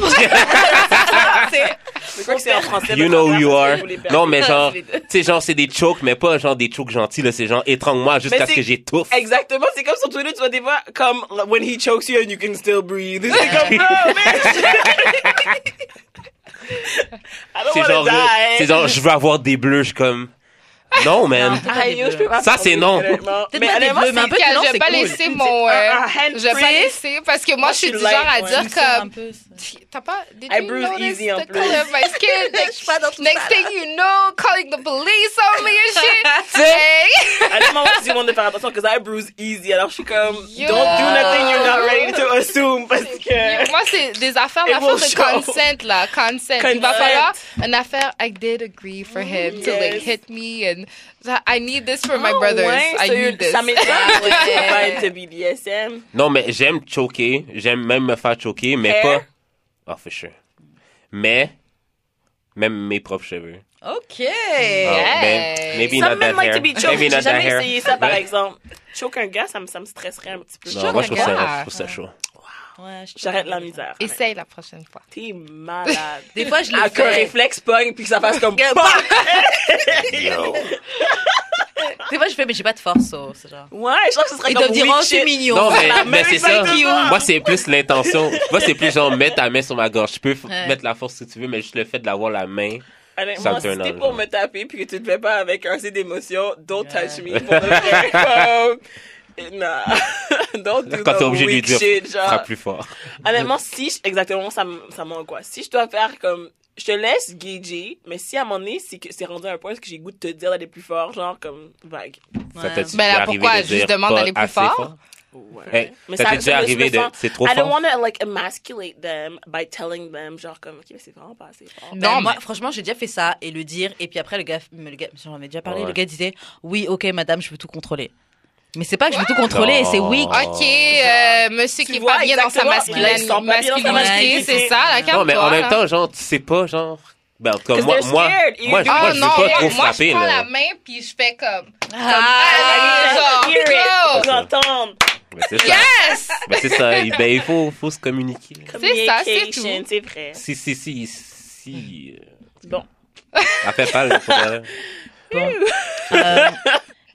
Je crois que c'est en français.
You
mais
know
en
who you
français,
are.
vous les perdez.
Non, mais genre, tu sais, genre, c'est des chokes, mais pas genre des chokes gentils, là. C'est genre, étrangle-moi
Mais
jusqu'à ce
c'est-
que j'étouffe.
Exactement, c'est comme sur Twitter, tu vois des fois, comme when he chokes you and you can still breathe. C'est comme, oh, bitch. I don't
C'est
wanna
genre, euh,
die.
c'est genre, je veux avoir des bleus, je suis comme. Non, man.
Non. Ah,
Ah,
des
yo, je
bleus.
peux pas
Ça,
parler,
c'est non.
honnêtement.
Peut-être
Mais
pas des
honnêtement,
bleus, mais un
c'est-
peu de
Quand
blanc,
je vais
c'est
pas
cool.
laisser mon.
un-
euh,
un hand
je vais pas
print.
laisser parce que moi,
Moi,
je suis
je
du
suis
genre à
light,
dire
ouais.
comme.
Je
T'as pas. Did
I
you
bruise
notice
easy en
the
plus.
color of my skin?
suis pas dans tout
Next
ça,
thing
là.
you know, calling the police on me and shit. Hey!
Honnêtement, moi, je demande de faire attention, because I bruise easy. Alors, je suis comme,
Yo.
don't do nothing you're not ready to assume, parce que...
Moi, c'est des affaires,
It
l'affaire
will
de
show.
consent, là. Consent. Il va
Consent.
falloir une affaire, I did agree for him to, like,
yes.
hit me and I need this for my
Ah,
brothers.
ouais,
I
ça-
need this.
Ça m'étonne que
Ouais.
pas être BDSM.
Non, mais j'aime choquer. J'aime même me faire choquer, mais
Hair?
pas. Oh, for sure. Mais, même mes propres cheveux.
Ok.
Oh,
Yeah.
ben, maybe not
Ça
that
même Eh? like
hair.
to be choked.
Maybe
J'ai
not that
jamais
hair.
essayé ça, par
Ouais.
exemple. Choke un gars, ça me, ça me stresserait un petit peu.
Non, moi, je trouve ça,
Regarde.
je trouve ça chaud.
Ouais, je-
J'arrête la misère.
Essaye la prochaine fois.
T'es malade.
Des fois, je le
Ah, qu'un
fais.
réflexe pogne, puis que ça fasse comme...
Yo.
Des fois, je fais, mais j'ai pas de force, oh, c'est genre.
Ouais, je pense que ce serait
Ils
comme...
doivent dire,
weak
oh, c'est
shit.
mignon. bah,
Non, mais,
la même
mais c'est ça.
exactement.
Moi, c'est plus l'intention. Moi, c'est plus genre, mets ta main sur ma gorge. Tu peux f-
Ouais.
mettre la force si tu veux, mais juste le fait d'avoir la main. Ça
Honnêtement,
me
si
turn
t'es
on,
pour
genre.
me taper puis que tu te fais pas avec un C d'émotion, don't
Yeah.
touch me. Pour le vrai, comme, nah. don't do
Quand t'es
no
obligé de lui
weak
dire,
shit, genre.
frappe plus fort.
Honnêtement, si, je- exactement, ça, m- ça m'angoisse. Si je dois faire comme, je te laisse gager, mais si à un moment donné, c'est que c'est rendu à un point que j'ai goût de te dire d'aller plus fort, genre comme vague.
Ça
Ouais.
t'est déjà
Ben là,
arrivé
pourquoi?
de
Je
dire
lui demande
pas
d'aller plus
assez
fort.
Ouais.
Hey,
Mais
ça
ça-
t'est déjà
je me
arrivé de.
sens-
C'est trop
I don't
fort.
want to like emasculate them by telling them genre comme ok mais c'est vraiment pas assez fort.
Ben,
Non,
moi,
mais-
franchement, j'ai déjà fait ça et le dire. Et puis après, le gars, mais le gars j'en avais déjà parlé,
Ouais.
le gars disait Oui, ok, madame, je veux tout contrôler. Mais c'est pas que je veux tout contrôler,
Non.
c'est oui.
Ah,
Ok, euh, monsieur
oh, Tu
qui est
vois,
pas bien dans sa
exactement. Là, ils
masculinité,
sont pas bien dans
masculinité,
sa masculinité.
c'est ça, la carte.
Non, mais en même temps, genre, tu sais pas, genre. Ben, en tout cas,
'Cause
moi,
they're
moi,
scared. You
moi,
do.
je- moi,
Ah,
je
non,
veux pas
moi-
trop
Oh, moi,
frapper,
je prends
là.
la main, puis je fais comme...
Ah.
Ah,
Hear
genre,
it. J'entends.
Ben, c'est ça.
Yes!
Ben, c'est ça. Il- Ben, il faut, faut se communiquer.
C'est ça, c'est
Communication,
tout.
C'est vrai.
Si, si, si, si. euh,
Bon.
Elle fait pas le problème.
Euh,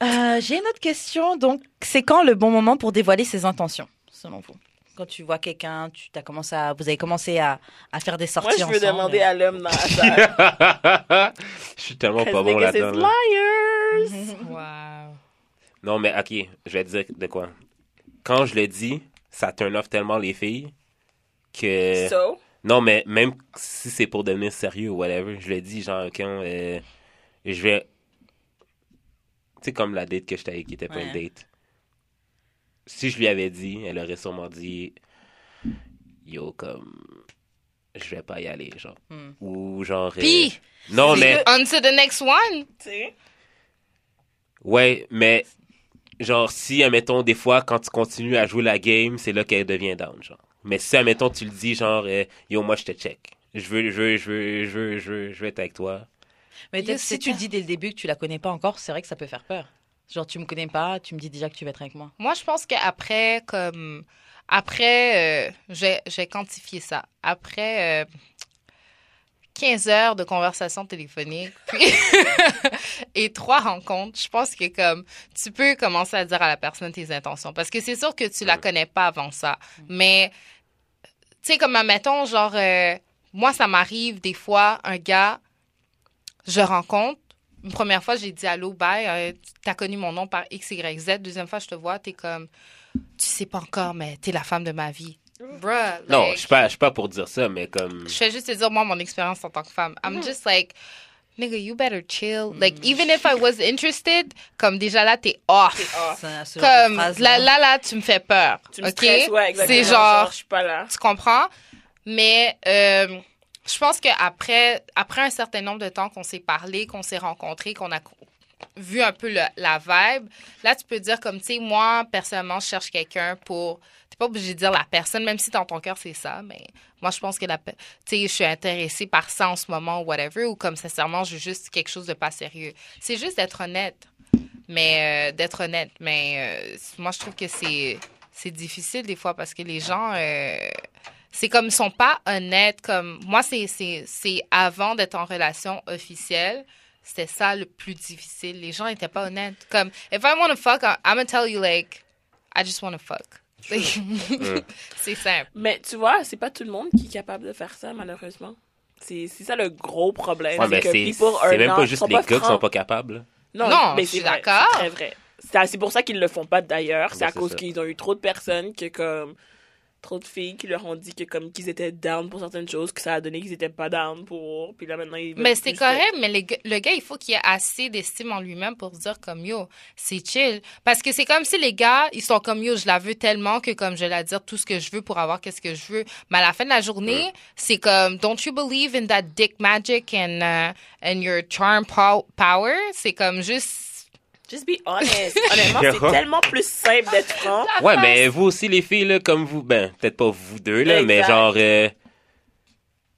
euh, j'ai une autre question. Donc, c'est quand le bon moment pour dévoiler ses intentions, selon vous Quand tu vois quelqu'un, tu as commencé à, vous avez commencé à, à faire des
Moi,
sorties
je veux
ensemble.
demander à l'homme dans la salle.
Je suis tellement pas
Cause
bon
niggas is
là-dedans. là.
liars.
Wow.
Non, mais ok, je vais te dire de quoi. Quand je le dis, ça turn off tellement les filles que.
So,
Non, mais même si c'est pour devenir sérieux ou whatever, je le dis, genre, quand euh, je vais. Tu sais, comme la date que j'étais avec qui était pas une
Ouais.
date. Si je lui avais dit, elle aurait sûrement dit Yo, comme. Je vais pas y aller, genre.
Hmm.
Ou genre. euh,
Pis,
Non, mais.
on to the next one.
tu sais.
Ouais, mais genre si admettons des fois quand tu continues à jouer la game, c'est là qu'elle devient down genre. Mais si admettons tu le dis genre euh, yo moi je te check. Je veux je veux je veux je veux je veux je veux être avec toi.
Mais peut-être
Yes,
si
c'est
tu
ça.
dis dès le début que tu la connais pas encore, c'est vrai que ça peut faire peur. Genre, tu me connais pas, tu me dis déjà que tu vas être avec moi.
Moi, je pense qu'après, comme... Après, euh, j'ai j'ai quantifié ça. Après euh, 15 heures de conversation téléphonique puis et trois rencontres, je pense que comme tu peux commencer à dire à la personne tes intentions. Parce que c'est sûr que tu la connais pas avant ça.
Mm.
Mais, tu sais, comme, admettons, genre, euh, moi, ça m'arrive des fois, un gars, je rencontre. Une première fois, j'ai dit allô, bye, euh, t'as connu mon nom par X, Y, Z. Deuxième fois, je te vois, t'es comme, tu sais pas encore, mais t'es la femme de ma vie. Bruh,
Non,
like,
je suis pas je suis pas pour dire ça mais
Mm.
comme
je fais juste te dire, moi, mon expérience en tant que femme.
Mm-hmm.
I'm just like, nigga, you better chill.
Mm.
Like, even if I was interested, comme déjà là, t'es off.
Ah,
Ça, ce genre de
Comme,
phrase,
là,
non
là, là, tu me fais peur.
tu me
ok?
stresses, ouais, exactement.
C'est genre,
je suis pas là.
tu comprends? Mais euh, je pense qu'après après un certain nombre de temps qu'on s'est parlé, qu'on s'est rencontrés, qu'on a co- vu un peu le- la vibe, là, tu peux dire comme, tu sais, moi, personnellement, je cherche quelqu'un pour... T'es pas obligé de dire la personne, même si dans ton cœur, c'est ça, mais moi, je pense que la... pe- Tu sais, je suis intéressée par ça en ce moment ou whatever, ou comme, sincèrement, je veux juste quelque chose de pas sérieux. C'est juste d'être honnête. Mais euh, d'être honnête. Mais euh, moi, je trouve que c'est c'est difficile des fois parce que les gens, euh, c'est comme ils sont pas honnêtes. Comme moi, c'est c'est c'est avant d'être en relation officielle. C'était ça le plus difficile. Les gens étaient pas honnêtes. Comme, if I want to fuck, I'm gonna tell you, like, I just want to fuck. c'est simple.
Mais tu vois, c'est pas tout le monde qui est capable de faire ça, malheureusement. C'est c'est ça le gros problème.
Ouais, mais
que
c'est
people are
c'est même
not-
pas juste
sont
les gars qui sont
francs.
pas capables.
Non, je
c'est
suis
vrai,
d'accord.
C'est très vrai. C'est c'est pour ça qu'ils le font pas d'ailleurs. C'est
Ben,
à
c'est
cause
ça.
qu'ils ont eu trop de personnes que comme trop de filles qui leur ont dit que comme qu'ils étaient down pour certaines choses, que ça a donné qu'ils étaient pas down pour. Puis là maintenant ils veulent
Mais Ben, c'est
plus
correct, mais les gars- le gars, il faut qu'il ait assez d'estime en lui-même pour se dire comme yo, c'est chill. Parce que c'est comme si les gars, ils sont comme yo, je la veux tellement que comme je vais la dire tout ce que je veux pour avoir qu'est-ce que je veux. Mais à la fin de la journée, c'est comme don't you believe in that dick magic and uh, and your charm pow- power? C'est comme juste
ça. Just be honest. Honnêtement, c'est tellement plus simple d'être franc.
Ouais, mais vous aussi, les filles, là, comme vous, ben, peut-être pas vous deux, là, mais
Exact.
genre, euh,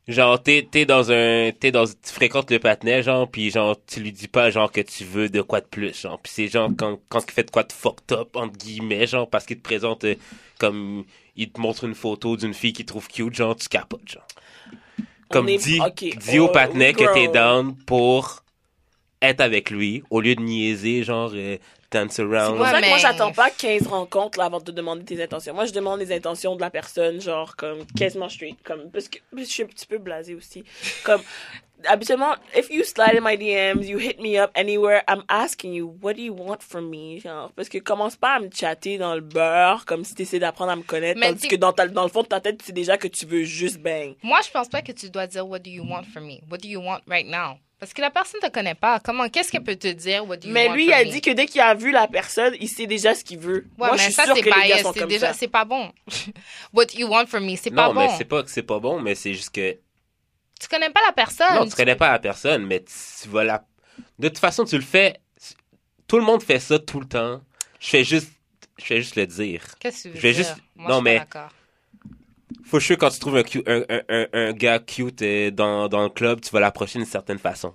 genre, t'es, t'es dans un, t'es dans, tu fréquentes le patinet, genre, puis genre, tu lui dis pas, genre, que tu veux de quoi de plus, genre, puis c'est genre, quand, quand il fait de quoi de fucked up, entre guillemets, genre, parce qu'il te présente, euh, comme, il te montre une photo d'une fille qu'il trouve cute, genre, tu capotes, genre. Comme,
On est-
dis,
ok,
dis au
oh,
patinet que t'es
girl.
down pour être avec lui, au lieu de niaiser, genre, euh, dance
C'est
around.
pour
Ouais,
ça que moi,
mais-
j'attends pas 15 rencontres là, avant de te demander tes intentions. Moi, je demande les intentions de la personne, genre, comme, quasiment straight. Comme, parce que je suis un petit peu blasée aussi. Comme, habituellement, if you slide in my DMs, you hit me up anywhere, I'm asking you, what do you want from me? Genre, parce que commence pas à me chatter dans le beurre, comme si t'essaies d'apprendre à me connaître,
Mais
tandis
t'es-
que dans, ta- dans le fond de ta tête, tu sais déjà que tu veux juste bang.
Moi, je pense pas que tu dois dire What do you want from me? What do you want right now? Parce que la personne te connaît pas. Comment, qu'est-ce qu'elle peut te dire? What do you
Mais
want
lui, il
from
a
me?
dit que dès qu'il a vu la personne, il sait déjà ce qu'il veut.
Ouais,
moi,
mais
je suis
ça,
sûre
c'est
que les gars
biased.
sont
C'est
comme
déjà,
ça.
c'est pas bon. What you want from me, c'est pas
Non,
bon.
mais c'est pas que c'est pas bon, mais c'est juste que
Tu connais pas la personne.
Non, tu connais pas la personne, mais tu vas la. De toute façon, tu le fais. tu- Tout le monde fait ça tout le temps. Je fais juste, je fais juste le dire.
Qu'est-ce que tu veux
Je vais
dire?
juste-
Moi,
non,
je suis pas
mais-
d'accord.
Faut que quand tu trouves un, cu- un, un- un- un gars cute euh, dans, dans le club, tu vas l'approcher d'une certaine façon.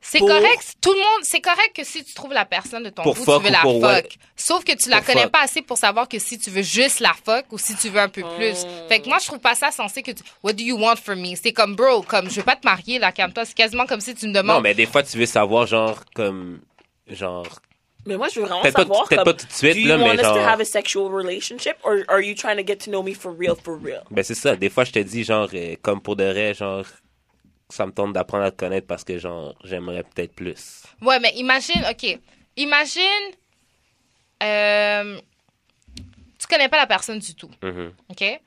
C'est
Pour-
correct, tout le monde, c'est correct que si tu trouves la personne de ton
Pour
goût,
fuck
tu veux
ou
la
pour
fuck.
what?
Sauf que tu la
Pour
connais
fuck.
pas assez pour savoir que si tu veux juste la fuck ou si tu veux un peu plus.
Hmm.
Fait que moi, je trouve pas ça sensé que tu, what do you want from me? C'est comme, bro, comme, je veux pas te marier, là, calme-toi. C'est quasiment comme si tu me
Non,
demandes.
mais des fois, tu veux savoir, genre, comme. Genre.
Mais moi, je veux vraiment
Peut-être pas,
savoir.
peut-être
comme,
pas tout de
Do
suite,
you
là, mais
want us
genre.
to have a sexual relationship or are you trying to get to know me for real, for real?
Ben, c'est ça. Des fois, je te dis, genre, euh, comme pour de vrai, genre, ça me tente d'apprendre à te connaître parce que, genre, j'aimerais peut-être plus.
Ouais, mais imagine, OK. Imagine, euh, tu connais pas la personne du tout,
Mhm.
OK?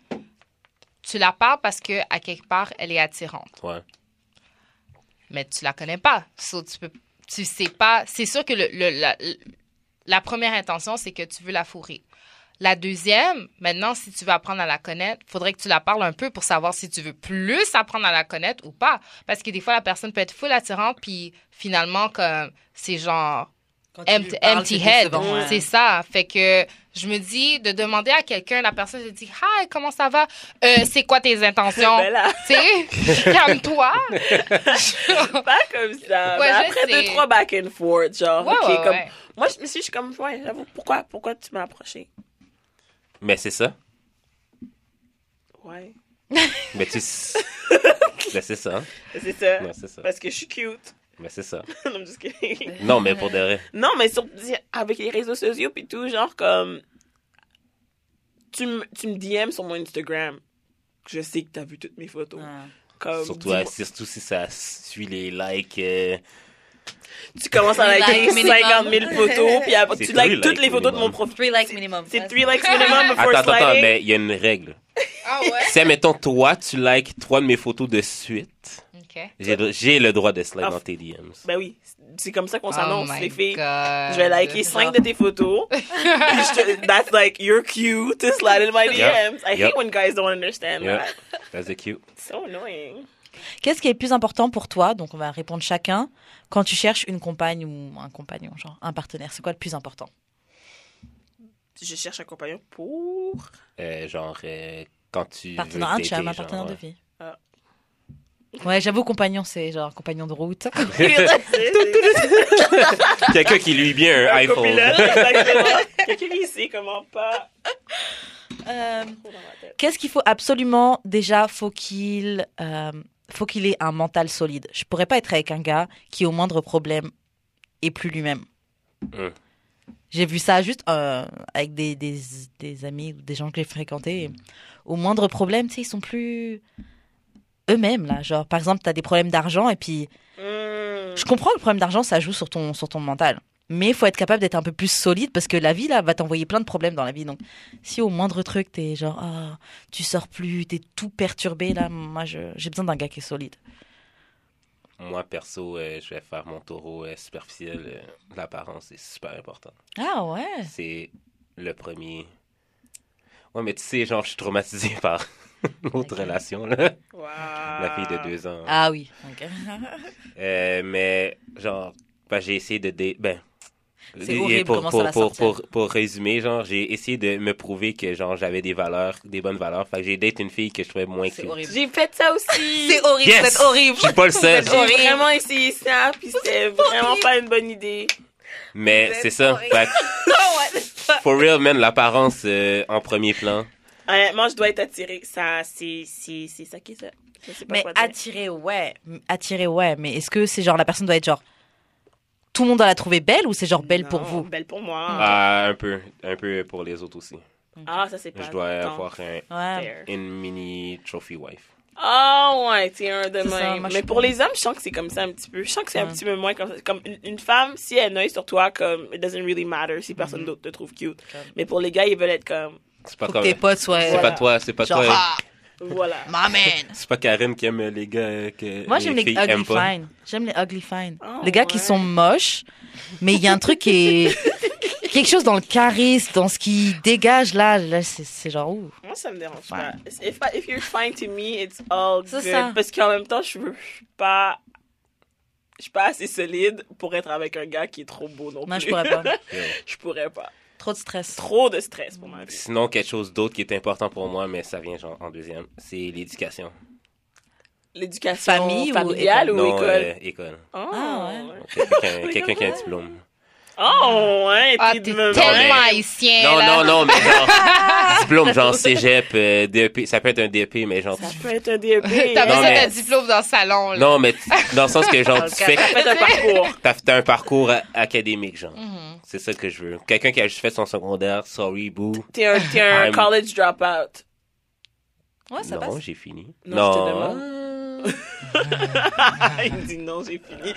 Tu la parles parce que, à quelque part, elle est attirante,
Ouais.
mais tu la connais pas. So, tu peux, tu sais pas. C'est sûr que le, le- la, la première intention, c'est que tu veux la fourrer. La deuxième, maintenant, si tu veux apprendre à la connaître, faudrait que tu la parles un peu pour savoir si tu veux plus apprendre à la connaître ou pas. Parce que des fois, la personne peut être full attirante, puis finalement, comme, c'est genre,
Quand tu
empty,
lui parles,
empty
c'est
head.
décevant, ouais.
C'est ça. Fait que je me dis de demander à quelqu'un, la personne se dit Hi, comment ça va Euh, C'est quoi tes intentions
Ben là,
Tu sais, calme-toi.
pas comme
Ouais,
ça. mais
je sais.
après deux, trois back and forth, genre.
Ouais,
ok,
ouais,
comme-
ouais.
Moi, je me suis, je suis comme, ouais, j'avoue, pourquoi, pourquoi tu m'as approché?
Mais c'est ça.
Ouais.
Mais tu. Ben, c'est ça.
C'est ça.
Non, c'est ça.
Parce que je suis cute.
Mais c'est ça.
Non, I'm just kidding.
Non, mais pour de vrai.
Non, mais sur- avec les réseaux sociaux puis tout, genre comme. Tu me tu me DM sur mon Instagram. Je sais que t'as vu toutes mes photos.
Ouais.
Comme,
Surtout,
Euh, dis-moi-
à- surtout si ça suit les likes. euh,
tu commences à liker
Like minimum.
50 000 photos, puis après,
C'est
tu likes
three
toutes
likes
les photos de
minimum.
mon profil.
Three likes minimum.
C'est
Ouais,
3 likes minimum
Attends,
before
attends, attends,
sliding.
mais il y a une règle.
Ah ouais
Si, admettons, toi, tu likes trois de mes photos de suite,
OK.
j'ai le- j'ai le droit de slide
Ah,
dans tes DMs.
Ben oui, c'est comme ça qu'on
Oh
s'annonce,
my
les filles.
God.
Je vais liker 5 de tes photos. Puis je te- That's like, you're cute to slide in my DMs.
Yeah.
I
Yeah.
hate when guys don't understand
Yeah,
that.
that's the cute.
It's so annoying.
Qu'est-ce qui est le plus important pour toi Donc, on va répondre chacun. Quand tu cherches une compagne ou un compagnon, genre un partenaire, c'est quoi le plus important
Je cherche un compagnon pour...
Euh, genre, euh, quand tu.
Partenaire
veux
1, tu as
dater,
un
genre,
partenaire de
ouais.
vie.
Ah.
Ouais, j'avoue, compagnon, c'est genre compagnon de route.
Quelqu'un qui lui bien un
un
iPhone.
copilote, exactement. Quelqu'un qui sait comment pas...
Euh,
Trop dans ma tête.
Qu'est-ce qu'il faut absolument déjà Faut qu'il euh, faut qu'il ait un mental solide. Je pourrais pas être avec un gars qui au moindre problème est plus lui-même.
Mm.
J'ai vu ça juste euh, avec des, des, des amis ou des gens que j'ai fréquentés. Au moindre problème, tu sais, ils sont plus eux-mêmes là. Genre, par exemple, t'as des problèmes d'argent et puis
Mm.
Je comprends que le problème d'argent, ça joue sur ton, sur ton mental. Mais il faut être capable d'être un peu plus solide parce que la vie, là, va t'envoyer plein de problèmes dans la vie. Donc, si au moindre truc, t'es genre, ah, tu sors plus, t'es tout perturbé, là, moi, je- j'ai besoin d'un gars qui est solide.
Moi, perso, euh, je vais faire mon taureau euh, superficiel. euh, L'apparence est super importante.
Ah ouais?
C'est le premier. Ouais, mais tu sais, genre, je suis traumatisé par l'autre
Ok.
relation, là.
Wow.
La fille de deux ans.
Ah oui. ok.
Euh, mais, genre, ben, j'ai essayé de. dé- Ben.
C'est
et
horrible
pour,
comment
pour,
ça va
pour,
sortir.
pour- pour résumer, genre, j'ai essayé de me prouver que genre j'avais des valeurs, des bonnes valeurs. Fait que j'ai date une fille que je trouvais moins
C'est
cute.
horrible.
J'ai fait ça aussi.
C'est horrible,
Yes!
c'est horrible.
Je suis pas le seul.
êtes
J'ai
horrible.
vraiment essayé ça, puis c'était vraiment pas une bonne idée.
Mais
Vous
c'est
êtes
ça.
horrible.
Fait que, for real, man, l'apparence euh, en premier plan.
Honnêtement, je dois être attirée. Ça, c'est, c'est, c'est ça qui est ça. Je sais pas
Mais
quoi dire.
attirer, ouais. M- Attirer, ouais. Mais est-ce que c'est genre, la personne doit être genre, tout le monde doit la trouver belle ou c'est genre belle pour
Non,
vous?
Belle pour moi.
Ah, un peu, un peu pour les autres aussi.
Ah, ça, c'est pas.
Je dois
tant
avoir un,
Ouais.
fair.
une mini trophy wife.
Ah, ouais, t'es un de
C'est ça,
même.
moi, je
Mais
suis
pour
pas-
les hommes, je sens que c'est comme ça un petit peu. Je sens que c'est un
Ouais.
petit peu moins comme ça. Comme une, une femme, si elle a un œil sur toi, comme, it doesn't really matter si personne d'autre te trouve cute. Mais pour les gars, ils veulent être comme,
C'est pas
Faut que
comme.
tes potes
C'est
soient. euh,
pas toi, c'est pas
Genre,
toi.
ah,
voilà.
ma man.
C'est pas Karine qui aime les gars euh, que
Moi, j'aime les
filles
ugly
aiment pas.
fine. J'aime les ugly fine.
Oh,
les gars
ouais.
qui sont moches, mais il y a un truc qui est. Quelque chose dans le charisme, dans ce qui dégage là, là c'est c'est genre ouh.
Moi, ça me dérange
Ouais.
pas. If, I- if you're fine to me, it's all
C'est
good.
ça.
Parce qu'en même temps, je veux- je suis pas. Je suis pas assez solide pour être avec un gars qui est trop beau non
Non, je
plus.
pourrais pas.
je pourrais pas.
Trop de stress.
Trop de stress pour ma vie.
Sinon, quelque chose d'autre qui est important pour moi, mais ça vient genre en deuxième, c'est l'éducation.
L'éducation
Famille ou
familiale ou,
école?
non,
école?
euh, école.
Oh,
Ah, ouais.
Donc, Quelqu'un quelqu'un qui a un diplôme.
Oh, ouais,
Ah,
t'es
t'es
de me-
tellement
mais-
haïtien,
Non,
là.
non, non, mais genre, diplôme, genre cégep, euh, DEP, ça peut être un DEP, mais genre,
Ça
tu-
peut être un E DEP.
T'as
Non,
besoin
mais-
d'un diplôme dans le salon, là.
non, mais tu- dans le sens que genre, tu fais,
Ça peut être un parcours.
t'as t'as un parcours a- académique, genre.
Mm-hmm.
C'est ça que je veux. Quelqu'un qui a juste fait son secondaire, sorry, boo.
T'es un, t'es un
I'm-
college dropout.
Ouais, ça
non,
passe.
j'ai fini.
Non, je te Ah, Il dit non, j'ai fini.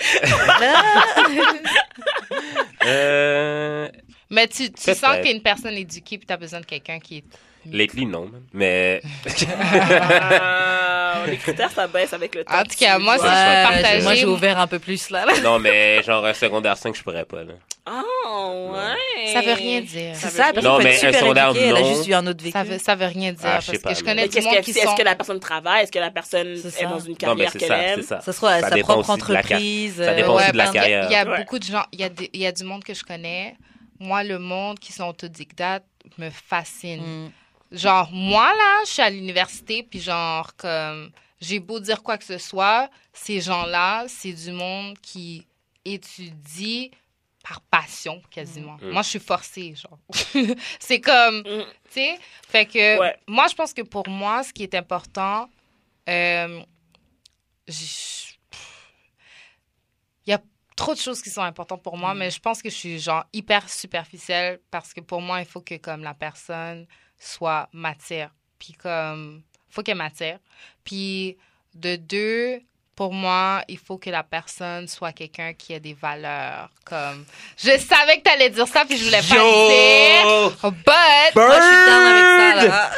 euh,
Mais tu, tu
Peut-être.
sens que t'es une personne éduquée puis t'as besoin de quelqu'un qui est...
lately, non, man. mais
Ah, les critères, ça baisse avec le temps.
En tout cas, moi,
Tu
c'est-
vois.
Ouais,
Partager.
moi j'ai ouvert un peu plus là. là.
non, mais genre un secondaire 5, je pourrais pas, là.
Oh, ouais.
Ça veut rien dire.
C'est
Ça
ça, la
veut
personne
Non,
peut être
mais un
super
sondage,
éduquée, elle a
non.
juste eu un autre vécu.
Ça veut, ça veut rien dire.
Ah, je sais
parce
pas,
que je
mais-
connais
Mais
du
qu'est-ce
monde
qu'elle-
qui
Est-ce
sont...
que la personne travaille? Est-ce que la personne
C'est
est,
ça.
dans
Non,
une
mais
carrière
c'est
qu'elle
ça, c'est
aime?
ça.
Ça se trouve, à sa
dépend
propre
aussi de la car-
entreprise.
ça dépend
euh,
aussi de la
parce qu'il y a-
carrière.
Il y a
Ouais.
beaucoup de gens, il y, a des- il y a du monde que je connais. Moi, le monde qui sont autodidactes me fascine.
Mm.
Genre, moi, là, je suis à l'université, puis genre, comme, j'ai beau dire quoi que ce soit, ces gens-là, c'est du monde qui étudie par passion, quasiment.
Mm.
Moi, je suis forcée, genre. c'est comme,
Mm.
tu sais, fait que,
Ouais.
moi, je pense que pour moi, ce qui est important, euh, j- pff, il y a trop de choses qui sont importantes pour
Mm.
moi, mais je pense que je suis, genre, hyper superficielle, parce que pour moi, il faut que, comme, la personne soit matière. Puis comme, faut qu'elle m'attire. Puis de deux, pour moi, il faut que la personne soit quelqu'un qui a des valeurs. Comme, je savais que t'allais dire ça, puis je voulais pas le dire. Oh, But,
Moi, je suis down avec ça, là.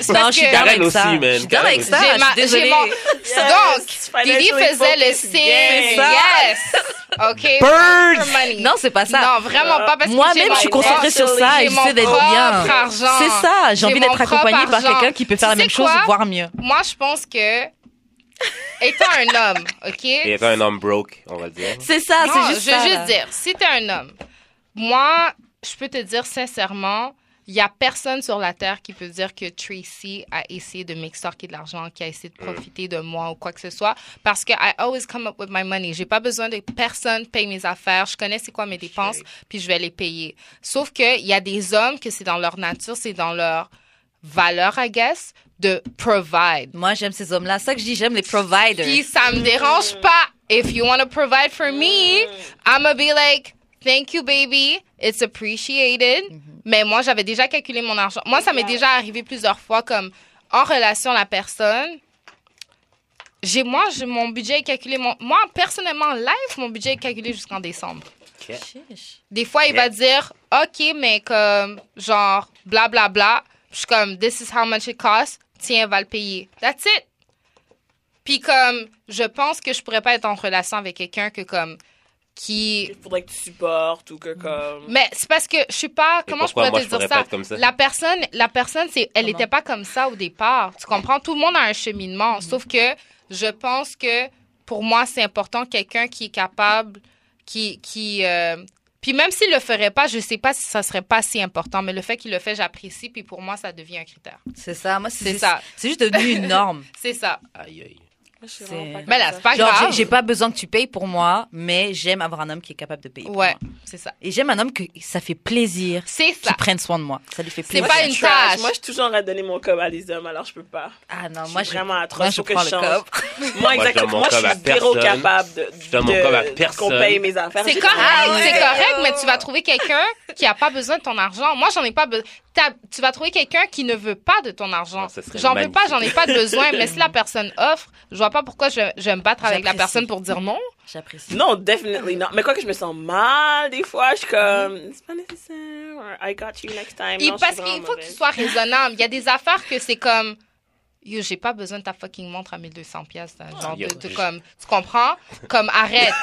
c'est
Non,
parce
je suis
que-
down
Karel
avec ça.
aussi, man.
Je suis down
Karel
avec ça.
aussi.
Je suis
J'ai ma- j'ai
désolée.
mon- Donc, Lily
financially
faisait le
focused
signe.
game.
ça.
Yes! OK.
Birds!
for money.
Non, c'est pas ça.
Non, vraiment pas parce que j'ai
Moi-même, je suis
mon
concentrée
propre-
sur ça
j'ai
et
mon
j'essaie d'être
propre
bien.
argent.
C'est ça. J'ai envie
mon
d'être
propre
accompagnée par
argent.
quelqu'un qui peut faire
Tu
la même
sais
chose,
quoi?
voire mieux.
Moi, je pense que, étant un homme, OK?
Il y avait un homme broke, on va le dire.
C'est ça,
Non,
c'est juste
je
ça.
veux
là.
juste dire, si t'es un homme, moi, je peux te dire sincèrement, il y a personne sur la terre qui peut dire que Tracy a essayé de m'extorquer de l'argent, qui a essayé de profiter de moi ou quoi que ce soit, parce que I always come up with my money. J'ai pas besoin de personne paye mes affaires. Je connais c'est quoi mes dépenses, puis je vais les payer. Sauf que il y a des hommes que c'est dans leur nature, c'est dans leur valeur, I guess, de provide.
Moi, j'aime ces hommes-là. C'est ça que je dis, j'aime les providers.
Puis ça me dérange pas. If you want to provide for me, I'ma be like, thank you, baby. It's appreciated. Mais moi, j'avais déjà calculé mon argent. Moi, ça m'est déjà arrivé plusieurs fois comme en relation la personne. J'ai, moi, j'ai- mon budget est calculé. mon- moi, personnellement, en live, mon budget est calculé jusqu'en décembre.
Ok.
Chiche.
Des fois, il va dire, OK, mais comme, genre, bla, bla, bla. Je suis comme, this is how much it costs. Tiens, va le payer. That's it. Puis comme, je pense que je pourrais pas être en relation avec quelqu'un que comme, qui...
Il faudrait que tu supportes ou que
Mm.
comme.
Mais c'est parce que je suis pas...
Et
Comment je
pourquoi
pourrais
moi,
te
je
dire
pourrais
ça?
pas être comme ça?
La personne, la personne c'est, elle
Comment?
n'était pas comme ça au départ. Tu comprends? Tout le monde a un cheminement. Sauf que je pense que pour moi, c'est important quelqu'un qui est capable, qui... qui euh, puis même s'il le ferait pas, je sais pas si ça serait pas si important, mais le fait qu'il le fait, j'apprécie, puis pour moi, ça devient un critère.
C'est ça, moi, c'est
C'est
c'est-
ça.
C'est juste devenu une norme.
C'est ça.
Aïe, aïe.
Je suis
C'est-
vraiment pas comme
Ben là,
ça.
c'est pas
Genre, j'ai-
grave.
j'ai pas besoin que tu payes pour moi, mais j'aime avoir un homme qui est capable de payer. Pour
Ouais,
moi.
c'est ça.
Et j'aime un homme que ça fait plaisir
C'est
qu'il
ça.
prenne soin de moi. Ça lui fait
C'est
plaisir.
Moi,
pas
je
une
suis trash.
tâche.
Moi, je suis toujours en train de donner mon com à des hommes, alors je peux pas.
Ah non,
Je
moi,
suis
je.
vraiment
Moi,
atroce.
je
Faut que
prends
je
le
change.
cop.
Moi,
Moi, je
exactement.
donne mon
Moi, je
com à
suis zéro
personne.
capable de,
Je donne mon
de-
com à personne.
qu'on paye mes affaires.
C'est
J'ai-
correct,
Ah ouais. Oh.
c'est correct, mais tu vas trouver quelqu'un qui a pas besoin de ton argent. Moi, j'en ai pas besoin. Tu vas trouver quelqu'un qui ne veut pas de ton argent.
Non, ce Ah, serait
J'en veux pas,
magnifique.
j'en ai pas besoin. Mais si la personne offre, je vois pas pourquoi je, je vais me battre avec la
J'apprécie.
personne pour dire non.
J'apprécie.
Non, definitely not. Mais quoi que je me sens mal, des fois, je suis comme, it's pas nécessaire, or I got you next time.
Mm. Et
Non, je suis
parce
vraiment
qu'il faut que tu
mauvaise.
sois raisonnable. Il y a des affaires que c'est comme, yo, j'ai pas besoin de ta fucking montre à 1200 pièces. hein, Genre,
Yo,
de- de
je-
comme, tu comprends? Comme, arrête.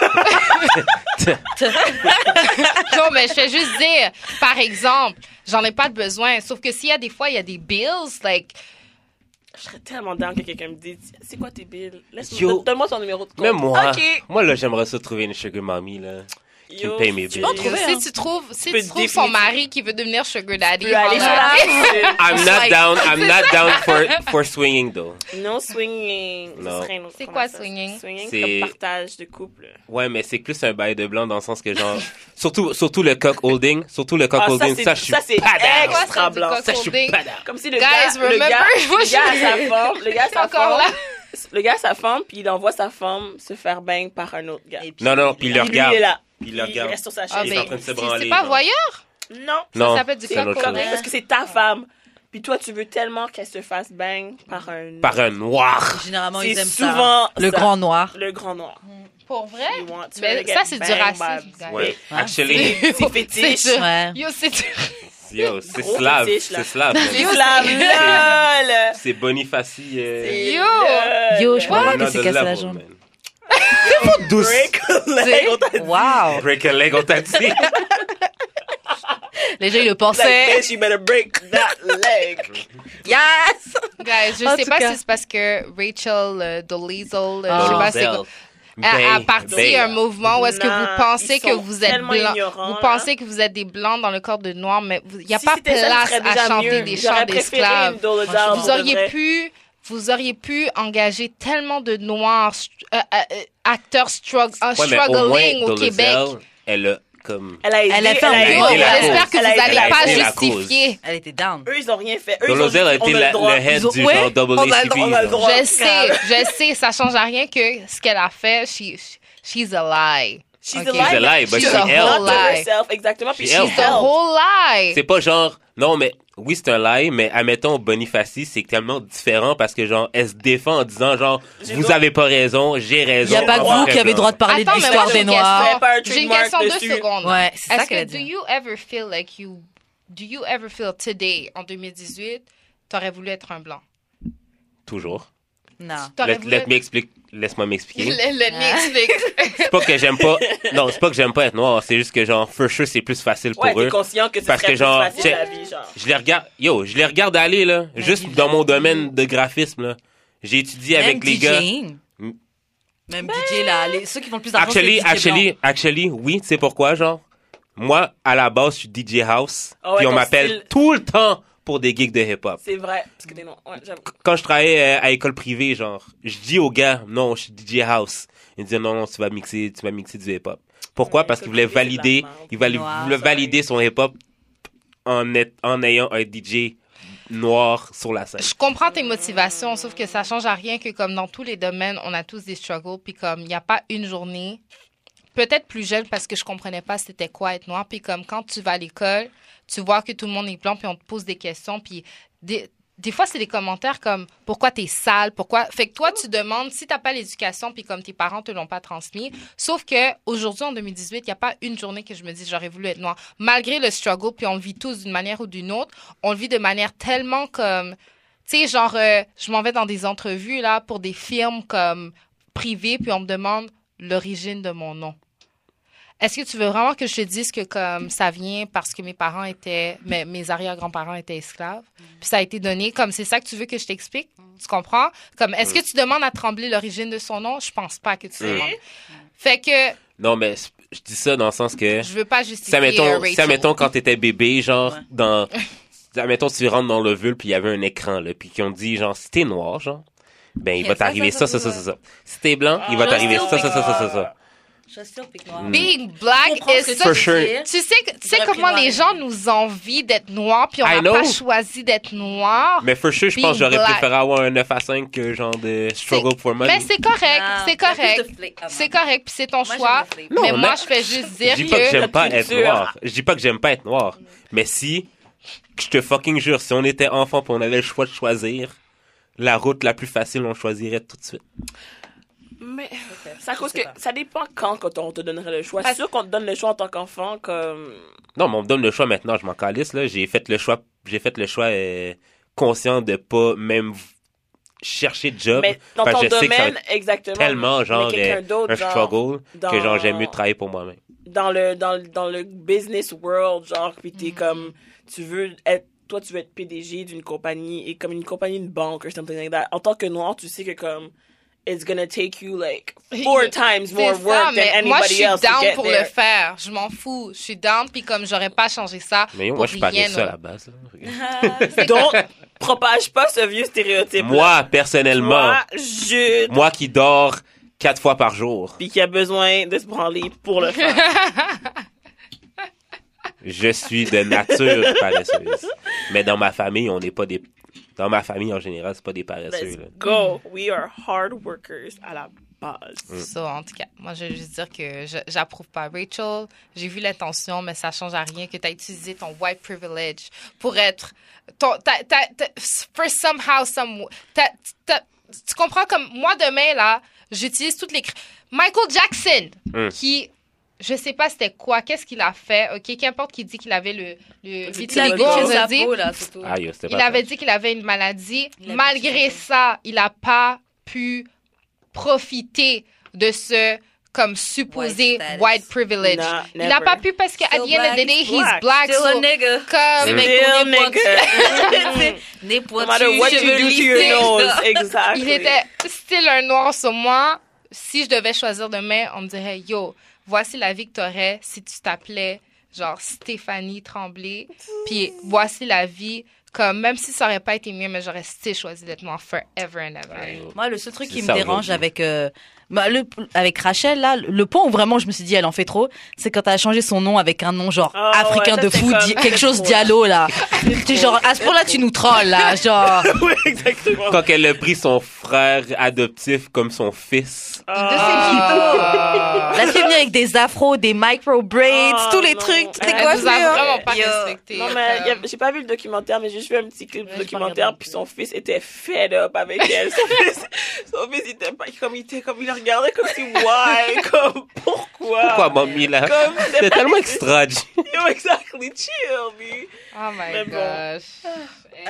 non, mais je vais juste dire, par exemple, j'en ai pas de besoin. Sauf que s'il y a des fois, il y a des bills, like,
Je serais tellement down que quelqu'un me dise, c'est quoi tes bills? Laisse-moi-
Yo.
Donne-moi ton numéro de compte.
Même moi,
Ok.
moi là, j'aimerais ça trouver une sugar mommy là. qui me paye mes
tu
bills.
peux trouver-
trouver,
si
hein.
tu trouves, si
peux
tu trouves son
définitivement-
mari qui veut devenir sugar daddy, oh,
Tu peux aller
voilà.
sur
Ah.
la
I'm
It's
not
like-
down. I'm not down for for swinging though.
Non swinging.
Non.
Ce serait une autre
C'est quoi,
conversation.
swinging?
Swinging,
C'est-
c'est comme partage de couple.
Ouais, mais c'est plus un bail de blanc dans le sens que genre, surtout surtout le cock holding, surtout le cock
Ah, ça,
holding,
c'est-
ça, je suis
ça, c'est
pas down.
extra.
Quoi, ça, du
blanc.
coq
Ça, je suis
holding?
pas down.
Comme si le
Guys,
gars, le
remember?
gars,
Moi,
le
je-
gars a sa forme, le gars a
Je suis
sa
encore là.
forme, le gars a sa forme, puis il envoie sa femme se faire bang par un autre gars.
Et puis-
Non non, puis il le
lui, il est
regarde.
là.
Puis il le regarde.
reste sur sa chaise.
Ah,
Il est
ben,
en train de se
c'est-
branler,
c'est pas
genre.
voyeur?
Non.
Non,
Ça s'appelle du
c'est
C'est
un autre
correct
chose.
parce que c'est
Ah.
ta femme. Puis toi, tu veux tellement qu'elle se fasse bang par un.
Par un noir.
Généralement,
C'est
ils aiment ça.
souvent
Le
ça.
grand noir.
Le grand noir.
Pour vrai?
You want to
Mais
get
Ben, ça, c'est du
bang
racisme,
by-
guys.
Ouais.
Hein?
Actually,
C'est fétiche.
C'est-
Ouais.
Yo, c'est du
yo, c'est
Gros
slave,
fétiche, là.
c'est slave. man.
Yo,
La
c'est-
lol.
C'est Bonifaci. euh,
C'est
Yo.
lol.
Yo, je crois
on
que
a
c'est
de
cassé la
level,
jambe.
man. Faut douce.
Break a leg, on t'a dit.
Wow.
Break a leg, on t'a dit.
Les gens, ils le
Like,
pensaient.
bitch, you better break that leg.
Yes!
Guys, je
En
sais
tout
pas
cas.
si c'est parce que Rachel euh, Dolezal, euh,
Ah.
je sais pas c'est
Dolezal.
quoi, a, a parti
Bang.
un mouvement où est-ce que
Non,
vous pensez
ils
que
sont
vous êtes
tellement
blanc,
ignorants,
vous
là.
pensez que vous êtes des blancs dans le corps de noirs, mais il n'y a
Si
pas
c'était ça,
place
ce serait
à
déjà
chanter
mieux.
des
J'aurais
chants
préféré
d'esclaves.
une Dole
Franchement,
Down,
Vous
pour
auriez
vrai.
pu, vous auriez pu engager tellement de noirs, str- euh, euh, euh, acteurs strugg- euh,
Ouais, mais au
struggling
moins,
au Québec.
Dolezal, elle a comme.
Elle a aidé.
Elle a fait un
aidé
gros-
la
la
cause.
J'espère que
Elle a
vous
aidé
n'allez
la
pas
cause.
la cause.
justifier.
Elle était down.
Eux, ils ont rien fait. Eux, ils ont dit,
Dolezal a
on
été
le
la-
droit.
le head
Ils ont-
du
ouais,
genre double
on a le droit, on a le droit.
Je sais, je sais, ça change à rien que ce qu'elle a fait, she, she's a lie.
She's
Ok.
a lie.
She's a lie, but
she's
she
a
helped.
Not to
Lie.
herself, exactement. Puis
She
she
helped.
She's a
Hell.
helped.
whole lie.
C'est pas genre, non, mais oui, c'est un lie, mais admettons, Bonifaci, c'est tellement différent parce que, genre, elle se défend en disant, genre,
J'ai
vous
droit-
avez pas raison, j'ai
Il
raison.
n'y a pas que
Enfin,
vous qui avez
genre,
droit de parler
Attends,
de
mais
l'histoire des
moi, j'ai une
Noirs.
Fais pas un
question. J'ai une
trademark
question de
dessus.
secondes.
Ouais, c'est ça
Est-ce
qu'elle a
que
dit.
Do you ever feel like you... Do you ever feel today, en 2018, t'aurais voulu être un blanc?
Toujours.
Non.
T'aurais
Let,
voulu...
let me explique- Laisse-moi m'expliquer.
Le, le nez explique.
C'est pas que j'aime pas. Non, c'est pas que j'aime pas être noir. C'est juste que, genre, for sure, c'est plus facile pour
Ouais, t'es
eux.
conscient que ce
Parce
serait
que
plus
genre,
facile
check.
la vie, genre.
Je les regarde. Yo, je les regarde aller, là. juste dans mon domaine de graphisme, là. J'ai étudié
Même
avec les gars.
DJing.
Hmm.
Même DJ, là, les- ceux qui font le plus d'argent. c'est
Actually,
les DJ blancs.
actually, actually, oui, tu sais pourquoi, genre? Moi, à la base, je suis DJ House.
Ah ouais,
puis on
ton
m'appelle
style.
tout le temps pour des gigs de hip-hop.
C'est vrai. Parce que t'es non. Ouais, j'avoue.
Quand je travaillais euh, à école privée, genre, je dis aux gars, non, je suis DJ House. Ils me disent, non, non, tu vas mixer, tu vas mixer du hip-hop. Pourquoi?
Ouais,
Parce qu'ils voulaient
école privée, c'est de la
valider,
merde.
ils voulaient
Noir,
voulaient
sorry.
valider son hip-hop en, est- en ayant un DJ noir sur la scène.
Je comprends tes motivations, sauf que ça change à rien que comme dans tous les domaines, on a tous des struggles, puis comme il n'y a pas une journée, peut-être plus jeune parce que je comprenais pas c'était quoi être noir, puis comme quand tu vas à l'école, tu vois que tout le monde est blanc, puis on te pose des questions, puis des- des fois, c'est des commentaires comme pourquoi t'es sale, pourquoi. Fait que toi, tu demandes si t'as pas l'éducation, puis comme tes parents te l'ont pas transmis. Sauf que aujourd'hui, en 2018, il y a pas une journée que je me dis j'aurais voulu être noire. Malgré le struggle, puis on le vit tous d'une manière ou d'une autre, on le vit de manière tellement comme, tu sais, genre, euh, je m'en vais dans des entrevues là pour des firmes comme privées, puis on me demande l'origine de mon nom. Est-ce que tu veux vraiment que je te dise que comme ça vient parce que mes parents étaient, mes, mes arrière-grands-parents étaient esclaves, puis ça a été donné, comme c'est ça que tu veux que je t'explique, tu comprends? Comme est-ce que tu demandes à Tremblay l'origine de son nom? Je pense pas que tu
Mm.
demandes. Fait que
Non, mais c- je dis ça dans le sens que.
je veux pas justifier.
Ça,
euh,
mettons,
Rachel.
ça, mettons, quand t'étais bébé, genre,
Ouais.
dans. Ça, mettons, tu rentres dans l'ovule, puis il y avait un écran, là, puis qui ont dit, genre, si t'es noir, genre, ben, il
Ok,
va
ça,
t'arriver ça, ça, ça, ça, ça. Si t'es blanc, il va
Ah.
t'arriver ça, ça, ça, ça, ça, ça.
Chaussures pique
Being black is
Mm. For sure.
Tu sais, que- tu sais
J'aurais pris
comment
noir.
les gens nous envient d'être noirs, puis on
I
n'a
know.
pas choisi d'être noirs.
Mais for sure, je pense que
Being
j'aurais
black.
préféré avoir un 9 à 5 que, genre, de struggle for money.
Mais c'est correct, c'est correct. C'est correct, puis c'est ton
Moi,
choix.
j'aime les
Non,
mais
on
moi,
a-
je fais juste
Je
dire
dis pas que
que.
j'aime pas
Notre
être
culture.
noir. Je dis pas que j'aime pas être noir. Mais si, je te fucking jure, si on était enfant puis on avait le choix de choisir la route la plus facile, on choisirait tout de suite.
Mais c'est à
Je
cause
sais
que
pas.
ça dépend quand, quand on te donnerait le choix.
Parce-
C'est sûr qu'on te donne le choix en tant qu'enfant, comme.
Non, mais on me donne le choix maintenant, je m'en calisse, là. J'ai fait le choix, j'ai fait le choix euh, conscient de pas même v- chercher de job.
Mais dans
parce
ton
que je sais que ça va
domaine,
être
exactement.
tellement,
mais
genre,
quelqu'un
euh,
d'autre,
un
genre,
struggle que,
dans-
genre, j'aime mieux travailler pour moi-même.
Dans le, dans, le- dans le business world, genre, puis
Mm-hmm.
t'es comme. Tu veux être. Toi, tu veux être PDG d'une compagnie, et comme une compagnie de banque, or something like that. En tant que noir, tu sais que, comme. It's gonna take you, like, four times
C'est
more
ça,
work than
mais
anybody
moi, je suis
else to
down
get
pour
there.
le faire. Je m'en fous. Je suis down, puis comme j'aurais pas changé ça.
Mais yo,
pour
moi, je parie
rien,
ça à
non.
la base, là.
Donc, propage pas ce vieux stéréotype.
Moi, personnellement,
Moi, je.
moi qui dors quatre fois par jour.
Puis qui a besoin de se branler pour le faire.
Je suis de nature paresseuse. Mais dans ma famille, on n'est pas des. Dans ma famille en général, c'est pas des paresseux.
Let's
Là.
go. We are hard workers à la base.
Mm.
So, en tout cas, moi, je veux juste dire que je- j'approuve pas Rachel. J'ai vu l'intention, mais ça change à rien que tu as utilisé ton white privilege pour être. Ton, t'as- t'as- t'as- for somehow, some. t'as- t'as- tu comprends comme moi demain, là, j'utilise toutes les. cr- Michael Jackson,
Mm.
qui. Je sais pas c'était quoi, qu'est-ce qu'il a fait, ok? Qu'importe qu'il dit qu'il avait le, le
vitiligo,
vitiligo,
on
on va dire.
Ah, yo, c'était
Il
pas ça.
avait dit qu'il avait une maladie.
Il a
Malgré
dit
ça, il n'a pas pu profiter de ce comme supposé
White
white,
status.
privilege.
Nah,
il n'a
never.
pas pu parce qu'à the end
Still
of the
black,
day,
he's
he's
black.
black. so comme
Mm.
Still nigga.
Né
No matter what you do to your nose. Exactly.
il était still un noir sur moi. Si je devais choisir demain, on me dirait yo, voici la vie que t'aurais si tu t'appelais genre Stéphanie Tremblay. Puis voici la vie comme même si ça aurait pas été mieux, mais j'aurais still choisi d'être noir forever and ever.
Ouais, yo.
Moi, le seul truc qui
C'est
me
ça,
dérange
aujourd'hui.
avec, euh, bah, le, avec Rachel, là, le point où vraiment je me suis dit, elle en fait trop, c'est quand elle a changé son nom avec un nom genre
Ah ouais,
africain
ça,
de
c'est
fou,
comme-
di- quelque
c'est
chose
trop.
Diallo, là. Tu es genre, à ce point-là, tu nous trolls, là. Genre,
oui, exactement.
Quand elle a pris son frère adoptif comme son fils.
Ah.
la fille est venue avec des afros, des micro-braids,
Ah,
tous les
non.
trucs. C'est
Elle
quoi,
Elle nous a
ça?
vraiment pas
Yo.
respecté.
Non, mais y a- j'ai pas vu le documentaire, mais j'ai juste vu un petit
Ouais,
clip du
je m'en
documentaire,
regarde
puis
plus.
son fils était fed up avec elle. Son fils, son fils, il était pas, comme il était, comme il la regardait comme si, why, comme, pourquoi?
Pourquoi, mamie, là?
Ah, Comme,
C'était tellement extra. G.
Yo, exactly, chill, me.
Oh my
Mais bon.
gosh. Euh,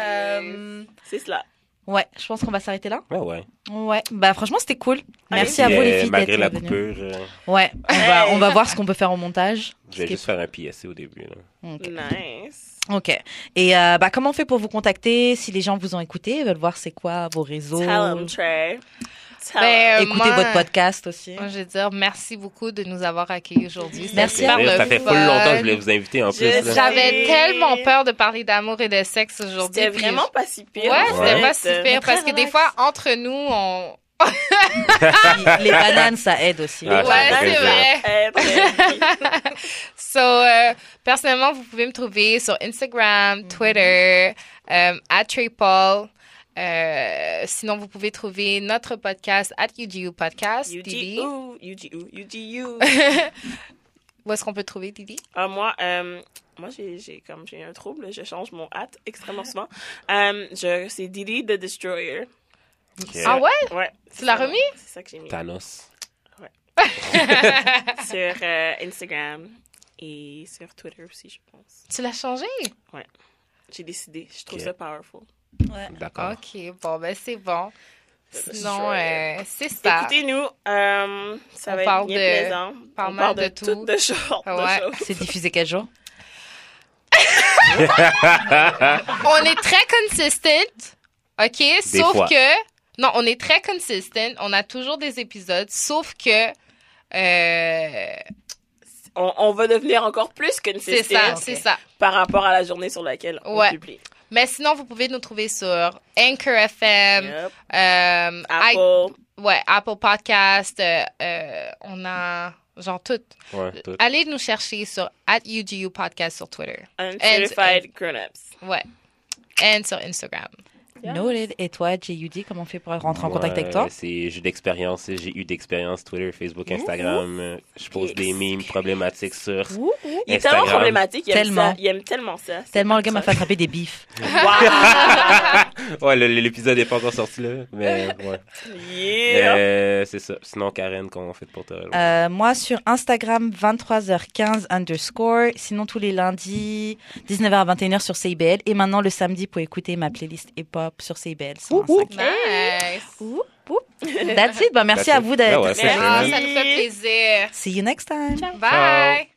Euh,
C'est cela.
ouais, je pense qu'on va s'arrêter là.
Ouais, ouais.
Ouais, bah franchement, c'était cool. Merci à
Puis,
vous,
euh,
les filles.
Malgré
d'être
la
venues.
coupure, euh,
Ouais, on va, on va voir ce qu'on peut faire au montage.
je vais juste faire un PSC au début. Là.
Ok.
Nice.
Ok. Et euh, bah, comment on fait pour vous contacter si les gens vous ont écouté, veulent voir c'est quoi vos réseaux
Tell him, Trey. Tell
Ben,
him.
euh,
Écoutez
moi-
votre podcast aussi.
Moi, je veux dire merci beaucoup de nous avoir accueillis aujourd'hui. C'était
Merci
super
à vous.
le
Ça fait
fun.
pas longtemps que je voulais vous inviter en
Je
plus. là.
sais.
J'avais
Oui.
tellement peur de parler d'amour et de sexe aujourd'hui.
C'était
puis-
vraiment pas si
Ouais,
pire.
c'était
Ouais.
pas si
Très
pire parce que des
relax.
fois, entre nous, on.
les bananes, ça aide aussi.
Ah, ça
ouais,
fait plaisir.
c'est vrai.
Eh, ben,
So, euh, personnellement, vous pouvez me trouver sur Instagram, Twitter, euh, at Trey Paul. Euh, sinon, vous pouvez trouver notre podcast at UGU Podcast. Didi,
UGU, UGU, UGU.
où est-ce qu'on peut trouver Didi?
Ah, moi, euh, Moi, j'ai, j'ai comme j'ai un trouble, je change mon hâte extrêmement souvent. Euh, je, c'est Didi the Destroyer.
Ok.
Ah ouais?
Ouais.
Tu l'as remis?
C'est ça que j'ai mis
Thanos.
sur euh, Instagram et sur Twitter aussi, je pense.
Tu l'as changé?
J'ai décidé. Je trouve
Ok.
ça powerful.
Ouais.
D'accord.
OK, bon, ben c'est bon. Sinon,
Destroyer.
euh, c'est ça.
Écoutez-nous. euh, ça
On
va
parle
être bien
de-
plaisant.
parle
On
mal
parle
de
de,
tout.
toutes de sortes de
Ouais.
choses.
C'est diffusé quel jour
On est très consistent, OK? sauf
fois.
que... Non, on est très consistent. On a toujours des épisodes, sauf que... euh,
On, on va devenir encore plus
c'est ça,
consistent
c'est ça.
par rapport à la journée sur laquelle on
Ouais.
publie.
Mais sinon, vous pouvez nous trouver sur Anchor FM,
Yep.
euh, Um, I-
Apple.
ouais, Apple Podcast, euh, euh, on a genre tout.
Ouais, tout.
Allez nous chercher sur at UGU Podcast sur Twitter.
Uncertified Grown-Ups.
Ouais. Et sur Instagram.
Yeah.
Noted. Et toi, JUD, comment on fait pour rentrer en
Moi,
contact avec toi
C'est j'ai d'expérience, j'ai eu d'expérience Twitter, Facebook, Instagram. euh, Je pose des mimes problématiques sur.
Il est tellement
Instagram.
problématique. Il aime,
Tellement.
Ça, il aime tellement ça. C'est
Tellement le gars
comme
m'a fait attraper des bifs.
ça.
Ah.
Ouais, le- l'épisode n'est pas encore sorti là, mais ouais.
oh.
Wow. yeah.
Euh, c'est ça. Sinon, Karen, comment on fait pour te rejoindre?
Euh, moi, sur Instagram, 23h15 underscore. Sinon, tous les lundis, 19h à 21h sur CIBL. Et maintenant, le samedi, pour écouter ma playlist hip-hop sur CIBL. sur
Ouh, ouh.
Instagram.
Nice.
Ouh, ouh. That's it. Bah, merci
That's
à
it.
vous
Ah
d'être.
ouais, c'est
Merci.
génial.
Ah, ça nous fait plaisir.
See you next time.
Bye.